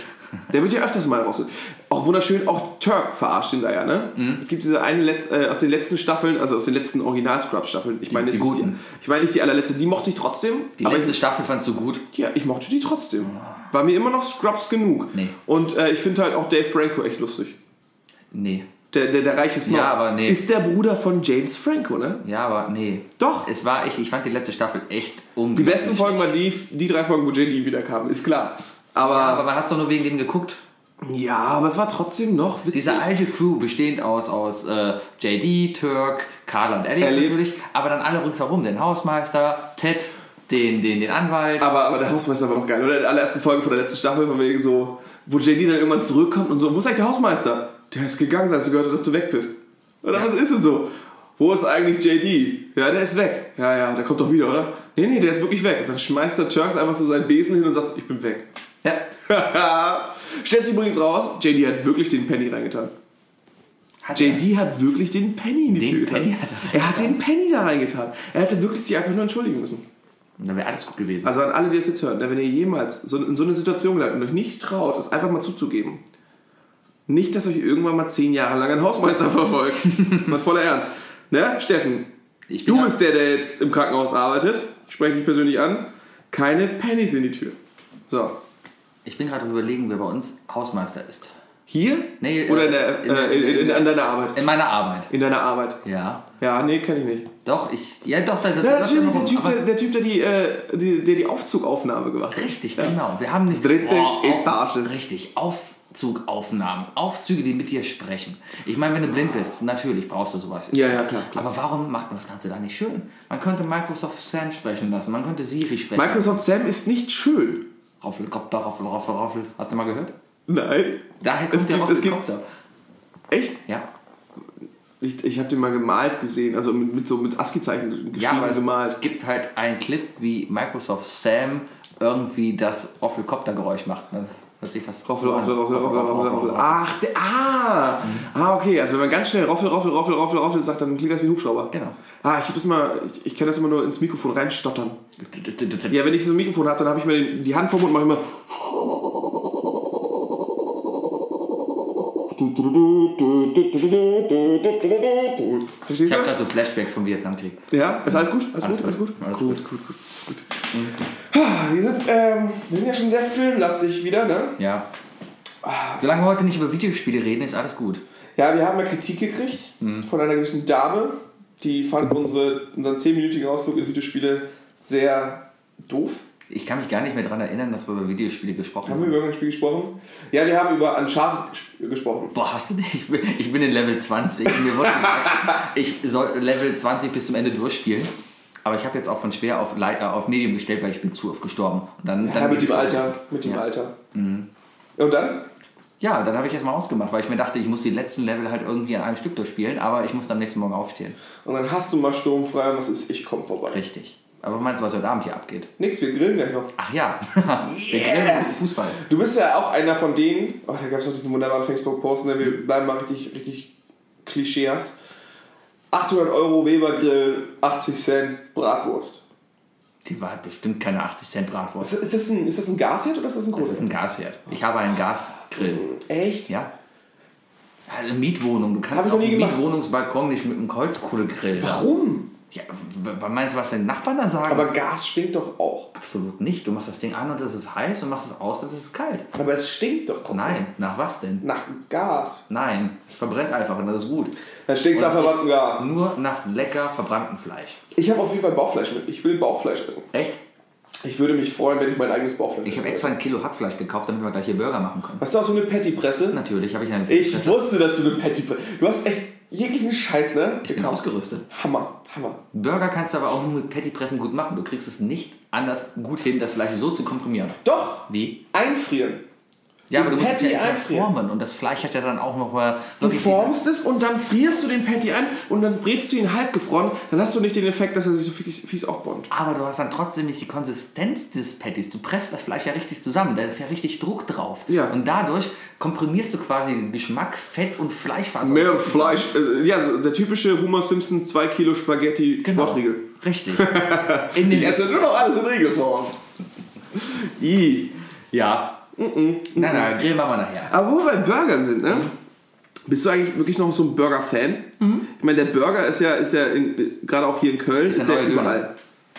S1: Der wird ja öfters mal raus. Auch wunderschön, auch Turk verarscht ihn da ja, ne?
S2: Mhm.
S1: Es gibt diese eine Let äh, aus den letzten Staffeln, also aus den letzten Original-Scrub-Staffeln. Ich meine
S2: Die-
S1: jetzt
S2: die
S1: nicht
S2: guten.
S1: ich meine nicht die allerletzte, die mochte ich trotzdem.
S2: Die
S1: aber
S2: letzte Staffel fandst du gut.
S1: ich, ja, ich mochte die trotzdem. War mir immer noch Scrubs genug.
S2: Nee.
S1: Und äh, ich finde halt auch Dave Franco echt lustig.
S2: Nee.
S1: Der, der, der reiche Snob.
S2: Ja, aber nee.
S1: Ist der Bruder von James Franco, ne?
S2: Ja, aber nee.
S1: Doch.
S2: Es war ich, ich fand die letzte Staffel echt um.
S1: Die besten Folgen waren die, die drei Folgen, wo JD wiederkam, ist klar. Aber ja,
S2: Aber
S1: aber,
S2: man hat doch nur wegen dem geguckt.
S1: es war trotzdem noch witzig.
S2: Diese alte Crew bestehend aus, aus äh, JD, Turk, Carla und Elliot
S1: Elliot.
S2: natürlich, aber dann alle ringsherum, den Hausmeister, Ted, den, den, den Anwalt.
S1: Aber, aber der Hausmeister war doch geil, oder? In der allerersten Folge von der letzten Staffel, von wegen so, wo JD dann irgendwann zurückkommt und so, wo ist eigentlich der Hausmeister? Der ist gegangen, als du gehört hast, dass du weg bist. Oder
S2: Ja.
S1: was ist denn so? Wo ist eigentlich JD? Ja, der ist weg. Ja, ja, der kommt doch wieder, oder? Nee, nee, der ist wirklich weg. Und dann schmeißt der Turks einfach so seinen Besen hin und sagt, ich bin weg.
S2: Ja.
S1: Stellt sich übrigens raus, JD hat wirklich den Penny reingetan.
S2: Hat
S1: JD hat wirklich den Penny in die
S2: Den
S1: Tür getan.
S2: Penny hat er
S1: er hat den Penny da reingetan. Er hätte wirklich sich einfach nur entschuldigen müssen.
S2: er. Dann wäre alles gut gewesen.
S1: Also an alle, die das jetzt hören, ne, wenn ihr jemals so in so eine Situation gelandet und euch nicht traut, es einfach mal zuzugeben. [laughs] Nicht, dass euch irgendwann mal zehn Jahre lang ein Hausmeister verfolgt. Das ist mal voller Ernst. Ne, Steffen,
S2: Ich bin
S1: Du
S2: ja-
S1: bist der, der jetzt im Krankenhaus arbeitet. Spreche ich persönlich an. Keine Pennies in die Tür. So.
S2: Ich bin gerade am überlegen, wer bei uns Hausmeister ist.
S1: Hier?
S2: Nee,
S1: Oder in
S2: äh,
S1: der, äh, in, in, in, an deiner Arbeit.
S2: In meiner Arbeit.
S1: In deiner Arbeit.
S2: Ja,
S1: Ja, nee, kann ich nicht.
S2: doch, ich. Ja, doch, da, da,
S1: Ja,
S2: da-
S1: natürlich, der
S2: warum?
S1: Typ,
S2: Aber-
S1: der, der Typ, der die, äh, die, der die Aufzugaufnahme gemacht hat.
S2: Richtig, genau. Wir haben nicht.
S1: Dritte
S2: auf,
S1: Etage.
S2: Richtig, Aufzugaufnahmen. Aufzüge, die mit dir sprechen. Ich meine, wenn du blind bist, natürlich brauchst du sowas.
S1: Ja, ja, klar, klar.
S2: Aber warum macht man das Ganze da nicht schön? Man könnte Microsoft Sam sprechen lassen, man könnte Siri sprechen.
S1: Microsoft Sam ist nicht schön.
S2: Roffelkopter, Roffel, Roffel, Roffel. Hast du mal gehört?
S1: Nein.
S2: Daher kommt
S1: Es
S2: der
S1: gibt- es gibt-
S2: Roffelkopter.
S1: Echt?
S2: Ja.
S1: Ich, ich habe den mal gemalt gesehen, also mit, mit so mit ASCII-Zeichen geschrieben
S2: ja, aber es
S1: gemalt.
S2: gibt halt einen Clip, wie Microsoft Sam irgendwie das Roffelkopter-Geräusch macht. Dann hört sich das
S1: Roffel,
S2: so an.
S1: Roffel, Roffel, Roffel, Roffel, Roffel.
S2: Roffel. Mhm.
S1: Ach, der, ah! Ah, okay. Also wenn man ganz schnell Roffel, Roffel, Roffel, Roffel, Roffel sagt, dann klingt das wie ein Hubschrauber.
S2: Genau.
S1: Ah, ich, hab das mal, ich, ich kann das immer nur ins Mikrofon reinstottern. Ja, wenn ich so ein Mikrofon habe, dann habe ich mir den- die Hand vor den Mund und mache immer... Verstehst
S2: Ich habe
S1: du?
S2: gerade so Flashbacks vom Vietnamkrieg.
S1: Ja, ist alles gut? Alles,
S2: Alles
S1: gut? Alles gut?
S2: Alles
S1: gut, gut, gut, gut. Ah, Wir sind, ähm, wir sind ja schon sehr filmlastig wieder, ne?
S2: Ja. Solange wir heute nicht über Videospiele reden, ist alles gut.
S1: Ja, wir haben mal Kritik gekriegt
S2: Mhm.
S1: von einer gewissen Dame, die fand unsere, unseren 10-minütigen Ausflug in Videospiele sehr doof.
S2: Ich kann mich gar nicht mehr daran erinnern, dass wir über Videospiele gesprochen
S1: Haben wir
S2: haben.
S1: über irgendein Spiel gesprochen? Ja, wir haben über Uncharted ges- gesprochen.
S2: Boah, hast du dich? Ich bin- [laughs] Ich bin in Level 20. Mir wurde gesagt, ich soll Level 20 bis zum Ende durchspielen. Aber ich habe jetzt auch von schwer auf, Light, äh, auf Medium gestellt, weil ich bin zu oft gestorben. Und dann,
S1: Ja,
S2: dann
S1: mit dem
S2: geht's
S1: Alter.
S2: weiter.
S1: Mit dem
S2: Ja. Mhm.
S1: Alter. Und dann?
S2: Ja, dann habe ich erstmal ausgemacht, weil ich mir dachte, ich muss die letzten Level halt irgendwie an einem Stück durchspielen, aber ich musste am nächsten Morgen aufstehen.
S1: Und dann hast du mal sturmfrei und was ist, ich komm vorbei.
S2: Richtig. Aber meinst du, was heute Abend hier abgeht?
S1: Nix, wir grillen gleich noch.
S2: Ach ja. [laughs] Wir grillen Fußball.
S1: Du bist ja auch einer von denen, oh, da gab es noch diesen wunderbaren Facebook-Post, ne?
S2: Mhm.
S1: wir bleiben mal richtig, richtig klischeehaft. 800 Euro Weber-Grill, 80 Cent Bratwurst.
S2: Die war bestimmt keine 80 Cent Bratwurst.
S1: Ist, ist, das, ein, ist das ein Gasherd oder ist das ein
S2: Das ist
S1: Kohle?
S2: ein Gasherd. Ich habe einen Gasgrill.
S1: Echt?
S2: Ja. Eine Mietwohnung. Du
S1: Hab
S2: kannst
S1: ich
S2: auf
S1: noch nie
S2: dem
S1: gemacht.
S2: Mietwohnungsbalkon nicht mit einem Kreuzkohlegrill. da-
S1: Warum?
S2: Ja, w- w- meinst du, was deine Nachbarn da sagen?
S1: Aber Gas stinkt doch auch.
S2: Absolut nicht. Du machst das Ding an und es ist heiß und machst es aus und es ist kalt.
S1: Aber es stinkt doch trotzdem.
S2: Nein. Nach was denn?
S1: Nach Gas.
S2: Nein. Es verbrennt einfach und das ist gut.
S1: Dann stinkt
S2: Und
S1: nach
S2: es riecht
S1: verbrannten Gas.
S2: Nur nach lecker verbranntem Fleisch.
S1: Ich habe auf jeden Fall Bauchfleisch mit. Ich will Bauchfleisch essen.
S2: Echt?
S1: Ich würde mich freuen, wenn ich mein eigenes Bauchfleisch
S2: Ich habe
S1: esse.
S2: extra ein Kilo Hackfleisch gekauft, damit wir gleich hier Burger machen können.
S1: Hast du auch so eine Patty-Presse?
S2: Natürlich habe ich einen.
S1: Ich
S2: Das-
S1: wusste, dass du eine Patty-Presse... Du hast echt jeglichen Scheiß, ne?
S2: ich bin ausgerüstet.
S1: Hammer, Hammer.
S2: Burger kannst du aber auch nur mit Pattypressen gut machen. Du kriegst es nicht anders gut hin, das Fleisch so zu komprimieren.
S1: Doch,
S2: Wie?
S1: einfrieren.
S2: Ja, aber du musst es ja
S1: Patty
S2: erstmal
S1: einfrieren.
S2: formen und das Fleisch hat ja dann auch nochmal.
S1: Du formst es und dann frierst du den Patty ein und dann brätst du ihn halbgefroren. Dann hast du nicht den Effekt, dass er sich so fies, fies aufbäumt.
S2: Aber du hast dann trotzdem nicht die Konsistenz des Patties. Du presst das Fleisch ja richtig zusammen. Da ist ja richtig Druck drauf.
S1: Ja.
S2: Und dadurch komprimierst du quasi den Geschmack, Fett und Fleischfaser.
S1: Mehr Fleisch. Äh, ja, so der typische Homer Simpson 2 Kilo Spaghetti
S2: Genau.
S1: Sportriegel.
S2: Richtig. In
S1: [laughs]
S2: den
S1: Ich esse nur noch alles in Riegelform. I.
S2: Ja. Nein, nein, Grill machen wir nachher.
S1: Aber wo wir bei Burgern sind,
S2: Mhm.
S1: ne? Bist du eigentlich wirklich noch so ein Burger-Fan? Ich meine, der Burger ist ja, ist ja in, gerade auch hier in Köln, ist,
S2: der
S1: der,
S2: neue Döner.
S1: überall.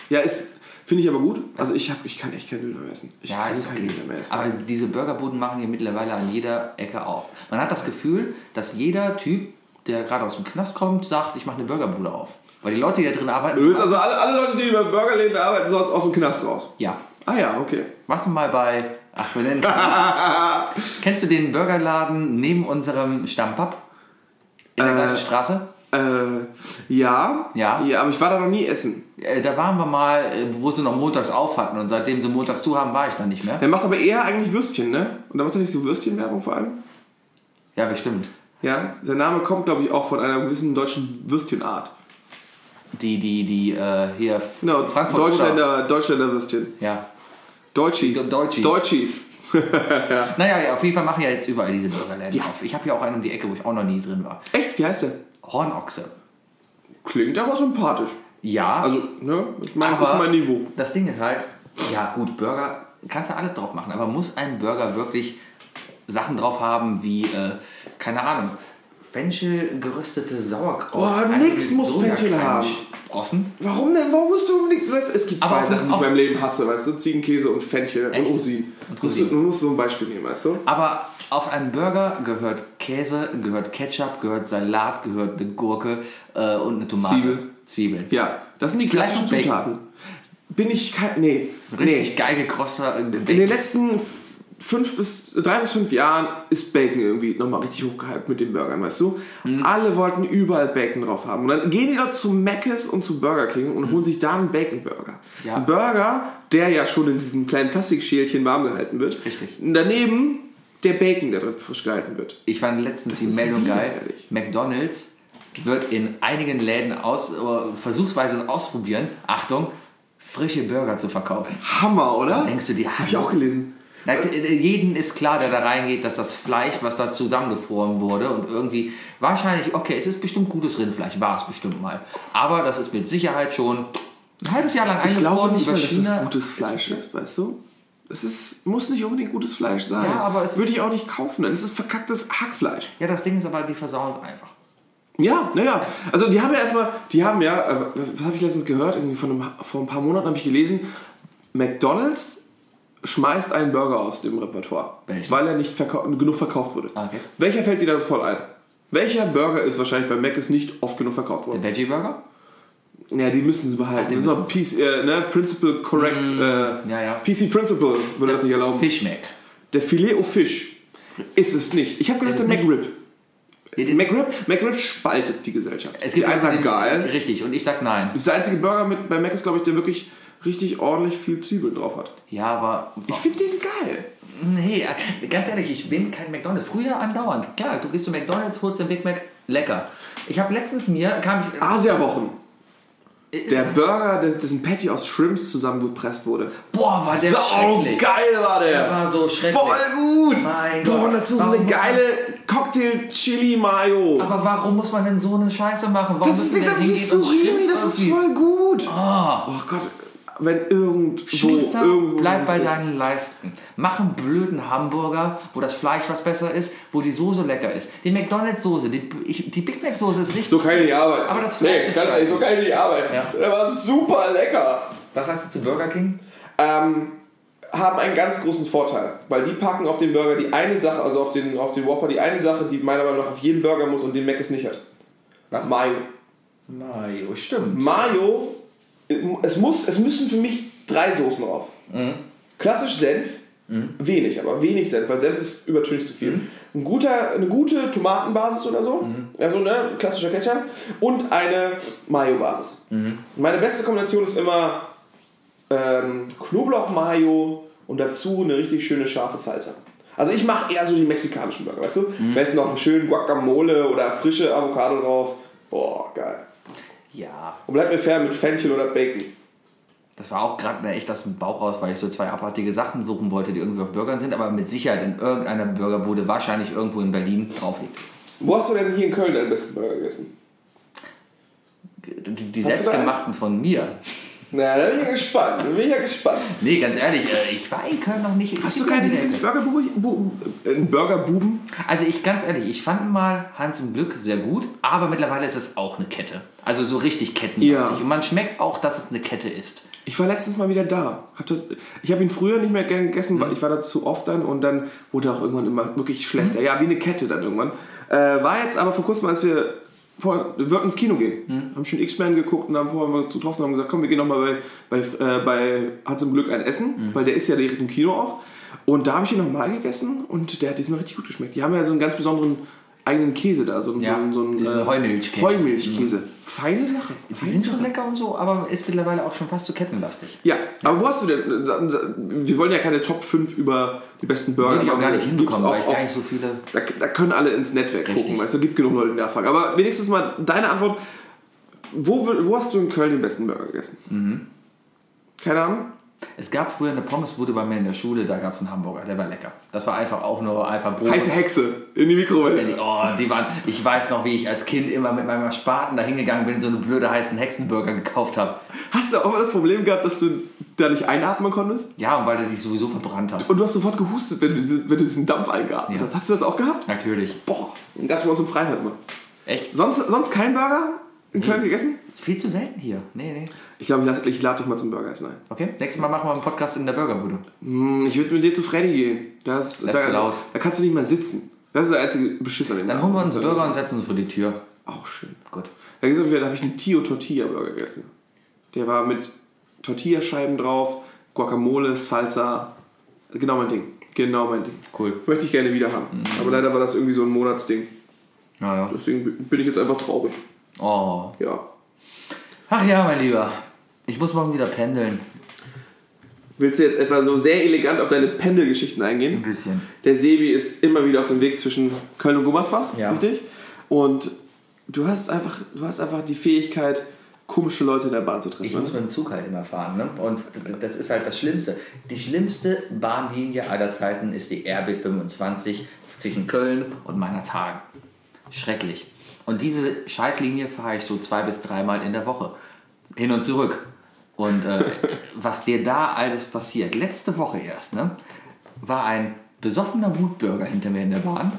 S1: Ja, ist, finde ich aber gut. Also ich, hab, ich kann echt keinen Döner mehr essen. Ich
S2: Ja,
S1: kann
S2: ist
S1: keinen
S2: okay.
S1: Döner mehr essen.
S2: Aber diese Burgerbuden machen hier mittlerweile an jeder Ecke auf. Man hat das Gefühl, dass jeder Typ, der gerade aus dem Knast kommt, sagt, ich mache eine Burgerbude auf. Weil die Leute, die da drin arbeiten,
S1: Du bist also alle, alle Leute, die über Burgerläden arbeiten, so aus, aus dem Knast raus.
S2: ja.
S1: Ah ja, okay.
S2: Warst du mal bei. Ach, wir nennen.
S1: [laughs]
S2: Kennst du den Burgerladen neben unserem Stammpub? In der
S1: Äh.
S2: gleichen Straße?
S1: Äh, ja.
S2: Ja.
S1: Ja, aber ich war da noch nie essen.
S2: Äh, Da waren wir mal, äh, wo sie noch montags auf hatten und seitdem sie montags zu haben, war ich dann nicht mehr.
S1: Der macht aber eher eigentlich Würstchen, ne? Und da macht er nicht so Würstchenwerbung vor allem?
S2: Ja, bestimmt.
S1: Ja. Sein Name kommt, glaube ich, auch von einer gewissen deutschen Würstchenart.
S2: Die, die, die äh, hier
S1: Genau,
S2: Frankfurt
S1: Deutschländer, Deutschländer Würstchen.
S2: Oder? Ja.
S1: Deutschies.
S2: Die Deutschies.
S1: Deutschies.
S2: Naja, ja, auf jeden Fall machen ja jetzt überall diese Burgerläden auf. Ich habe hier auch einen um die Ecke, wo ich auch noch nie drin war.
S1: Echt? Wie heißt der?
S2: Hornochse.
S1: Klingt aber sympathisch.
S2: Ja,
S1: Also, ne? Ist mein,
S2: Aber-
S1: ist mein Niveau.
S2: das Ding ist halt, ja gut, Burger, kannst du alles drauf machen, aber muss ein Burger wirklich Sachen drauf haben wie, äh, keine Ahnung, Fenchel geröstete Sauerkraut.
S1: Boah, nix
S2: Einige
S1: muss
S2: Sojaklein
S1: Fenchel haben.
S2: Sprossen.
S1: Warum denn? Warum musst du nichts? Weißt, du, es gibt
S2: Aber
S1: zwei
S2: auf-
S1: Sachen, die ich
S2: auf-
S1: beim Leben hasse, weißt du? Ziegenkäse und Fenchel
S2: Echt?
S1: und Rosinen. Musst
S2: Und
S1: du,
S2: Rosinen.
S1: du musst so ein Beispiel nehmen, weißt du?
S2: Aber auf einen Burger gehört Käse, gehört Ketchup, gehört Salat, gehört eine Gurke äh, und eine Tomate.
S1: Zwiebel.
S2: Zwiebeln.
S1: Ja, das sind die
S2: Fleisch
S1: klassischen
S2: und Bacon.
S1: Zutaten. Bin ich kein. Nee,
S2: Richtig
S1: nee.
S2: geil gekrosster äh,
S1: In den letzten f- fünf bis, drei bis fünf Jahren ist Bacon irgendwie nochmal richtig hochgehypt mit den Burgern, weißt du?
S2: Mhm.
S1: Alle wollten überall Bacon drauf haben. Und dann gehen die dort zu Mc's und zu Burger King und holen sich da einen Bacon-Burger.
S2: Mhm. Ja.
S1: Ein Burger, der ja schon in diesen kleinen Plastikschälchen warm gehalten wird.
S2: Richtig.
S1: Daneben der Bacon, der drin frisch gehalten wird.
S2: Ich fand letztens
S1: Das
S2: die
S1: ist
S2: Meldung geil.
S1: widerwärtig.
S2: McDonalds wird in einigen Läden aus, äh, versuchsweise ausprobieren, Achtung, frische Burger zu verkaufen.
S1: Hammer, oder?
S2: Denkst du dir,
S1: Hab ich auch gelesen.
S2: Na, t- äh, jeden ist klar, der da reingeht, dass das Fleisch, was da zusammengefroren wurde und irgendwie wahrscheinlich, okay, es ist bestimmt gutes Rindfleisch, war es bestimmt mal. Aber das ist mit Sicherheit schon ein halbes Jahr lang
S1: Ich glaube
S2: eingefroren
S1: nicht,
S2: über
S1: mal, dass es
S2: China.
S1: gutes Fleisch ist, weißt du? Es ist, muss nicht unbedingt gutes Fleisch sein.
S2: Ja, aber es-
S1: Würde ich auch nicht kaufen. Es ist verkacktes Hackfleisch.
S2: Ja, das Ding ist aber, die versauen es einfach.
S1: Ja, naja. Also die haben ja erstmal, die haben ja, äh, was, was habe ich letztens gehört? Irgendwie von einem, vor ein paar Monaten habe ich gelesen, McDonald's schmeißt einen Burger aus dem Repertoire,
S2: Welchen?
S1: weil er nicht verkau genug verkauft wurde.
S2: Ah, okay.
S1: Welcher fällt dir da sofort ein? Welcher Burger ist wahrscheinlich bei Mc's nicht oft genug verkauft worden?
S2: Der Veggie Burger?
S1: Ja, die müssen sie
S2: Ach,
S1: behalten.
S2: die
S1: das ist
S2: müssen Mm,
S1: auch PC, äh, ne, Principle Correct. Äh,
S2: Ja, ja.
S1: PC Principle würde das nicht erlauben.
S2: Fish Mac.
S1: Der Filet au Fisch ist es nicht. Ich habe gedacht,
S2: Es
S1: der
S2: ist nicht.
S1: McRib.
S2: Ja, den-
S1: McRib, McRib spaltet die Gesellschaft.
S2: Es
S1: die
S2: gibt
S1: einen sagen
S2: den-
S1: geil.
S2: Richtig, und ich sag nein.
S1: Das ist der einzige Burger mit, bei Mac ist, glaube ich, der wirklich richtig ordentlich viel Zwiebeln drauf hat. Oh.
S2: Ja, aber.
S1: Ich finde den geil.
S2: Nee, äh, ganz ehrlich, ich bin kein McDonalds. Früher andauernd. Klar, du gehst zu McDonalds, holst den Big Mac, lecker. Ich habe letztens mir, kam ich.
S1: Asiawochen. Der Burger, des- dessen Patty aus Shrimps zusammengepresst wurde.
S2: boah, war Ah, der
S1: Sau
S2: schrecklich.
S1: geil war der.
S2: Der war so schrecklich.
S1: Voll gut!
S2: Mein
S1: Boah,
S2: Gott.
S1: und dazu so
S2: Warum
S1: eine
S2: muss man-
S1: geile Cocktail-Chili-Mayo.
S2: Aber warum muss man denn so eine Scheiße machen? Warum
S1: Das ist nichts
S2: müssen
S1: anderes
S2: wir
S1: wie
S2: hingehen und
S1: Surimi,
S2: Schrimps
S1: das ist
S2: irgendwie-
S1: voll gut. Oh,
S2: Ah,
S1: Gott, wenn irgendwo.
S2: Schuster,
S1: irgendwo
S2: bleib bei
S1: ist.
S2: deinen Leisten. Mach einen blöden Hamburger, wo das Fleisch was besser ist, wo die Soße lecker ist. Die McDonalds-Soße, die, ich- die Big Mac-Soße ist richtig.
S1: So kann ich nicht arbeiten.
S2: Aber das Fleisch ist
S1: ganz ehrlich, so
S2: scheiße.
S1: kann ich nicht arbeiten.
S2: Ja.
S1: Der war super lecker.
S2: Was sagst du zu Burger King?
S1: Ähm, haben einen ganz großen Vorteil, weil die packen auf den Burger die eine Sache, also auf den, auf den Whopper die eine Sache, die meiner Meinung nach auf jedem Burger muss und den Mac es nicht hat.
S2: Was?
S1: Mayo.
S2: Mayo, stimmt.
S1: Mayo, es, muss, es müssen für mich drei Soßen drauf. Klassisch Senf, wenig, aber wenig Senf, weil Senf ist übertüncht zu viel. Ein guter, eine gute Tomatenbasis oder so, also ne, klassischer Ketchup und eine Mayo-Basis. Meine beste Kombination ist immer ähm, Knoblauch-Mayo und dazu eine richtig schöne scharfe Salsa. Also ich mache eher so die mexikanischen Burger, weißt du? Am besten noch einen schönen Guacamole oder frische Avocado drauf. Boah, geil.
S2: Ja.
S1: Und bleibt mir fern mit Fenchel oder Bacon.
S2: Das war auch gerade echt aus dem Bauch raus, weil ich so zwei abartige Sachen suchen wollte, die irgendwie auf Burgern sind, aber mit Sicherheit in irgendeiner Burgerbude wahrscheinlich irgendwo in Berlin drauf liegt.
S1: Wo hast du denn hier in Köln deinen besten Burger gegessen?
S2: Die, die
S1: Hast du da
S2: selbstgemachten von mir.
S1: Na, da bin ich ja gespannt. Da bin ich ja gespannt.
S2: Nee, ganz ehrlich, äh, ich war in Köln noch nicht.
S1: Hast du keine Lieblingsburgerbuben? Äh, Burgerbuben?
S2: Also ich ganz ehrlich, ich fand mal Hans im Glück sehr gut, aber mittlerweile ist es auch eine Kette. Also so richtig kettenlastig.
S1: Ja.
S2: Und man schmeckt auch, dass es eine Kette ist.
S1: Ich war letztens mal wieder da. Hab das, ich habe ihn früher nicht mehr gern gegessen,
S2: Mhm.
S1: weil ich war da zu oft dann und dann wurde er auch irgendwann immer wirklich schlechter.
S2: Mhm.
S1: Ja, wie eine Kette dann irgendwann. Äh, war jetzt aber vor kurzem, als wir, vor, wir wollten ins Kino gehen,
S2: Mhm.
S1: haben schon X-Men geguckt und haben vorher mal getroffen und haben gesagt, komm, wir gehen nochmal bei, bei, äh, bei Hans im Glück ein Essen,
S2: Mhm.
S1: weil der ist ja direkt im Kino auch. Und da habe ich ihn nochmal gegessen und der hat diesmal richtig gut geschmeckt. Die haben ja so einen ganz besonderen eigenen Käse da, so einen,
S2: Ja,
S1: so einen, so einen
S2: diesen
S1: äh,
S2: Heumilchkäse. Mhm.
S1: Heumilchkäse. Feine Sache.
S2: Die sind schon lecker und so, aber ist mittlerweile auch schon fast zu kettenlastig.
S1: Ja, aber wo hast du denn? Wir wollen ja keine Top 5 über die besten Burger.
S2: Würde ich auch gar nicht
S1: Gibt's
S2: hinbekommen,
S1: auch
S2: weil ich gar
S1: oft-
S2: nicht so viele
S1: da, da können alle ins Netzwerk
S2: Richtig.
S1: gucken, weißt du, gibt genug Leute, die nachfragen. Aber wenigstens mal deine Antwort. Wo, wür- wo hast du in Köln den besten Burger gegessen?
S2: Mhm.
S1: Keine Ahnung?
S2: Es gab früher eine Pommesbude bei mir in der Schule, da gab es einen Hamburger, der war lecker. Das war einfach auch nur einfach Brot.
S1: Heiße Hexe in die Mikrowelle.
S2: Oh, die waren, ich weiß noch, wie ich als Kind immer mit meinem Spaten da hingegangen bin, so eine blöde heißen Hexenburger gekauft habe.
S1: Hast du auch mal das Problem gehabt, dass du da nicht einatmen konntest.
S2: Ja, und weil du dich sowieso verbrannt hast.
S1: Und du hast sofort gehustet, wenn du, diese, wenn du diesen Dampf eingeatmet
S2: Ja.
S1: hast. Hast du das auch gehabt?
S2: Natürlich.
S1: Boah, das wir uns in Freiheit mal.
S2: Echt?
S1: Sonst, sonst kein Burger in Köln gegessen?
S2: Viel zu selten hier. Nee, nee.
S1: Ich glaube, ich, lass- ich lade dich mal zum Burger essen ein.
S2: Okay, nächstes Mal machen wir einen Podcast in der Burgerbude.
S1: Hm, Ich würde mit dir zu Freddy gehen. Das,
S2: Das ist
S1: da,
S2: zu laut.
S1: Da kannst du nicht mal sitzen. Das ist der einzige Beschiss an dem
S2: Dann
S1: Laden.
S2: holen wir uns einen Burger und setzen uns vor die Tür.
S1: Auch schön.
S2: Gut.
S1: Da, gibt's auf jeden Fall- da habe ich einen Tio Tortilla Burger gegessen. Der war mit Tortillascheiben drauf, Guacamole, Salsa. Genau mein Ding. Genau mein Ding.
S2: Cool.
S1: Möchte ich gerne wieder haben.
S2: Mhm.
S1: Aber leider war das irgendwie so ein Monatsding.
S2: Naja.
S1: Deswegen bin ich jetzt einfach traurig.
S2: Oh.
S1: Ja.
S2: Ach ja, mein Lieber. Ich muss morgen wieder pendeln.
S1: Willst du jetzt etwa so sehr elegant auf deine Pendelgeschichten
S2: Ein
S1: eingehen?
S2: bisschen.
S1: Der Sebi ist immer wieder auf dem Weg zwischen Köln und Gummersbach,
S3: Ja.
S1: richtig? Und du hast einfach, du hast einfach die Fähigkeit, komische Leute in der Bahn zu
S3: Ich
S1: treffen.
S3: muss mit dem Zug halt immer fahren. Ne? Und d- d- das ist halt das Schlimmste. Die schlimmste Bahnlinie aller Zeiten ist die RB25 zwischen Köln.
S2: und meiner Tage. Schrecklich. Und diese Scheißlinie fahre ich so zwei bis dreimal in der Woche. Hin und zurück. Und äh, [laughs] was dir da alles passiert. Letzte Woche erst, ne? War ein besoffener Wutbürger hinter mir in der Bahn,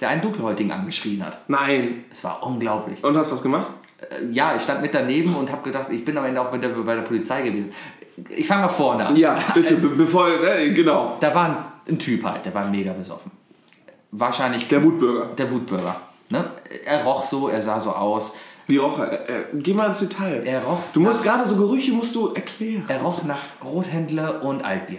S2: der einen Dunkelhäutigen angeschrien hat.
S1: Nein.
S2: Es war unglaublich.
S1: Und hast was gemacht?
S2: Äh, ja, ich stand mit daneben und habe gedacht, ich bin am Ende auch mit der, bei der Polizei gewesen. Ich fange mal vorne an.
S1: Ja, bitte, be bevor, äh, genau.
S2: Da war ein, ein Typ halt, der war mega besoffen. Wahrscheinlich
S1: Der Wutbürger.
S2: der Wutbürger. Ne? Er roch so, er sah so aus.
S1: Die Rocher. Äh, äh, geh mal ins Detail.
S2: Er roch,
S1: Du musst gerade so Gerüche musst du erklären.
S2: er roch nach Rothändler und Altbier.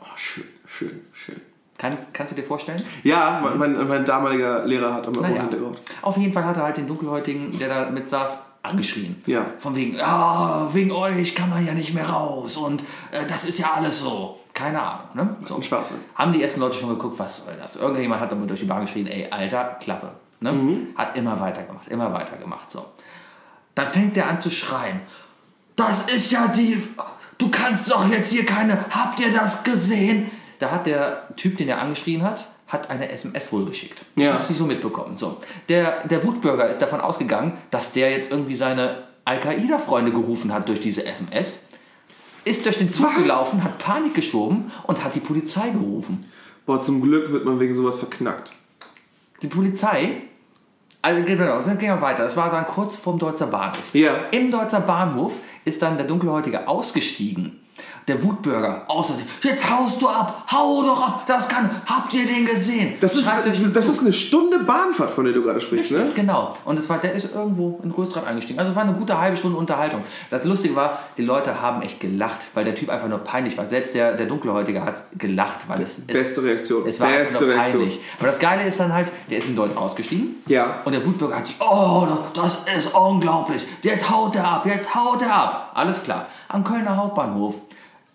S1: Oh, schön, schön, schön.
S2: Kann, kannst du dir vorstellen?
S1: Ja, mein, mein, mein damaliger Lehrer hat immer
S2: Naja.
S1: Rocher gebaut.
S2: Auf jeden Fall hat er halt den Dunkelhäutigen, der da mit saß, angeschrien.
S1: Ja.
S2: Von wegen, ah, wegen euch kann man ja nicht mehr raus und äh, das ist ja alles so. Keine Ahnung. Ne? So.
S1: Ein Schwachsinn.
S2: Haben die ersten Leute schon geguckt, was soll das? Irgendjemand hat aber durch die Bahn geschrien, ey, Alter, Klappe. Ne?
S1: Mhm.
S2: Hat immer weitergemacht, immer weitergemacht. So. Dann fängt der an zu schreien. Das ist ja die. Du kannst doch jetzt hier keine. Habt ihr das gesehen? Da hat der Typ, den er angeschrien hat, hat eine SMS wohl geschickt.
S1: Ja.
S2: Ich hab's nicht so mitbekommen. So. Der, der Wutbürger ist davon ausgegangen, dass der jetzt irgendwie seine Al-Qaida-Freunde gerufen hat durch diese SMS. Ist durch den Zug
S1: Was?
S2: gelaufen, hat Panik geschoben und hat die Polizei gerufen.
S1: Boah, zum Glück wird man wegen sowas verknackt.
S2: Die Polizei. Also genau, dann ging er weiter. Das war dann kurz vorm Deutzer Bahnhof.
S1: Ja.
S2: Im Deutzer Bahnhof ist dann der Dunkelhäutige ausgestiegen. Der Wutbürger, außer sich, jetzt haust du ab, hau doch ab, das kann, habt ihr den gesehen?
S1: Das ist,
S2: Schreit durch den
S1: das
S2: Zug.
S1: ist eine Stunde Bahnfahrt, von der du gerade sprichst, ne?
S2: Genau. Und es war, der ist irgendwo in Röstrad eingestiegen. Also es war eine gute halbe Stunde Unterhaltung. Das Lustige war, die Leute haben echt gelacht, weil der Typ einfach nur peinlich war. Selbst der, der Dunkelhäutige hat gelacht, weil es, es,
S1: Beste Reaktion.
S2: es war einfach
S1: Beste
S2: nur
S1: Reaktion.
S2: peinlich. Aber das Geile ist dann halt, der ist in Deutsch ausgestiegen.
S1: Ja.
S2: Und der Wutbürger hat sich, oh, das ist unglaublich. Jetzt haut er ab, jetzt haut er ab. Alles klar. Am Kölner Hauptbahnhof.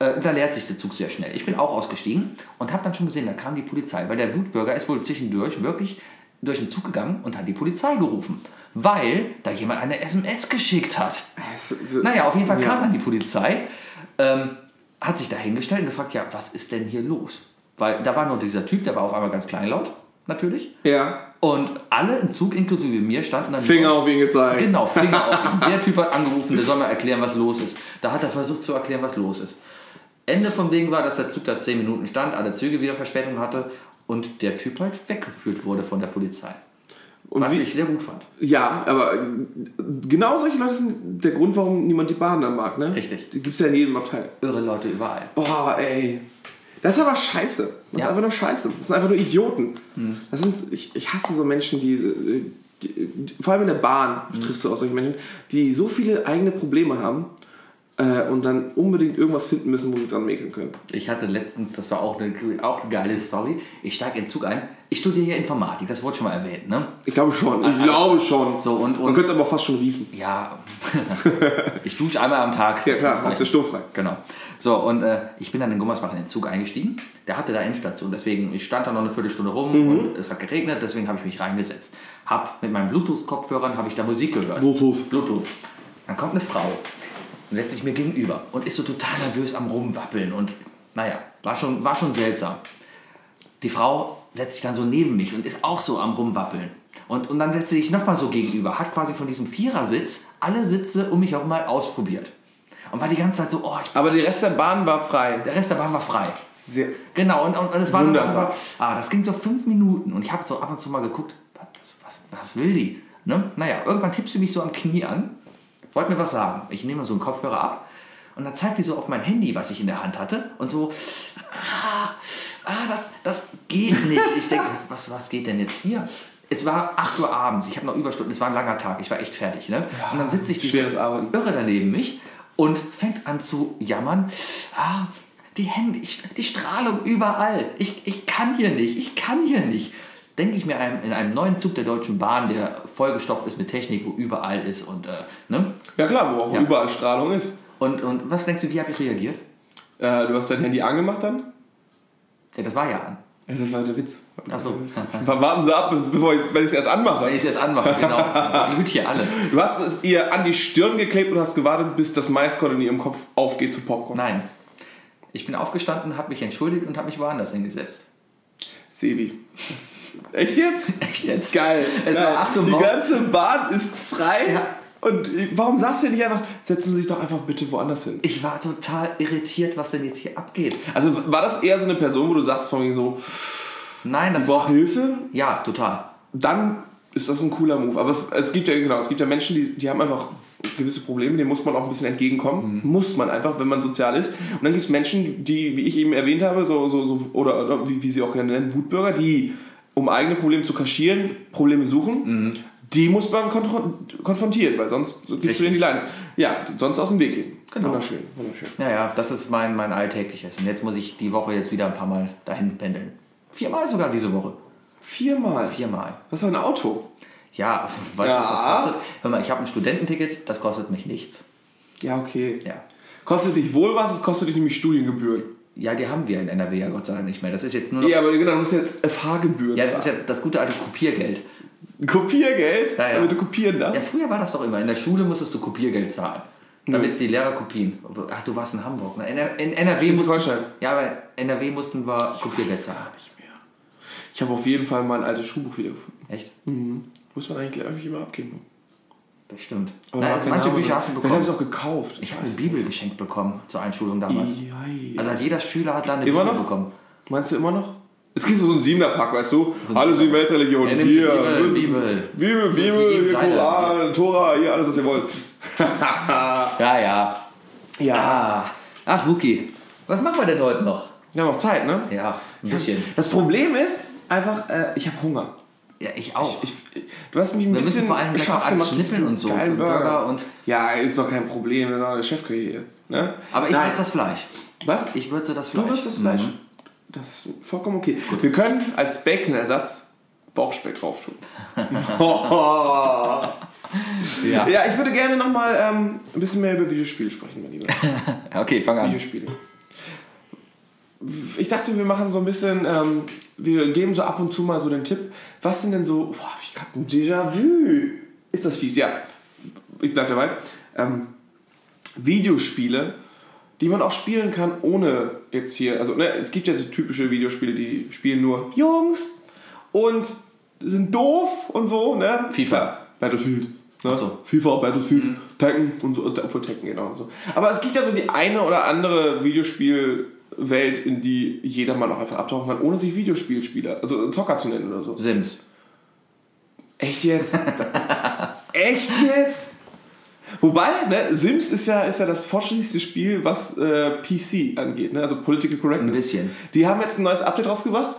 S2: Äh, da leert sich der Zug sehr schnell. Ich bin auch ausgestiegen und habe dann schon gesehen, da kam die Polizei, weil der Wutbürger ist wohl zwischendurch wirklich durch den Zug gegangen und hat die Polizei gerufen, weil da jemand eine SMS geschickt hat.
S1: Es-
S2: Naja, auf jeden Fall
S1: Ja.
S2: kam dann die Polizei, ähm, hat sich dahingestellt und gefragt, ja, was ist denn hier los? Weil da war nur dieser Typ, der war auf einmal ganz kleinlaut, natürlich.
S1: Ja.
S2: Und alle im Zug, inklusive mir, standen dann
S1: Finger auf ihn gezeigt.
S2: Genau, Finger auf ihn. Der Typ hat angerufen, der soll mal erklären, was los ist. Da hat er versucht zu erklären, was los ist. Ende vom Ding war, dass der Zug da 10 Minuten stand, alle Züge wieder Verspätung hatte und der Typ halt weggeführt wurde von der Polizei.
S1: Und
S2: Was
S1: wie,
S2: ich sehr gut fand.
S1: ja, aber äh, genau solche Leute sind der Grund, warum niemand die Bahn dann mag, ne?
S2: Richtig.
S1: Die gibt's ja in jedem Abteil.
S2: Irre Leute überall.
S1: Boah, ey. Das ist aber scheiße. Das
S2: Ja. Hm.
S1: ist einfach nur scheiße. Das sind einfach nur Idioten. Das sind, ich, ich hasse so Menschen, die, äh, die, die. Vor allem in der Bahn
S2: Hm.
S1: triffst du auch solche Menschen, die so viele eigene Probleme haben äh, und dann unbedingt irgendwas finden müssen, wo sie dran mäkeln können.
S2: Ich hatte letztens, das war auch eine, auch eine geile Story, ich steige in den Zug ein. Ich studiere ja Informatik, das wurde schon mal erwähnt, ne?
S1: Ich glaube schon. Ich glaube schon.
S2: So, und-
S1: Man
S2: und-
S1: könnte es aber auch fast schon riechen.
S2: Ja, [laughs] ich dusche einmal am Tag.
S1: Ja,
S2: das
S1: klar,
S2: muss
S1: hast du
S2: reichen.
S1: sturmfrei.
S2: Genau. So, und äh, ich bin dann in Gummersbach in den Zug eingestiegen. Der hatte da Endstation, deswegen, ich stand da noch eine Viertelstunde rum
S1: Mhm.
S2: und es hat geregnet, deswegen habe ich mich reingesetzt. Hab mit meinen Bluetooth-Kopfhörern habe ich da Musik gehört.
S1: Bluetooth.
S2: Bluetooth. Dann kommt eine Frau, setzt sich mir gegenüber und ist so total nervös am Rumwappeln und naja, war schon, war schon seltsam. Die Frau setzt sich dann so neben mich und ist auch so am Rumwappeln. Und, und dann setzt sie sich nochmal so gegenüber, hat quasi von diesem Vierersitz alle Sitze um mich auch mal ausprobiert. Und war die ganze Zeit so, oh, ich,
S1: Aber der Rest der Bahn war frei.
S2: der Rest der Bahn war frei.
S1: Sehr,
S2: Genau, und, und das war dann
S1: Wunderbar.
S2: einfach, ah, das ging so fünf Minuten und ich habe so ab und zu mal geguckt, was, was, was, was will die? Ne? Naja, irgendwann tippt sie mich so am Knie an, wollte mir was sagen. Ich nehme so einen Kopfhörer ab und dann zeigt die so auf mein Handy, was ich in der Hand hatte und so, ah, ah das, das geht nicht. Ich denke, was, was, was geht denn jetzt hier? Es war 8 Uhr abends, ich habe noch Überstunden, es war ein langer Tag, ich war echt fertig. Ne? und dann sitze ich diese
S1: schweres Arbeiten.
S2: Irre daneben mich und fängt an zu jammern. Ah, die Hände, ich, die Strahlung überall. Ich, ich kann hier nicht, ich kann hier nicht. Denke ich mir einem, in einem neuen Zug der Deutschen Bahn, der vollgestopft ist mit Technik, wo überall ist und, äh, ne?
S1: ja klar, wo auch
S2: Ja.
S1: überall Strahlung ist.
S2: Und, und was denkst du, wie habe ich reagiert?
S1: Äh, du hast dein Handy angemacht dann?
S2: Ja, das war ja an.
S1: Das war der Witz.
S2: Achso.
S1: Warten Sie ab, bevor ich, wenn ich es erst anmache.
S2: Wenn ich es jetzt anmache, genau. Gut hier alles.
S1: Du hast es ihr an die Stirn geklebt und hast gewartet, bis das Maiskorn in ihrem Kopf aufgeht zu Popcorn.
S2: Nein. Ich bin aufgestanden, habe mich entschuldigt und habe mich woanders hingesetzt.
S1: Sebi. Das, echt jetzt?
S2: Echt
S1: [laughs]
S2: jetzt?
S1: Geil.
S2: Es war
S1: Nein,
S2: acht Uhr
S1: Die
S2: morgens.
S1: ganze Bahn ist frei.
S2: Ja.
S1: Und äh, warum sagst du nicht einfach, setzen Sie sich doch einfach bitte woanders hin?
S2: Ich war total irritiert, was denn jetzt hier abgeht.
S1: Also war das eher so eine Person, wo du sagst von wegen so,
S2: Nein,
S1: ich
S2: das war.
S1: brauche Hilfe,
S2: Ja, total.
S1: dann ist das ein cooler Move. Aber es, es gibt ja genau, es gibt ja Menschen, die, die haben einfach gewisse Probleme, denen muss man auch ein bisschen entgegenkommen.
S2: Mhm.
S1: Muss man einfach, wenn man sozial ist. Und dann gibt es Menschen, die, wie ich eben erwähnt habe, so, so, so oder, oder wie, wie sie auch gerne nennen, Wutbürger, die, um eigene Probleme zu kaschieren, Probleme
S2: Mhm.
S1: suchen. Die muss man kontro- konfrontieren, weil sonst gibst du
S2: Richtig.
S1: denen die Leine. Ja, sonst aus dem Weg gehen.
S2: Genau.
S1: Wunderschön, wunderschön.
S2: Naja, das ist mein, mein alltägliches. Und jetzt muss ich die Woche jetzt wieder ein paar Mal dahin pendeln. Viermal sogar diese Woche.
S1: Viermal.
S2: Viermal.
S1: Was für ein Auto?
S2: Ja, pf, weißt du, was
S1: Ja.
S2: das kostet? Hör mal, ich habe ein Studententicket, das kostet mich nichts.
S1: Ja, okay.
S2: Ja.
S1: Kostet dich wohl was, es kostet dich nämlich Studiengebühren.
S2: Ja, die haben wir in NRW ja Gott sei Dank nicht mehr. Das ist jetzt nur noch.
S1: Ja, aber genau, du musst jetzt FH-Gebühren
S2: Ja,
S1: zahlen.
S2: das ist ja das gute alte Kopiergeld.
S1: Kopiergeld,
S2: Ja, ja.
S1: damit du kopieren darfst.
S2: Ja, früher war das doch immer. In der Schule musstest du Kopiergeld zahlen. Damit die Lehrer kopien. Ach, du warst in Hamburg. ne? In, in NRW
S1: Kannst du
S2: mussten,
S1: vorstellen.
S2: ja, aber in NRW mussten wir Kopiergeld zahlen.
S1: Ich habe auf jeden Fall mein altes Schulbuch wiedergefunden.
S2: Echt?
S1: Muss man eigentlich glaube ich immer abgeben.
S2: Bestimmt. Na, also manche Bücher hast du
S1: Ich habe
S2: bekommen.
S1: es auch gekauft.
S2: Ich habe eine Bibel geschenkt bekommen zur Einschulung damals.
S1: Ei, ei.
S2: Also hat jeder Schüler hat da eine
S1: Immer
S2: Bibel
S1: noch?
S2: bekommen.
S1: Meinst du immer noch? Jetzt kriegst du so einen Siebener-Pack, weißt du?
S2: So ein
S1: alles die
S2: Siebener-Pack.
S1: Weltreligion.
S2: Er nimmt
S1: Hier,
S2: die Bibel,
S1: Bibel, Bibel,
S2: Wir geben
S1: Bibel
S2: seine.
S1: Koran, Tora, hier, alles, was ihr
S2: [laughs]
S1: wollt.
S2: Ja, ja. Ah. Ach, Huki. Was machen wir denn heute noch?
S1: Wir haben noch Zeit, ne?
S2: Ja, ein bisschen.
S1: Das Problem ist einfach, äh, ich habe Hunger.
S2: Ja, ich auch.
S1: Ich, ich, du hast mich ein
S2: wir
S1: bisschen
S2: müssen vor allem gleich
S1: scharf
S2: noch alles
S1: gemacht.
S2: schnippeln und so.
S1: Geilen
S2: für
S1: Burger.
S2: Burger und,
S1: Ja, ist doch kein Problem, wir sind doch eine Chefküche hier. Ne?
S2: aber ich
S1: Nein.
S2: würze das Fleisch.
S1: Was?
S2: Ich würze das Fleisch.
S1: du wirst das Fleisch.
S2: Mhm.
S1: Das ist vollkommen okay. Wir können als Bacon-Ersatz Bauchspeck drauf tun.
S2: Ja.
S1: ja, ich würde gerne nochmal ähm, ein bisschen mehr über Videospiele sprechen, mein Lieber.
S2: Okay, fang an.
S1: Videospiele. Ich dachte, wir machen so ein bisschen, ähm, wir geben so ab und zu mal so den Tipp, was sind denn so, boah, hab ich gerade ein Déjà-vu. Ist das fies? Ja, ich bleib dabei. Ähm, Videospiele, die man auch spielen kann, ohne jetzt hier, also ne, es gibt ja so typische Videospiele, die spielen nur Jungs und sind doof und so, ne?
S2: FIFA.
S1: Ja, Battlefield. Ne?
S2: Ach so.
S1: FIFA, Battlefield, Tekken und so, obwohl Tekken genau und so. Aber es gibt ja so die eine oder andere Videospielwelt, in die jeder mal auch einfach abtauchen kann, ohne sich Videospielspieler, also Zocker zu nennen oder so.
S2: Sims.
S1: Echt jetzt? Echt jetzt? Wobei, ne, Sims ist ja, ist ja das fortschrittlichste Spiel, was äh, PC angeht, ne? also Political
S2: Ein
S1: Correctness.
S2: bisschen.
S1: Die haben jetzt ein neues Update rausgebracht.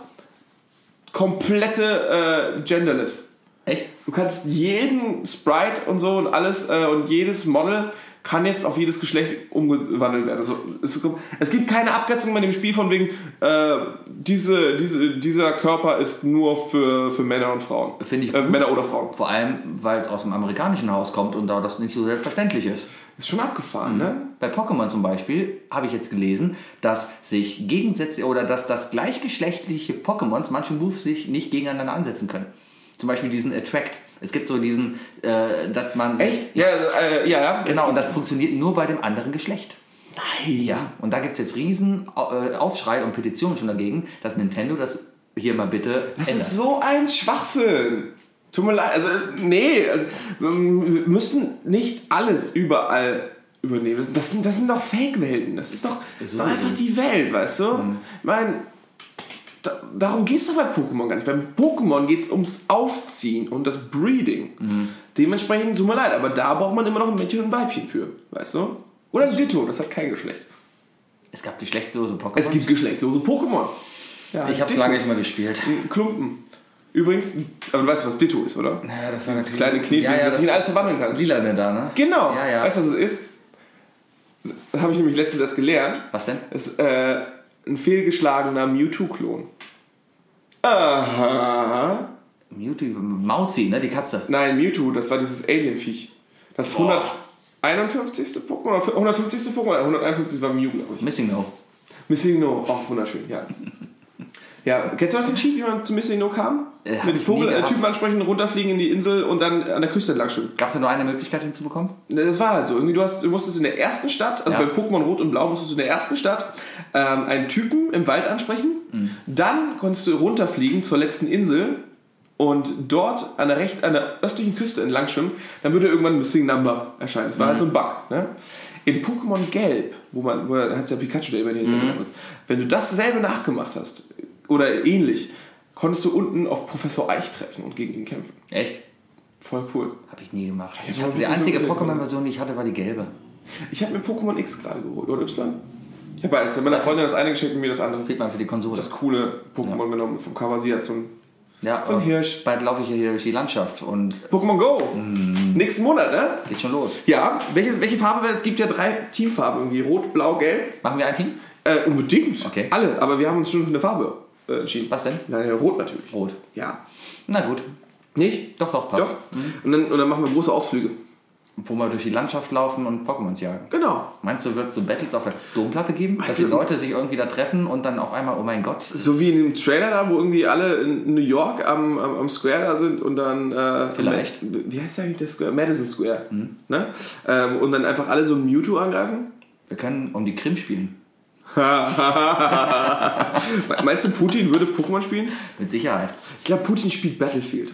S1: Komplette äh, genderless.
S2: Echt?
S1: Du kannst jeden Sprite und so und alles äh, und jedes Model kann jetzt auf jedes Geschlecht umgewandelt werden. Also es, es gibt keine Abgrenzung bei dem Spiel von wegen, äh, diese, diese, dieser Körper ist nur für, für Männer und Frauen.
S2: Finde ich
S1: äh,
S2: gut.
S1: Männer oder Frauen.
S2: Vor allem, weil es aus dem amerikanischen Haus kommt und da das nicht so selbstverständlich ist.
S1: Ist schon
S2: Mhm.
S1: abgefahren, ne?
S2: Bei Pokémon zum Beispiel habe ich jetzt gelesen, dass sich Gegensätze oder dass das gleichgeschlechtliche Pokémons manche Moves sich nicht gegeneinander ansetzen können. Zum Beispiel diesen Attract. Es gibt so diesen, äh, dass man.
S1: Echt? Ja, äh, ja, ja.
S2: Genau, und das funktioniert nur bei dem anderen Geschlecht. Nein. Ja, und da gibt es jetzt riesen äh, Aufschrei und Petitionen schon dagegen, dass Nintendo das hier mal bitte
S1: Das
S2: ändert.
S1: ist so ein Schwachsinn. Tut mir leid, also nee, also, ähm, wir müssen nicht alles überall übernehmen. Das sind, das sind doch Fake-Welten. Das ist doch, das ist doch einfach die Welt, weißt du?
S2: Mhm.
S1: Ich meine, da, darum geht es doch bei Pokémon gar nicht. Beim Pokémon geht es ums Aufziehen und das Breeding.
S2: Mhm.
S1: Dementsprechend tut mir leid, aber da braucht man immer noch ein Männchen und ein Weibchen für, weißt du? Oder ein Ditto, das hat kein Geschlecht.
S2: Es gab geschlechtslose Pokémon.
S1: Es gibt geschlechtlose Pokémon. Ja,
S2: ich habe
S1: Dittos.
S2: lange nicht mehr gespielt.
S1: Klumpen. Übrigens, aber du weißt, was Ditto ist, oder?
S2: Naja, das war
S1: Das kleine Knete,
S2: Ja, ja,
S1: das
S2: das
S1: ich in alles verwandeln kann.
S2: Lila ne da, ne?
S1: Genau.
S2: Ja, ja.
S1: Weißt du, was es ist? Das habe ich nämlich letztens erst gelernt.
S2: Was denn?
S1: Es ist äh, ein fehlgeschlagener Mewtwo-Klon. Aha.
S2: Mewtwo, Mauzi, ne? Die Katze.
S1: Nein, Mewtwo, das war dieses Alien-Viech. Das
S2: Boah.
S1: 151. Pokémon, oder 150. Pokémon, 151 war Mew, glaube ich.
S2: Missing No.
S1: Missing No, auch wunderschön, ja. Ja, kennst du noch den Cheat, wie man zu Missing No kam?
S2: Äh, hab
S1: Mit dem
S2: ich
S1: Vogel,
S2: nie
S1: äh,
S2: gehabt.
S1: Typen ansprechen, runterfliegen in die Insel und dann an der Küste entlang schwimmen.
S2: Gab es da nur eine Möglichkeit hinzubekommen?
S1: Ne, Das war halt so. Irgendwie du, hast, du musstest in der ersten Stadt, also
S2: Ja.
S1: bei Pokémon Rot und Blau musstest du in der ersten Stadt ähm, einen Typen im Wald ansprechen. Dann konntest du runterfliegen zur letzten Insel und dort an der, recht, an der östlichen Küste entlang schwimmen. Dann würde irgendwann Missing Number erscheinen. Das war halt so ein Bug. Ne? In Pokémon Gelb, wo man, wo hat ja Pikachu, der immer den mhm. Wenn du dasselbe nachgemacht hast oder ähnlich, konntest du unten auf Professor Eich treffen und gegen ihn kämpfen.
S2: Echt?
S1: Voll cool.
S2: Habe ich nie gemacht.
S1: Ja,
S2: Ich
S1: warum
S2: hatte die
S1: willst du so
S2: einzige
S1: gut denken?
S2: Pokémon-Version, die ich hatte, war die gelbe.
S1: Ich habe mir Pokémon X gerade geholt, oder Y? Ich habe beides. Ich hab meiner Freundin das eine geschickt und mir das andere.
S2: Fehlt man für die Konsole.
S1: Das coole Pokémon genommen vom Cover. Sie hat so ein
S2: ja,
S1: so ein
S2: aber
S1: Hirsch.
S2: Bald laufe ich ja hier durch die Landschaft und
S1: Pokémon Go.
S2: Mhm.
S1: Nächsten Monat, ne?
S2: geht schon los.
S1: Ja. Welches, welche Farbe wäre es? gibt ja drei Teamfarben irgendwie. Rot, Blau, Gelb.
S2: Machen wir ein Team?
S1: Äh, unbedingt.
S2: Okay.
S1: Alle. Aber wir haben uns schon für eine Farbe äh, entschieden.
S2: Was denn?
S1: Na, ja, rot natürlich.
S2: Rot.
S1: Ja.
S2: Na gut.
S1: Nicht?
S2: Doch, doch, passt.
S1: Doch. Und, dann, und dann machen wir große Ausflüge.
S2: Wo wir durch die Landschaft laufen und Pokémons jagen.
S1: Genau.
S2: Meinst du, wird es so Battles auf der Domplatte geben? Dass die
S1: Also-
S2: Leute sich irgendwie da treffen und dann auf einmal, oh mein Gott,
S1: So wie in dem Trailer da, wo irgendwie alle in New York am, am, am Square da sind und dann. Äh,
S2: Vielleicht.
S1: Ma- Wie heißt der eigentlich der Square? Madison Square. Ne? Ähm, und dann einfach alle so ein Mewtwo angreifen.
S2: wir können um die Krim spielen.
S1: Me- Meinst du, Putin würde Pokémon spielen?
S2: Mit Sicherheit.
S1: Ich glaube, Putin spielt Battlefield.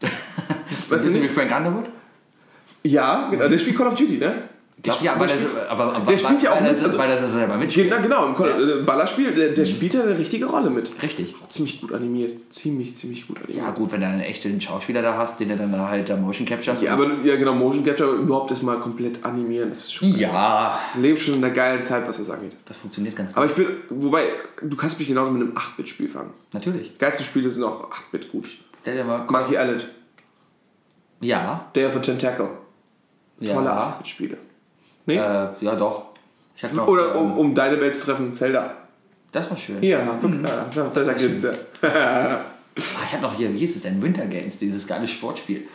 S2: Ein
S1: Weißt du
S2: bisschen wie
S1: nicht?
S2: Frank Underwood?
S1: Ja, genau, der spielt Call of Duty, ne?
S2: Ich glaub, ja, aber
S1: der
S2: der,
S1: spielt-
S2: aber, aber
S1: der spielt ja auch
S2: weil
S1: mit,
S2: Das
S1: also-
S2: weil das er selber mitspielt.
S1: Genau, genau im Call, äh, Ballerspiel, der, der spielt da eine richtige Rolle mit.
S2: Richtig.
S1: Ziemlich gut animiert. Ziemlich, ziemlich gut animiert.
S2: Ja gut, wenn du einen echten Schauspieler da hast, den du dann da halt da Motion Captures
S1: Ja, aber ja, genau, Motion Capture überhaupt erstmal komplett animieren. Das ist schon
S2: ja,
S1: Wir leben schon in einer geilen Zeit, was das angeht.
S2: das funktioniert ganz gut.
S1: Aber ich bin, wobei, du kannst mich genauso mit einem 8-Bit-Spiel fangen.
S2: Natürlich.
S1: Geilste Spiele sind auch 8-Bit gut.
S2: Der, der mal,
S1: Monkey Island,
S2: ja,
S1: Day of the Tentacle. Tolle
S2: ja,
S1: 8-Bit-Spiele. Nee?
S2: äh, ja doch. Ich hatte noch,
S1: Oder
S2: ähm,
S1: um, um deine Welt zu treffen, Zelda. Mhm.
S2: Das war schön.
S1: Ja, guck, da, da, da sagt jetzt ja.
S2: Ah, ich hatte noch hier, wie hieß es denn, Winter Games, dieses geile Sportspiel.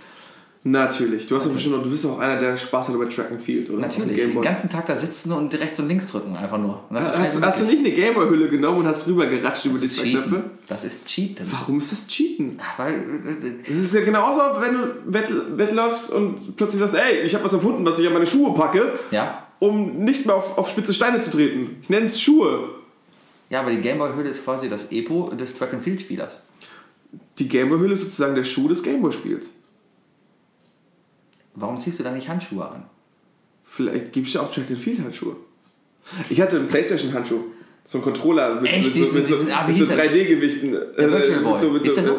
S1: Natürlich. Du hast doch bestimmt noch, du bist auch einer, der Spaß hat über Track and Field, oder? Auf dem
S2: Natürlich,
S1: Game
S2: den
S1: Boy.
S2: ganzen Tag da sitzen und rechts und links drücken einfach nur. Und das so
S1: Hast,
S2: schnell
S1: hast du
S2: wie
S1: nicht eine Gameboy-Hülle genommen und hast rüber geratscht über die
S2: möglich.
S1: zwei
S2: das ist
S1: Knöpfe?
S2: Cheaten. Das ist Cheaten.
S1: Warum ist das Cheaten?
S2: Ach, Weil, äh, äh,
S1: Das ist ja genauso, wenn du wett, wettläufst und plötzlich sagst, ey, ich habe was erfunden, was ich an meine Schuhe packe,
S2: ja,
S1: um nicht mehr auf, auf spitze Steine zu treten. Ich nenne es Schuhe.
S2: ja, aber die Gameboy-Hülle ist quasi das Epo des Track and Field Spielers.
S1: Die Gameboy-Hülle ist sozusagen der Schuh des Gameboy-Spiels.
S2: Warum ziehst du da nicht Handschuhe an?
S1: Vielleicht gibt es ja auch Track and Field-Handschuhe. Ich hatte einen Playstation-Handschuh. So ein Controller mit, mit,
S2: Echt?
S1: so,
S2: Diesen-
S1: mit, so,
S2: diesen- ah, wie
S1: mit so
S2: hieß er?
S1: 3D-Gewichten. Äh,
S2: Virtual Boy.
S1: mit so, mit
S2: Ist der so?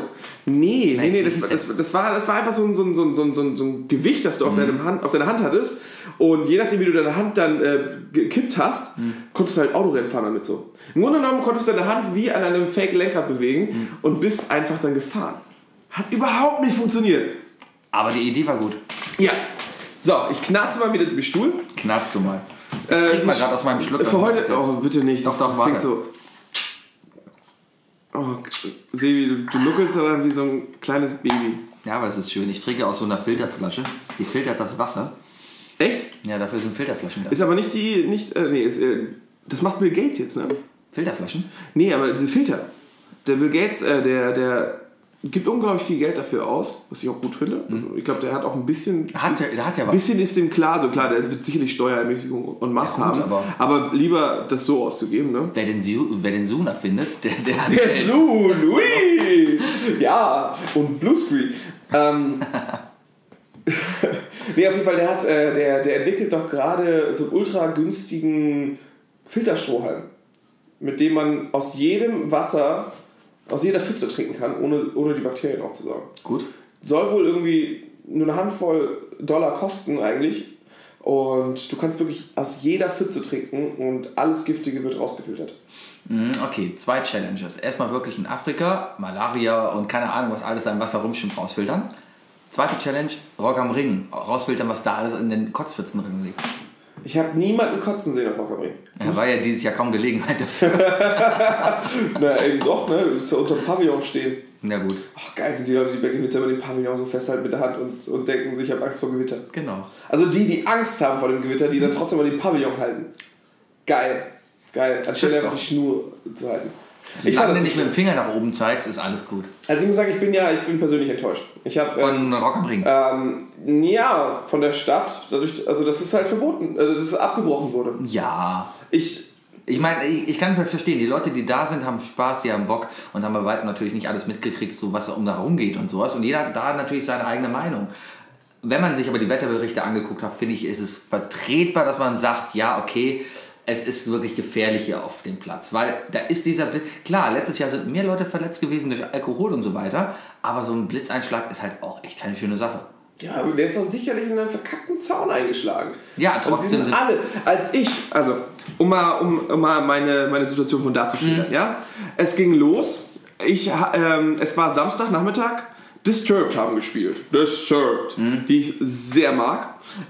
S1: Nee, nee,
S2: Nein,
S1: nee,
S2: wie
S1: das,
S2: hieß der? Mhm.
S1: das, das, war, das war einfach so ein, so ein, so ein, so ein, so ein, so ein Gewicht, das du auf, deinem Hand, auf deiner Hand hattest. Und je nachdem, wie du deine Hand dann äh, gekippt hast,
S2: Mhm.
S1: konntest du halt Autorennen fahren damit so. Im Grunde genommen konntest du deine Hand wie an einem Fake-Lenkrad bewegen
S2: Mhm.
S1: und bist einfach dann gefahren. Hat überhaupt nicht funktioniert.
S2: Aber die Idee war gut.
S1: Ja. So, ich knarze mal wieder den Stuhl.
S2: Knarzt du mal.
S1: Äh,
S2: Trink mal gerade aus meinem Schluck.
S1: Für heute. Oh, bitte nicht. Das,
S2: Doch,
S1: das
S2: doch,
S1: klingt so. Oh, Sebi, du, du nuckelst da dann wie so ein kleines Baby.
S2: Ja, aber es ist schön. Ich trinke aus so einer Filterflasche. Die filtert das Wasser.
S1: Echt?
S2: Ja, dafür sind Filterflaschen da.
S1: Ist aber nicht die. Nicht, äh, nee, ist, äh, das macht Bill Gates jetzt, ne?
S2: Filterflaschen?
S1: Nee, aber diese Filter. Der Bill Gates, äh, der, der gibt unglaublich viel Geld dafür aus, was ich auch gut finde.
S2: Mhm.
S1: Also, Ich glaube, der hat auch ein bisschen.
S2: Hat ja, da hat ja
S1: Ein
S2: was.
S1: bisschen ist dem klar, so klar, der wird sicherlich Steuerermäßigung und Maß
S2: Ja, gut,
S1: haben.
S2: aber-
S1: Aber, lieber das so auszugeben, ne?
S2: Wer den, Su- wer den Suna findet, der, der hat
S1: Der Zoom, ui! Ja, und Bluescreen. Ähm, [laughs] Nee, auf jeden Fall, der, hat, äh, der, der entwickelt doch gerade so einen ultra günstigen Filterstrohhalm, mit dem man aus jedem Wasser, aus jeder Pfütze trinken kann, ohne, ohne die Bakterien aufzusaugen.
S2: Gut.
S1: Soll wohl irgendwie nur eine Handvoll Dollar kosten eigentlich. Und du kannst wirklich aus jeder Pfütze trinken und alles Giftige wird rausgefiltert.
S2: Mhm, Okay, zwei Challenges. Erstmal wirklich in Afrika, Malaria und keine Ahnung, was alles an Wasser rumschwimmt, rausfiltern. Zweite Challenge, Rock am Ring. Rausfiltern, was da alles in den Kotzwitzenringen liegt.
S1: Ich habe niemanden kotzen sehen auf Rockabring.
S2: Ja, war ja dieses Jahr kaum Gelegenheit dafür.
S1: Na, eben doch, ne? Du bist ja unter dem Pavillon stehen.
S2: Na gut,
S1: Ach, geil sind die Leute, die bei Gewitter mit dem Pavillon so festhalten mit der Hand und, und denken sich, ich habe Angst vor Gewitter.
S2: genau.
S1: Also die, die Angst haben vor dem Gewitter, die dann trotzdem mal den Pavillon halten. Geil. Geil. Anstelle
S2: Schätz
S1: einfach
S2: doch.
S1: die Schnur zu halten.
S2: Ich
S1: Ich
S2: Solange
S1: fand
S2: du
S1: das
S2: nicht mit dem Finger nach oben zeigst, ist alles gut.
S1: Also ich muss sagen, ich bin ja, ich bin persönlich enttäuscht. Ich habe äh,
S2: Von Rock am Ring.
S1: ähm, ja von der Stadt, dadurch, also das ist halt verboten, also dass es abgebrochen wurde.
S2: Ja.
S1: Ich
S2: Ich meine, ich, ich kann verstehen, die Leute, die da sind, haben Spaß, die haben Bock und haben bei weitem natürlich nicht alles mitgekriegt, so was um da rumgeht und sowas. Und jeder hat da natürlich seine eigene Meinung. Wenn man sich aber die Wetterberichte angeguckt hat, finde ich, ist es vertretbar, dass man sagt, ja, okay, es ist wirklich gefährlich hier auf dem Platz. Weil da ist dieser Blitz. Klar, letztes Jahr sind mehr Leute verletzt gewesen durch Alkohol und so weiter, aber so ein Blitzeinschlag ist halt auch echt keine schöne Sache.
S1: Ja, aber der ist doch sicherlich in einen verkackten Zaun eingeschlagen.
S2: Ja,
S1: Und die
S2: trotzdem
S1: sind
S2: sind-
S1: alle, als ich, also, um mal, um, um mal meine, meine Situation von da
S2: Mhm.
S1: zu schildern, ja. Es ging los, ich, ha- ähm, es war Samstagnachmittag, Disturbed haben gespielt. Disturbed,
S2: Mhm.
S1: die ich sehr mag.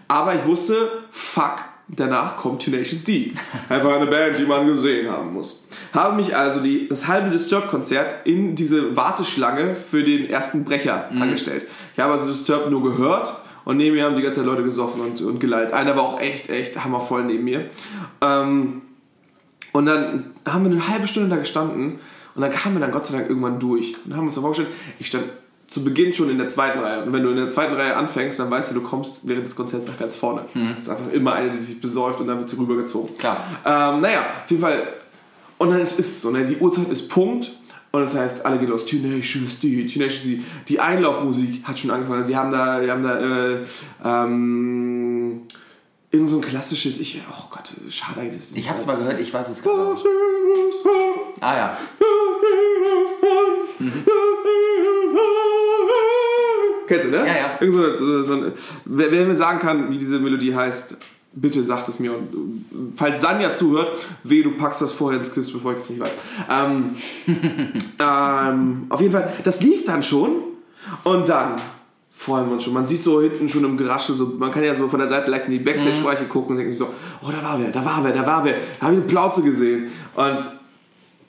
S1: Aber ich wusste, fuck, danach kommt Tenacious D. Einfach eine Band, die man gesehen haben muss. Habe mich also die, das halbe Disturbed-Konzert in diese Warteschlange für den ersten Brecher
S2: Mhm.
S1: angestellt. Ich habe also Disturbed nur gehört und neben mir haben die ganze Zeit Leute gesoffen und, und geleilt. Einer war auch echt, echt hammervoll neben mir. Ähm, und dann haben wir eine halbe Stunde da gestanden und dann kamen wir dann Gott sei Dank irgendwann durch. Und dann haben wir uns da vorgestellt, ich stand zu Beginn schon in der zweiten Reihe. Und wenn du in der zweiten Reihe anfängst, dann weißt du, du kommst während des Konzerts nach ganz vorne. Das ist einfach immer eine, die sich besäuft und dann wird sie rübergezogen.
S2: Klar.
S1: Ähm, naja, auf jeden Fall. Und dann ist es so, ne? die Uhrzeit ist Punkt. Und das heißt, alle gehen los, Tenacious D, Tenacious D. Die Einlaufmusik hat schon angefangen. Also, die haben da, die haben da, äh, ähm, irgend so ein klassisches, ich, oh Gott, schade eigentlich. dass
S2: Ich
S1: nicht-
S2: hab's mal gehört, ich weiß es gar nicht.
S1: Tenacious
S2: Ah ja.
S1: Mhm. Kennst du, ne?
S2: Ja, ja.
S1: Irgend so eine, so eine, so eine, wer, wer mir sagen kann, wie diese Melodie heißt, bitte sagt es mir. Und, äh, falls Sanja zuhört, weh, du packst das vorher ins Quiz, bevor ich das nicht weiß.
S2: [laughs]
S1: Ähm, ähm, auf jeden Fall, das lief dann schon. Und dann freuen wir uns schon. Man sieht so hinten schon im Gerasche, so, man kann ja so von der Seite leicht in die
S2: Mhm.
S1: Backstage-Speiche gucken und denkt so, oh, da war wer, da war wer, da war wer. Da habe ich eine Plauze gesehen. Und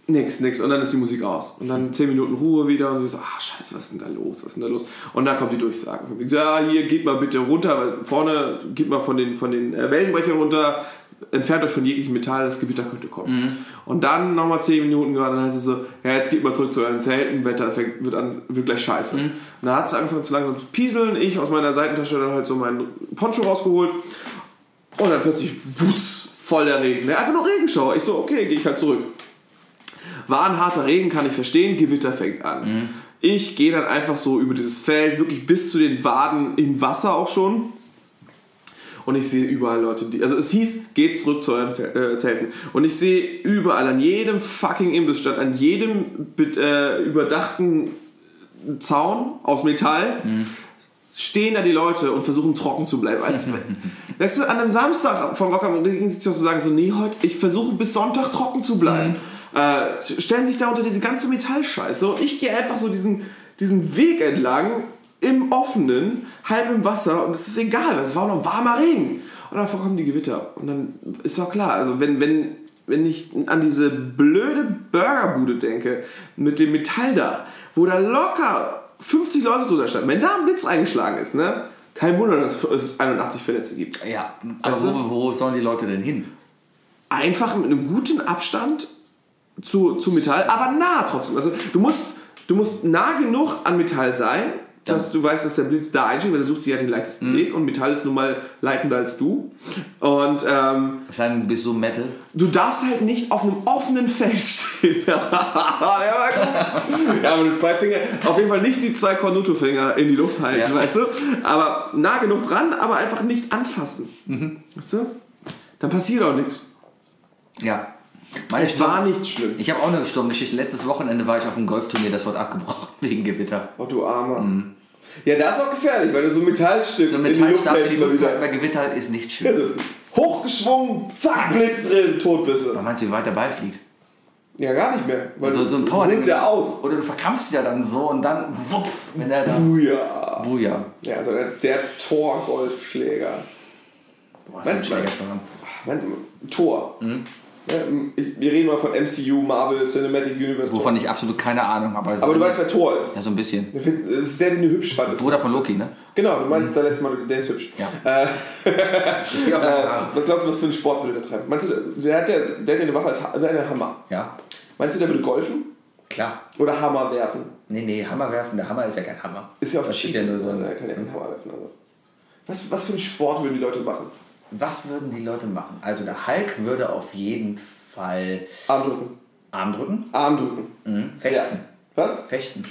S1: Nix, nix. Und dann ist die Musik aus. Und dann 10 Minuten Ruhe wieder und wir so, ah, scheiße, was ist denn da los? Was ist denn da los? Und dann kommt die Durchsage. Ich so, ja, hier geht mal bitte runter, weil vorne geht mal von den, von den äh, Wellenbrechern runter, entfernt euch von jeglichem Metall, das Gewitter könnte kommen. Und dann nochmal 10 Minuten gerade, dann heißt es so, ja, jetzt geht mal zurück zu euren Zelten, Wetter fängt, wird, an, wird gleich scheiße. Und dann hat es angefangen zu langsam zu pieseln, ich aus meiner Seitentasche dann halt so meinen Poncho rausgeholt und dann plötzlich wutz, voll der Regen. ne? Einfach nur Regenschauer. Ich so, okay, gehe ich halt zurück. War ein harter Regen, kann ich verstehen, Gewitter fängt an. Ich gehe dann einfach so über dieses Feld, wirklich bis zu den Waden im Wasser auch schon. Und ich sehe überall Leute, die. Also es hieß, geht zurück zu euren Fe- äh, Zelten. Und ich sehe überall, an jedem fucking Imbissstand, an jedem be- äh, überdachten Zaun aus Metall, stehen da die Leute und versuchen trocken zu bleiben. Als das ist an einem Samstag von Rock am Ring sich zu sagen, so, nee, heute, ich versuche bis Sonntag trocken zu bleiben. Äh, stellen sich da unter diese ganze Metallscheiße und ich gehe einfach so diesen, diesen Weg entlang im offenen, halb im Wasser und es ist egal, weil es war noch warmer Regen. Und dann kommen die Gewitter und dann ist doch klar, also wenn, wenn, wenn ich an diese blöde Burgerbude denke mit dem Metalldach, wo da locker 50 Leute drunter standen, wenn da ein Blitz eingeschlagen ist, ne? Kein Wunder, dass es 81 Verletzte gibt.
S2: Ja, aber
S1: Weißt
S2: wo, wo sollen die Leute denn hin?
S1: einfach mit einem guten Abstand zu, zu Metall, aber nah trotzdem. Also du musst, du musst nah genug an Metall sein, dass du weißt, dass der Blitz da einschlägt, weil er sucht sich ja den leichtesten Weg und Metall ist nun mal leitender als du. Und ähm,
S2: Das heißt, du bist so Metal.
S1: du darfst halt nicht auf einem offenen Feld stehen. [laughs] ja, mal gucken. ja, aber die zwei Finger, auf jeden Fall nicht die zwei Cornuto-Finger in die Luft halten,
S2: Ja.
S1: weißt du? Aber nah genug dran, aber einfach nicht anfassen.
S2: Mhm.
S1: Weißt du? Dann passiert auch nichts.
S2: Ja. Meine
S1: Es war nicht schlimm.
S2: Ich habe auch eine Sturmgeschichte. Letztes Wochenende war ich auf einem Golfturnier, das wurde abgebrochen [laughs] wegen Gewitter.
S1: Oh, du Armer. Ja, das ist auch gefährlich, weil du so ein Metallstück
S2: Mhm. So ein
S1: in die Luft
S2: Metallstab in
S1: hältst
S2: die
S1: immer
S2: Luft
S1: wieder.
S2: bei Gewitter ist nicht schön.
S1: Also, hochgeschwungen, zack, Blitz drin, tot bist du.
S2: Man meint, wie weit der Ball fliegt.
S1: Ja, gar nicht mehr. Weil
S2: So,
S1: du,
S2: so ein
S1: du
S2: Power.
S1: holst ja aus.
S2: Oder du verkrampfst ja dann so und dann wupp, wenn er dann.
S1: Buja.
S2: Buja.
S1: Ja, also der, der Tor-Golfschläger.
S2: Boah, ist ein
S1: Manchmal.
S2: Schläger zu haben.
S1: Mann, Tor.
S3: Mhm.
S1: Ja, ich, wir reden mal von MCU, Marvel, Cinematic Universe. Tor.
S2: Wovon ich absolut keine Ahnung habe. Also
S1: Aber du weißt, wer Tor ist.
S2: Ja, so ein bisschen.
S1: Das ist der, den du hübsch fandest.
S2: Bruder von Loki, ne?
S1: Genau, du
S3: Mhm.
S1: meinst da letztes Mal, der ist hübsch.
S2: Ja.
S1: [laughs] Äh,
S2: Ich gehe auf
S1: äh,
S2: deine Haare.
S1: was glaubst du, was für einen Sport würde der treiben? Meinst du, der hat ja, der hat ja eine Waffe als Ha- also einen Hammer.
S3: Ja,
S1: Meinst du, der würde golfen
S3: klar.
S1: oder Hammer werfen?
S3: Nee, nee, Hammer werfen, der Hammer ist ja kein Hammer.
S1: Ist ja auch
S3: das ist ja nur so
S1: Er
S3: ein, Mhm.
S1: kann ja einen Hammer werfen. Also. Was, was für einen Sport würden die Leute machen?
S3: Was würden die Leute machen? Also der Hulk würde auf jeden Fall
S1: Armdrücken.
S3: Arm drücken,
S1: Armdrücken.
S3: mhm.
S1: Ja.
S3: fechten,
S1: Was?
S3: fechten.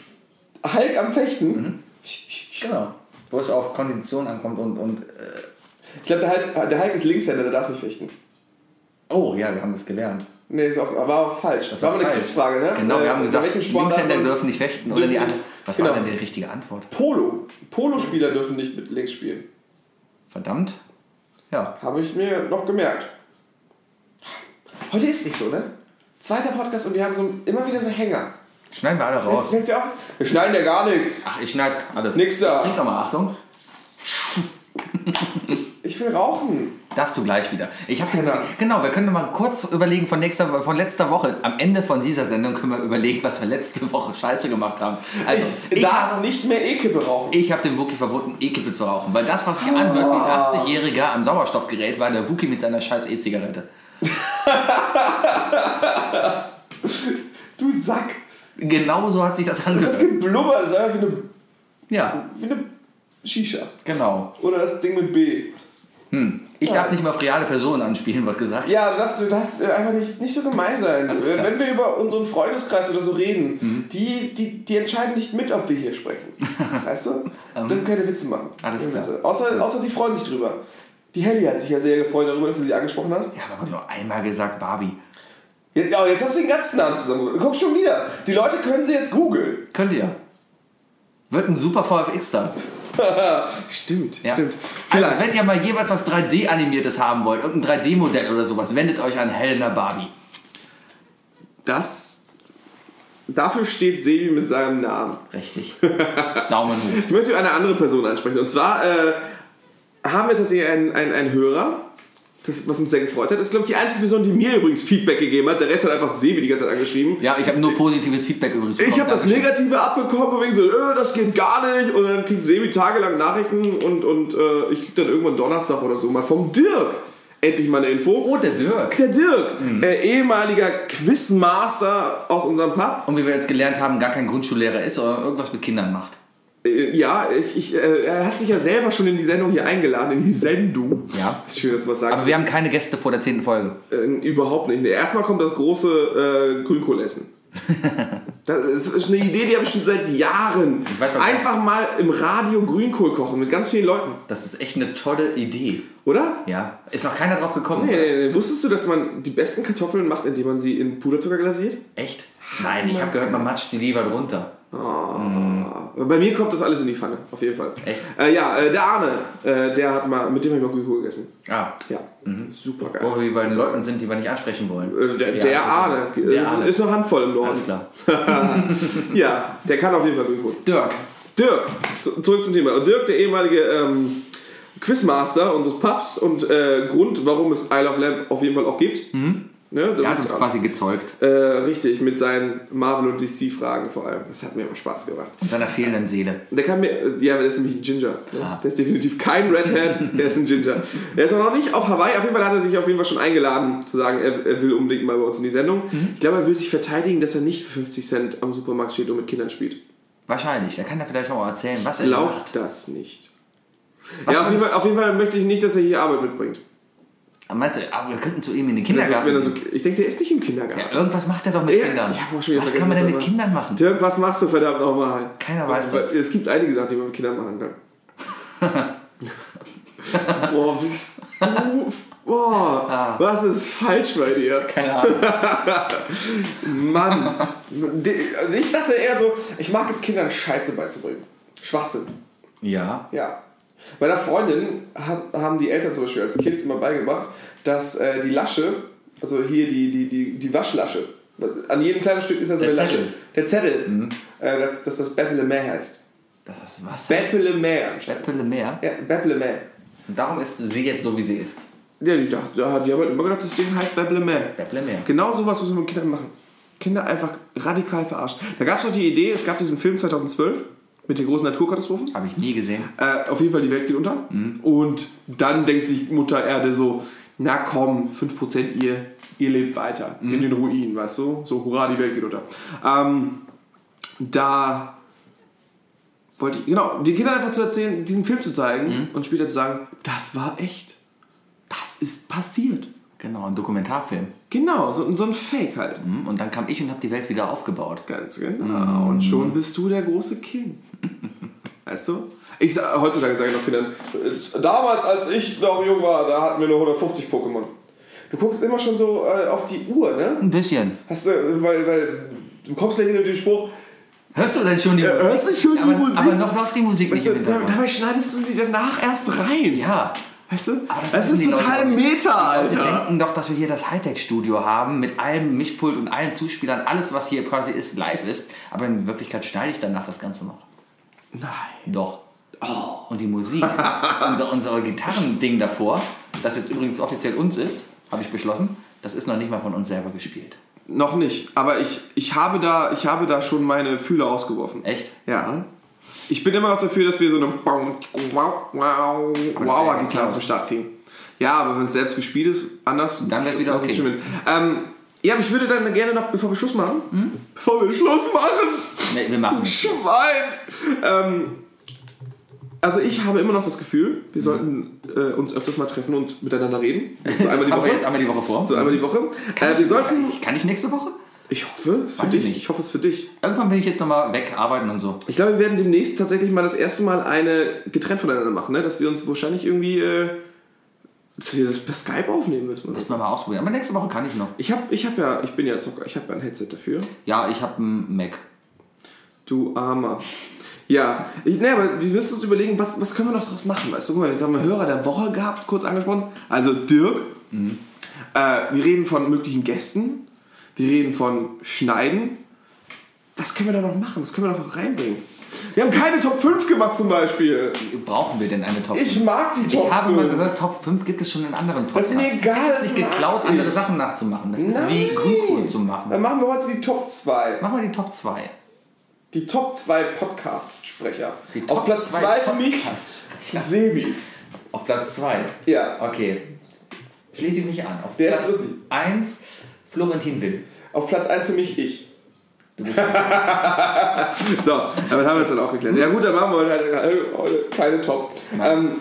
S1: Hulk am Fechten?
S3: Mhm. Genau. Wo es auf Kondition ankommt und, und äh,
S1: Ich glaube, der Hulk, der Hulk ist Linkshänder, der darf nicht fechten.
S3: oh ja, wir haben das gelernt.
S1: Nee, ist auch, war auch falsch. Das war
S3: war
S1: aber eine
S3: falsch.
S1: Quizfrage, ne?
S2: Genau,
S1: Äh,
S2: wir haben
S1: bei
S2: gesagt,
S1: welchem Sport darf
S2: Linkshänder
S1: man-
S2: dürfen nicht fechten. Oder die
S1: dürfen
S2: andere. Was
S1: Genau.
S2: war denn die richtige Antwort?
S1: Polo. Polospieler dürfen nicht mit links spielen.
S2: Verdammt. Ja.
S1: Habe ich mir noch gemerkt. Heute ist nicht so, ne? Zweiter Podcast und wir haben so immer wieder so Hänger.
S2: Schneiden wir alle
S1: Jetzt
S2: raus.
S1: fällt sie auf. Wir schneiden ja gar nichts.
S2: Ach, ich schneide alles.
S1: Nix da.
S2: Trink nochmal, Achtung.
S1: Ich will rauchen.
S2: Darfst du gleich wieder. Ich habe
S1: Genau.
S2: genau. genau, wir können noch mal kurz überlegen von, nächster, von letzter Woche. Am Ende von dieser Sendung können wir überlegen, was wir letzte Woche scheiße gemacht haben. Also,
S1: Ich,
S2: ich, ich
S1: darf
S2: habe
S1: nicht mehr E-Kippe rauchen.
S2: ich hab dem Wookie verboten, E-Kippe zu rauchen. Weil das, was ich anwirkt, wie ein 80-Jähriger am Sauerstoff gerät, war der Wookie mit seiner scheiß E-Zigarette.
S1: Du Sack.
S2: Genauso Genau hat sich das
S1: Das [laughs]
S2: angehört.
S1: Geblubber ist einfach wie eine,
S2: Ja,
S1: wie eine Shisha.
S2: genau.
S1: Oder das Ding mit B.
S2: Ich darf nicht mal auf reale Personen anspielen, wird gesagt.
S1: Ja, lass, du darfst äh, einfach nicht, nicht so gemein sein.
S2: Alles
S1: Äh,
S2: klar. Mhm.
S1: Wenn wir über unseren Freundeskreis oder so reden, die, die, die entscheiden nicht mit, ob wir hier
S2: [laughs]
S1: sprechen. weißt du? Dann können keine Witze machen.
S2: Ähm. Alles
S1: Keine
S2: klar.
S1: Witze. Außer, außer die freuen sich drüber. Die Helly hat sich ja sehr gefreut darüber, dass du sie angesprochen hast.
S2: Ja, aber nur einmal gesagt, Barbie.
S1: Jetzt, oh, jetzt hast du den ganzen Namen zusammen. Guck schon wieder. Die Leute können sie jetzt googeln.
S2: Könnt ihr. Wird ein super VFX-Star.
S1: Stimmt,
S2: Ja.
S1: stimmt.
S2: Also,
S1: Vielleicht.
S2: wenn ihr mal jeweils was 3D-animiertes haben wollt, irgendein 3D-Modell oder sowas, wendet euch an Helena Barbie.
S1: das. Dafür steht Sebi mit seinem Namen.
S2: Richtig. Daumen hoch.
S1: Ich möchte eine andere Person ansprechen. Und zwar äh, haben wir tatsächlich einen, einen, einen Hörer, das, was uns sehr gefreut hat. Das ist, glaube ich, die einzige Person, die mir übrigens Feedback gegeben hat. Der Rest hat einfach Sebi die ganze Zeit angeschrieben.
S2: Ja, ich habe nur positives Feedback übrigens bekommen.
S1: Ich habe das
S2: Dankeschön.
S1: Negative abbekommen, von wegen so, äh, das geht gar nicht. Und dann kriegt Sebi tagelang Nachrichten und, und äh, ich krieg dann irgendwann Donnerstag oder so mal vom Dirk endlich mal eine Info.
S2: Oh, der Dirk.
S1: Der Dirk,
S2: Mhm.
S1: äh, ehemaliger Quizmaster aus unserem Pub,
S2: Und wie wir jetzt gelernt haben, gar kein Grundschullehrer ist oder irgendwas mit Kindern macht.
S1: Äh, Ja, ich, ich, äh, er hat sich ja selber schon in die Sendung hier eingeladen, in die Sendung.
S2: Ja.
S1: Ist schön, dass du was sagst.
S2: Aber wir haben keine Gäste vor der 10. Folge.
S1: äh, überhaupt nicht. Nee, Erstmal kommt das große äh,
S2: [laughs]
S1: Grünkohlessen. das ist ist eine Idee, die habe ich schon seit Jahren.
S2: Ich weiß, was-
S1: Einfach mal im Radio Grünkohl kochen mit ganz vielen Leuten,
S2: Das ist echt eine tolle Idee.
S1: oder?
S2: Ja. Ist noch keiner drauf gekommen.
S1: Nee, nee, nee. Wusstest du, dass man die besten Kartoffeln macht, indem man sie in Puderzucker glasiert?
S2: Echt? Nein, ich habe gehört, man matscht die lieber drunter.
S1: Ah, Bei mir kommt das alles in die Pfanne, auf jeden Fall.
S2: Mhm. Echt?
S1: Äh, ja, äh, der Arne, äh, der hat mal, mit dem habe ich mal Grünkohl gegessen.
S2: Ah.
S1: Ja, super geil.
S2: Wo wir bei den Leuten sind, die wir nicht ansprechen wollen.
S1: Äh, Der,
S2: Ja,
S1: der,
S2: also,
S1: Arne.
S2: der Arne.
S1: Ist noch Handvoll im Norden.
S2: Alles klar.
S1: Ja, der kann auf jeden Fall gut.
S2: Dirk.
S1: Dirk, zu, zurück zum Thema. Dirk, der ehemalige ähm, Quizmaster unseres Pubs und äh, Grund, warum es Isle of Lamp auf jeden Fall auch gibt.
S2: Mhm.
S1: Ne,
S2: Der
S1: damit-
S2: hat uns quasi gezeugt.
S1: äh, richtig, mit seinen Marvel- und DC-Fragen vor allem. Das hat mir immer Spaß gemacht.
S2: Mit seiner fehlenden Seele.
S1: Der kann mir, äh, ja, der ist nämlich ein Ginger. Ne?
S2: Ah.
S1: Der ist definitiv kein Red
S2: [laughs]
S1: Hat, der ist ein Ginger. Der ist auch noch nicht auf Hawaii. Auf jeden Fall hat er sich auf jeden Fall schon eingeladen, zu sagen, er, er will unbedingt
S2: Mhm.
S1: mal bei uns in die Sendung. Ich glaube, er will sich verteidigen, dass er nicht für 50 Cent am Supermarkt steht und mit Kindern spielt.
S2: Wahrscheinlich. Da kann er vielleicht noch mal erzählen, was er macht.
S1: Glaubt das nicht.
S2: Was
S1: ja, auf
S2: meinst
S1: jeden, Fall, auf jeden Fall möchte ich nicht, dass er hier Arbeit mitbringt.
S2: Aber Meinst du, aber wir könnten zu ihm in den
S1: Wenn das,
S2: Kindergarten.
S1: wenn das okay. Ich denke, der ist nicht im Kindergarten.
S2: ja, irgendwas macht er doch mit
S1: Ja,
S2: Kindern.
S1: ich hab auch schon wieder
S2: was
S1: vergessen,
S2: kann man denn
S1: was
S2: mit
S1: er
S2: Kindern machen?
S1: Dirk, was machst du verdammt nochmal?
S2: Keiner weiß
S1: Aber
S2: das.
S1: Es gibt einige Sachen, die man mit Kindern machen kann.
S2: [laughs]
S1: boah, bist du. Boah, was ist falsch bei dir?
S2: Ah. Keine Ahnung.
S1: [laughs] Mann.
S2: [laughs]
S1: Die- Also ich dachte eher so, ich mag es Kindern Scheiße beizubringen. Schwachsinn.
S3: Ja.
S1: Ja. Meiner Freundin hat, haben die Eltern zum Beispiel als Kind immer beigebracht, dass äh, die Lasche, also hier die, die, die, die Waschlasche, an jedem kleinen Stück ist ja so
S3: Der
S1: eine Lasche.
S3: Zettel. Mhm.
S1: Der Zettel. Äh, dass, dass das Bepple Meer heißt.
S2: Das ist was?
S1: Bepple Meer anscheinend.
S2: Beppele mehr.
S1: Ja, Bepple Meer.
S2: Und darum ist sie jetzt so, wie sie ist.
S1: Ja, die, dacht- da hat- die haben halt immer gedacht, das Ding heißt Bepple Meer.
S2: Beppele mehr.
S1: Genau sowas müssen wir mit Kindern machen. Kinder einfach radikal verarschen. Da gab es doch die Idee, es gab diesen Film 2012 mit den großen Naturkatastrophen.
S2: Habe ich nie gesehen.
S1: Äh, auf jeden Fall, die Welt geht unter. Und dann denkt sich Mutter Erde so, na komm, 5% ihr, ihr lebt weiter in den Ruinen, weißt du? So, hurra, die Welt geht unter. Ähm, da wollte ich, genau, den Kindern einfach zu erzählen, diesen Film zu zeigen und später zu sagen, das war echt. Das ist passiert.
S2: Genau, ein Dokumentarfilm.
S1: Genau, so, so ein Fake halt.
S2: Hm, Und dann kam ich und habe die Welt wieder aufgebaut.
S1: Ganz
S2: Mhm.
S1: genau. Und schon bist du der große
S2: [laughs]
S1: King. Weißt du? Ich, sa- heutzutage sage ich noch Kindern, äh, damals als ich noch jung war, da hatten wir nur 150 Pokémon. Du guckst immer schon so äh, auf die Uhr, ne?
S2: Ein bisschen.
S1: Hast du, weil, weil du kommst gleich hinter den Spruch,
S2: Hörst du denn schon die
S1: Ja,
S2: Musik?
S1: hörst du schon die
S2: aber,
S1: Musik?
S2: Aber noch läuft die Musik
S1: weißt
S2: nicht
S1: du,
S2: im
S1: da,
S2: Hintergrund.
S1: dabei schneidest du sie danach erst rein.
S2: Ja.
S1: Weißt du?
S2: Aber das
S1: Das
S2: wissen
S1: ist
S2: die Leute
S1: total
S2: auch nicht.
S1: Meta,
S2: Die
S1: Alter.
S2: denken doch, dass wir hier das Hightech-Studio haben mit allem Mischpult und allen Zuspielern, alles was hier quasi ist, live ist. Aber in Wirklichkeit schneide ich danach das Ganze noch.
S1: Nein.
S2: Doch.
S1: Oh.
S2: Und
S1: [laughs]
S2: die Musik, unser, unser Gitarrending davor, das jetzt übrigens offiziell uns ist, habe ich beschlossen, das ist noch nicht mal von uns selber gespielt.
S1: Noch nicht. Aber ich, ich, habe da, ich habe da schon meine Fühler ausgeworfen.
S2: Echt?
S1: Ja. Ich bin immer noch dafür, dass wir so eine
S2: genau.
S1: Wow-Gitarre zum Start kriegen. Ja, aber wenn es selbst gespielt ist, anders.
S2: Dann wär's wieder okay.
S1: Schon mit. Ähm, ja, aber ich würde dann gerne noch, bevor wir Schluss machen,
S2: Hm?
S1: bevor wir Schluss machen,
S2: Nee, wir machen nicht.
S1: Schwein! Ähm, also ich habe immer noch das Gefühl,
S2: Hm.
S1: wir sollten äh, uns öfters mal treffen und miteinander reden. So einmal
S2: Das
S1: die
S2: haben wir jetzt
S1: Woche.
S2: einmal die Woche vor.
S1: So einmal die Woche. Äh, wir sollten,
S2: Kann ich nächste Woche?
S1: ich hoffe, es ist für
S2: Weiß ich
S1: dich.
S2: nicht.
S1: Ich hoffe, es ist für dich.
S2: Irgendwann bin ich jetzt nochmal weg, arbeiten und so.
S1: Ich glaube, wir werden demnächst tatsächlich mal das erste Mal eine getrennt voneinander machen, ne? dass wir uns wahrscheinlich irgendwie äh, dass wir das per Skype aufnehmen müssen. Oder? so.
S2: Müssen wir mal ausprobieren. Aber nächste Woche kann ich noch.
S1: Ich habe ich hab ja, ich bin ja Zocker, ich habe ja ein Headset dafür.
S2: Ja, ich habe einen Mac.
S1: Du Armer. Ja, ich, ne, aber wir müssen uns überlegen, was, was können wir noch draus machen, weißt du? Guck mal, jetzt haben wir Hörer der Woche gehabt, kurz angesprochen. Also Dirk, äh, wir reden von möglichen Gästen, wir reden von Schneiden. Was können wir da noch machen? Was können wir da noch reinbringen? Wir haben keine Top 5 gemacht zum Beispiel.
S2: Brauchen wir denn eine Top
S1: Ich
S2: 5?
S1: mag die Top
S2: ich habe
S1: 5.
S2: mal gehört, Top 5 gibt es schon in anderen
S1: Das
S2: Podcasts.
S1: ist mir egal,
S2: Es
S1: das
S2: ist nicht
S1: mag
S2: geklaut,
S1: ich.
S2: andere Sachen nachzumachen. Das ist wie
S1: Nein. Ähm,
S2: Grünkohl zu machen.
S1: Dann machen wir heute die Top 2.
S2: Machen wir die Top 2.
S1: Die Top 2 Podcast-Sprecher.
S2: Die Top
S1: Auf Platz 2
S2: zwei
S1: für mich
S2: Podcast-Sprecher.
S1: Sebi.
S3: Auf Platz 2.
S1: Ja.
S3: Okay. Schließe ich mich an. Auf
S1: Der ist
S3: Platz
S1: lustig.
S3: 1 Florentin Will.
S1: Auf Platz 1 für mich ich.
S3: Du bist
S1: [laughs] So, damit haben wir es dann auch geklärt. Ja gut, dann machen wir heute- halt, äh, heute keine Top. Ähm,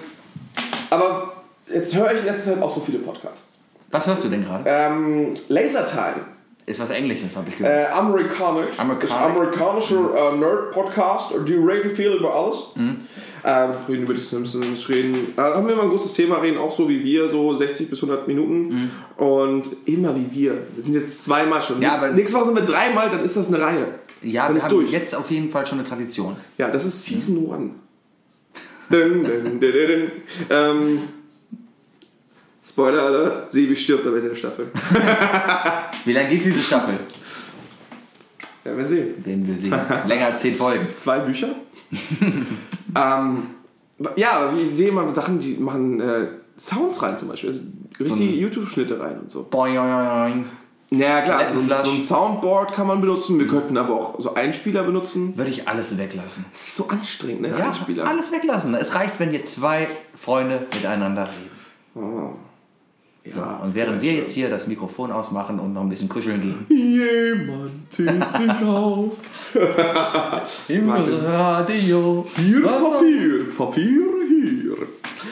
S1: aber jetzt höre ich in letzter Zeit auch so viele Podcasts.
S2: Was hörst du denn gerade?
S1: Ähm, Lasertime.
S2: Ist was Englisches, habe ich gehört.
S1: Äh, amerikanisch.
S2: Amerikanisch.
S1: Ist
S2: Mm.
S1: amerikanischer äh, Nerd-Podcast. Die reden viel über alles. Ähm, reden über die Simpsons, reden. Äh, haben wir immer ein großes Thema, reden auch so wie wir, so 60 bis 100 Minuten. Und immer wie wir. Wir sind jetzt zweimal schon.
S2: Mm. Ja,
S1: Nächst-
S2: aber-
S1: nächste Woche sind wir dreimal, dann ist das eine Reihe.
S2: ja,
S1: äh, dann
S2: wir
S1: ist
S2: haben
S1: durch.
S2: jetzt auf jeden Fall schon eine Tradition.
S1: Ja, das ist Season
S2: [laughs]
S1: 1. dun, dun, dun, dun, dun. Ähm, Spoiler Alert: Sebi stirbt am Ende der Staffel.
S2: Wie lange geht diese Staffel?
S1: [laughs] Ja, wir sehen.
S2: Werden wir sehen. Länger als 10 Folgen.
S1: zwei Bücher. [laughs] ähm, ja, aber ich sehe mal Sachen, die machen äh, Sounds rein zum Beispiel. Also richtige YouTube-Schnitte rein und so.
S2: Boing, boing, boing.
S1: Naja, klar, so, ein-
S2: Toilettenflasch.
S1: so ein Soundboard kann man benutzen. Wir könnten aber auch so Einspieler benutzen.
S2: Würde ich alles weglassen.
S1: Das ist so anstrengend, ne?
S2: Ja,
S1: Einspieler.
S2: alles weglassen. Es reicht, wenn ihr zwei Freunde miteinander reden.
S1: Oh.
S2: So, und während wir jetzt hier das Mikrofon ausmachen und noch ein bisschen kuscheln gehen.
S1: Jemand zieht sich aus.
S2: Im
S1: Martin.
S2: Radio.
S1: Hier
S2: Was auch-
S1: Papier, Papier hier.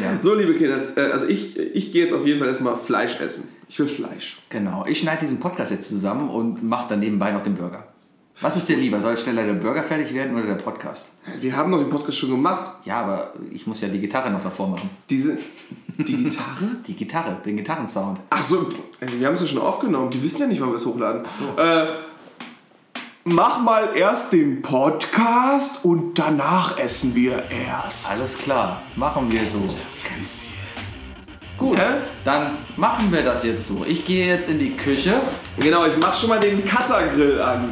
S2: Ja.
S1: So, liebe Kinder, das, äh, also ich, ich gehe jetzt auf jeden Fall erstmal Fleisch essen. Ich will Fleisch.
S2: Genau, ich schneide diesen Podcast jetzt zusammen und mache dann nebenbei noch den Burger. Was ist dir lieber? Soll schneller der Burger fertig werden oder der Podcast?
S1: Wir haben doch den Podcast schon gemacht.
S2: Ja, aber ich muss ja die Gitarre noch davor machen.
S1: Diese, die Gitarre?
S2: Die Gitarre, den Gitarrensound.
S1: Ach so, also wir haben es ja schon aufgenommen. Die wissen ja nicht, wann wir es hochladen. Äh, mach mal erst den Podcast und danach essen wir erst.
S2: Alles klar, machen wir so.
S1: Füßchen.
S2: Gut,
S1: Hä?
S2: dann machen wir das jetzt so. Ich gehe jetzt in die Küche.
S1: Genau, ich mach schon mal den Cuttergrill an.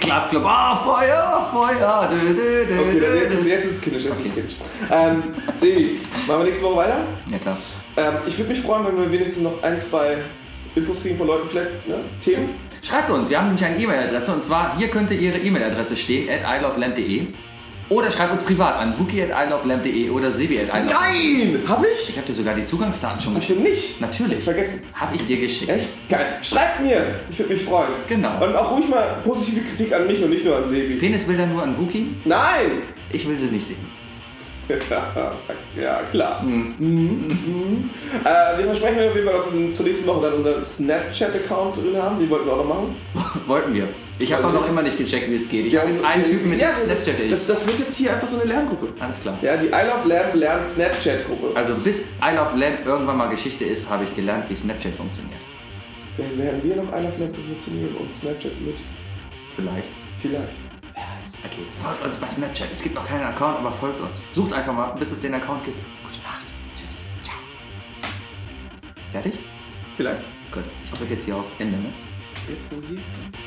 S2: Klapp, klapp, ah, Feuer, Feuer. Dö, dö, dö,
S1: Okay, dann
S2: dö,
S1: jetzt
S2: dö.
S1: ist jetzt ist kindisch, jetzt ist kindisch. Ähm, Sebi, machen wir nächste Woche weiter?
S2: Ja, klar.
S1: Ähm, ich würde mich freuen, wenn wir wenigstens noch ein, zwei Infos kriegen von Leuten, vielleicht ne? Themen.
S2: Schreibt uns, wir haben nämlich eine E-Mail-Adresse und zwar hier könnte Ihre E-Mail-Adresse stehen, at ilovelamp.de oder schreibt uns privat an wookie at ilovelamp.de oder sebi at ilovelamp.de.
S1: Nein! Hab ich?
S2: Ich habe dir sogar die Zugangsdaten schon
S1: Hast du
S2: geschickt.
S1: nicht?
S2: Natürlich.
S1: Ist vergessen.
S2: Habe ich dir geschickt.
S1: Echt? Geil. Schreibt mir! Ich würde mich freuen.
S2: Genau.
S1: Und auch ruhig mal positive Kritik an mich und nicht nur an Sebi.
S2: Penisbilder nur an Wookie?
S1: Nein! [laughs]
S2: Ich will sie nicht sehen. [laughs]
S1: Fuck, ja, klar. Mhm, mhm. Äh, wir versprechen, auf jeden Fall, dass wir zur nächsten Woche dann unseren Snapchat-Account drin haben. Den wollten wir auch noch machen.
S2: Wollten wir. Ich habe doch noch immer nicht gecheckt, wie es geht. Ich habe jetzt einen Typen mit dem Snapchat. der
S1: Das, das wird jetzt hier einfach so eine Lerngruppe.
S2: ich- Alles klar.
S1: Ja, die I Love Lamp lernt Snapchat-Gruppe.
S2: Also bis I Love Lamp irgendwann mal Geschichte ist, habe ich gelernt, wie Snapchat funktioniert.
S1: Vielleicht werden wir noch I Love Lamp revolutionieren und Snapchat mit.
S2: Vielleicht.
S1: Vielleicht.
S2: Okay, folgt uns bei Snapchat. Es gibt noch keinen Account, aber folgt uns. Sucht einfach mal, bis es den Account gibt. Gute Nacht. Tschüss. Ciao. Fertig?
S1: Vielleicht.
S2: Gut. Ich drücke jetzt hier auf Ende, ne?
S1: Jetzt wo hier?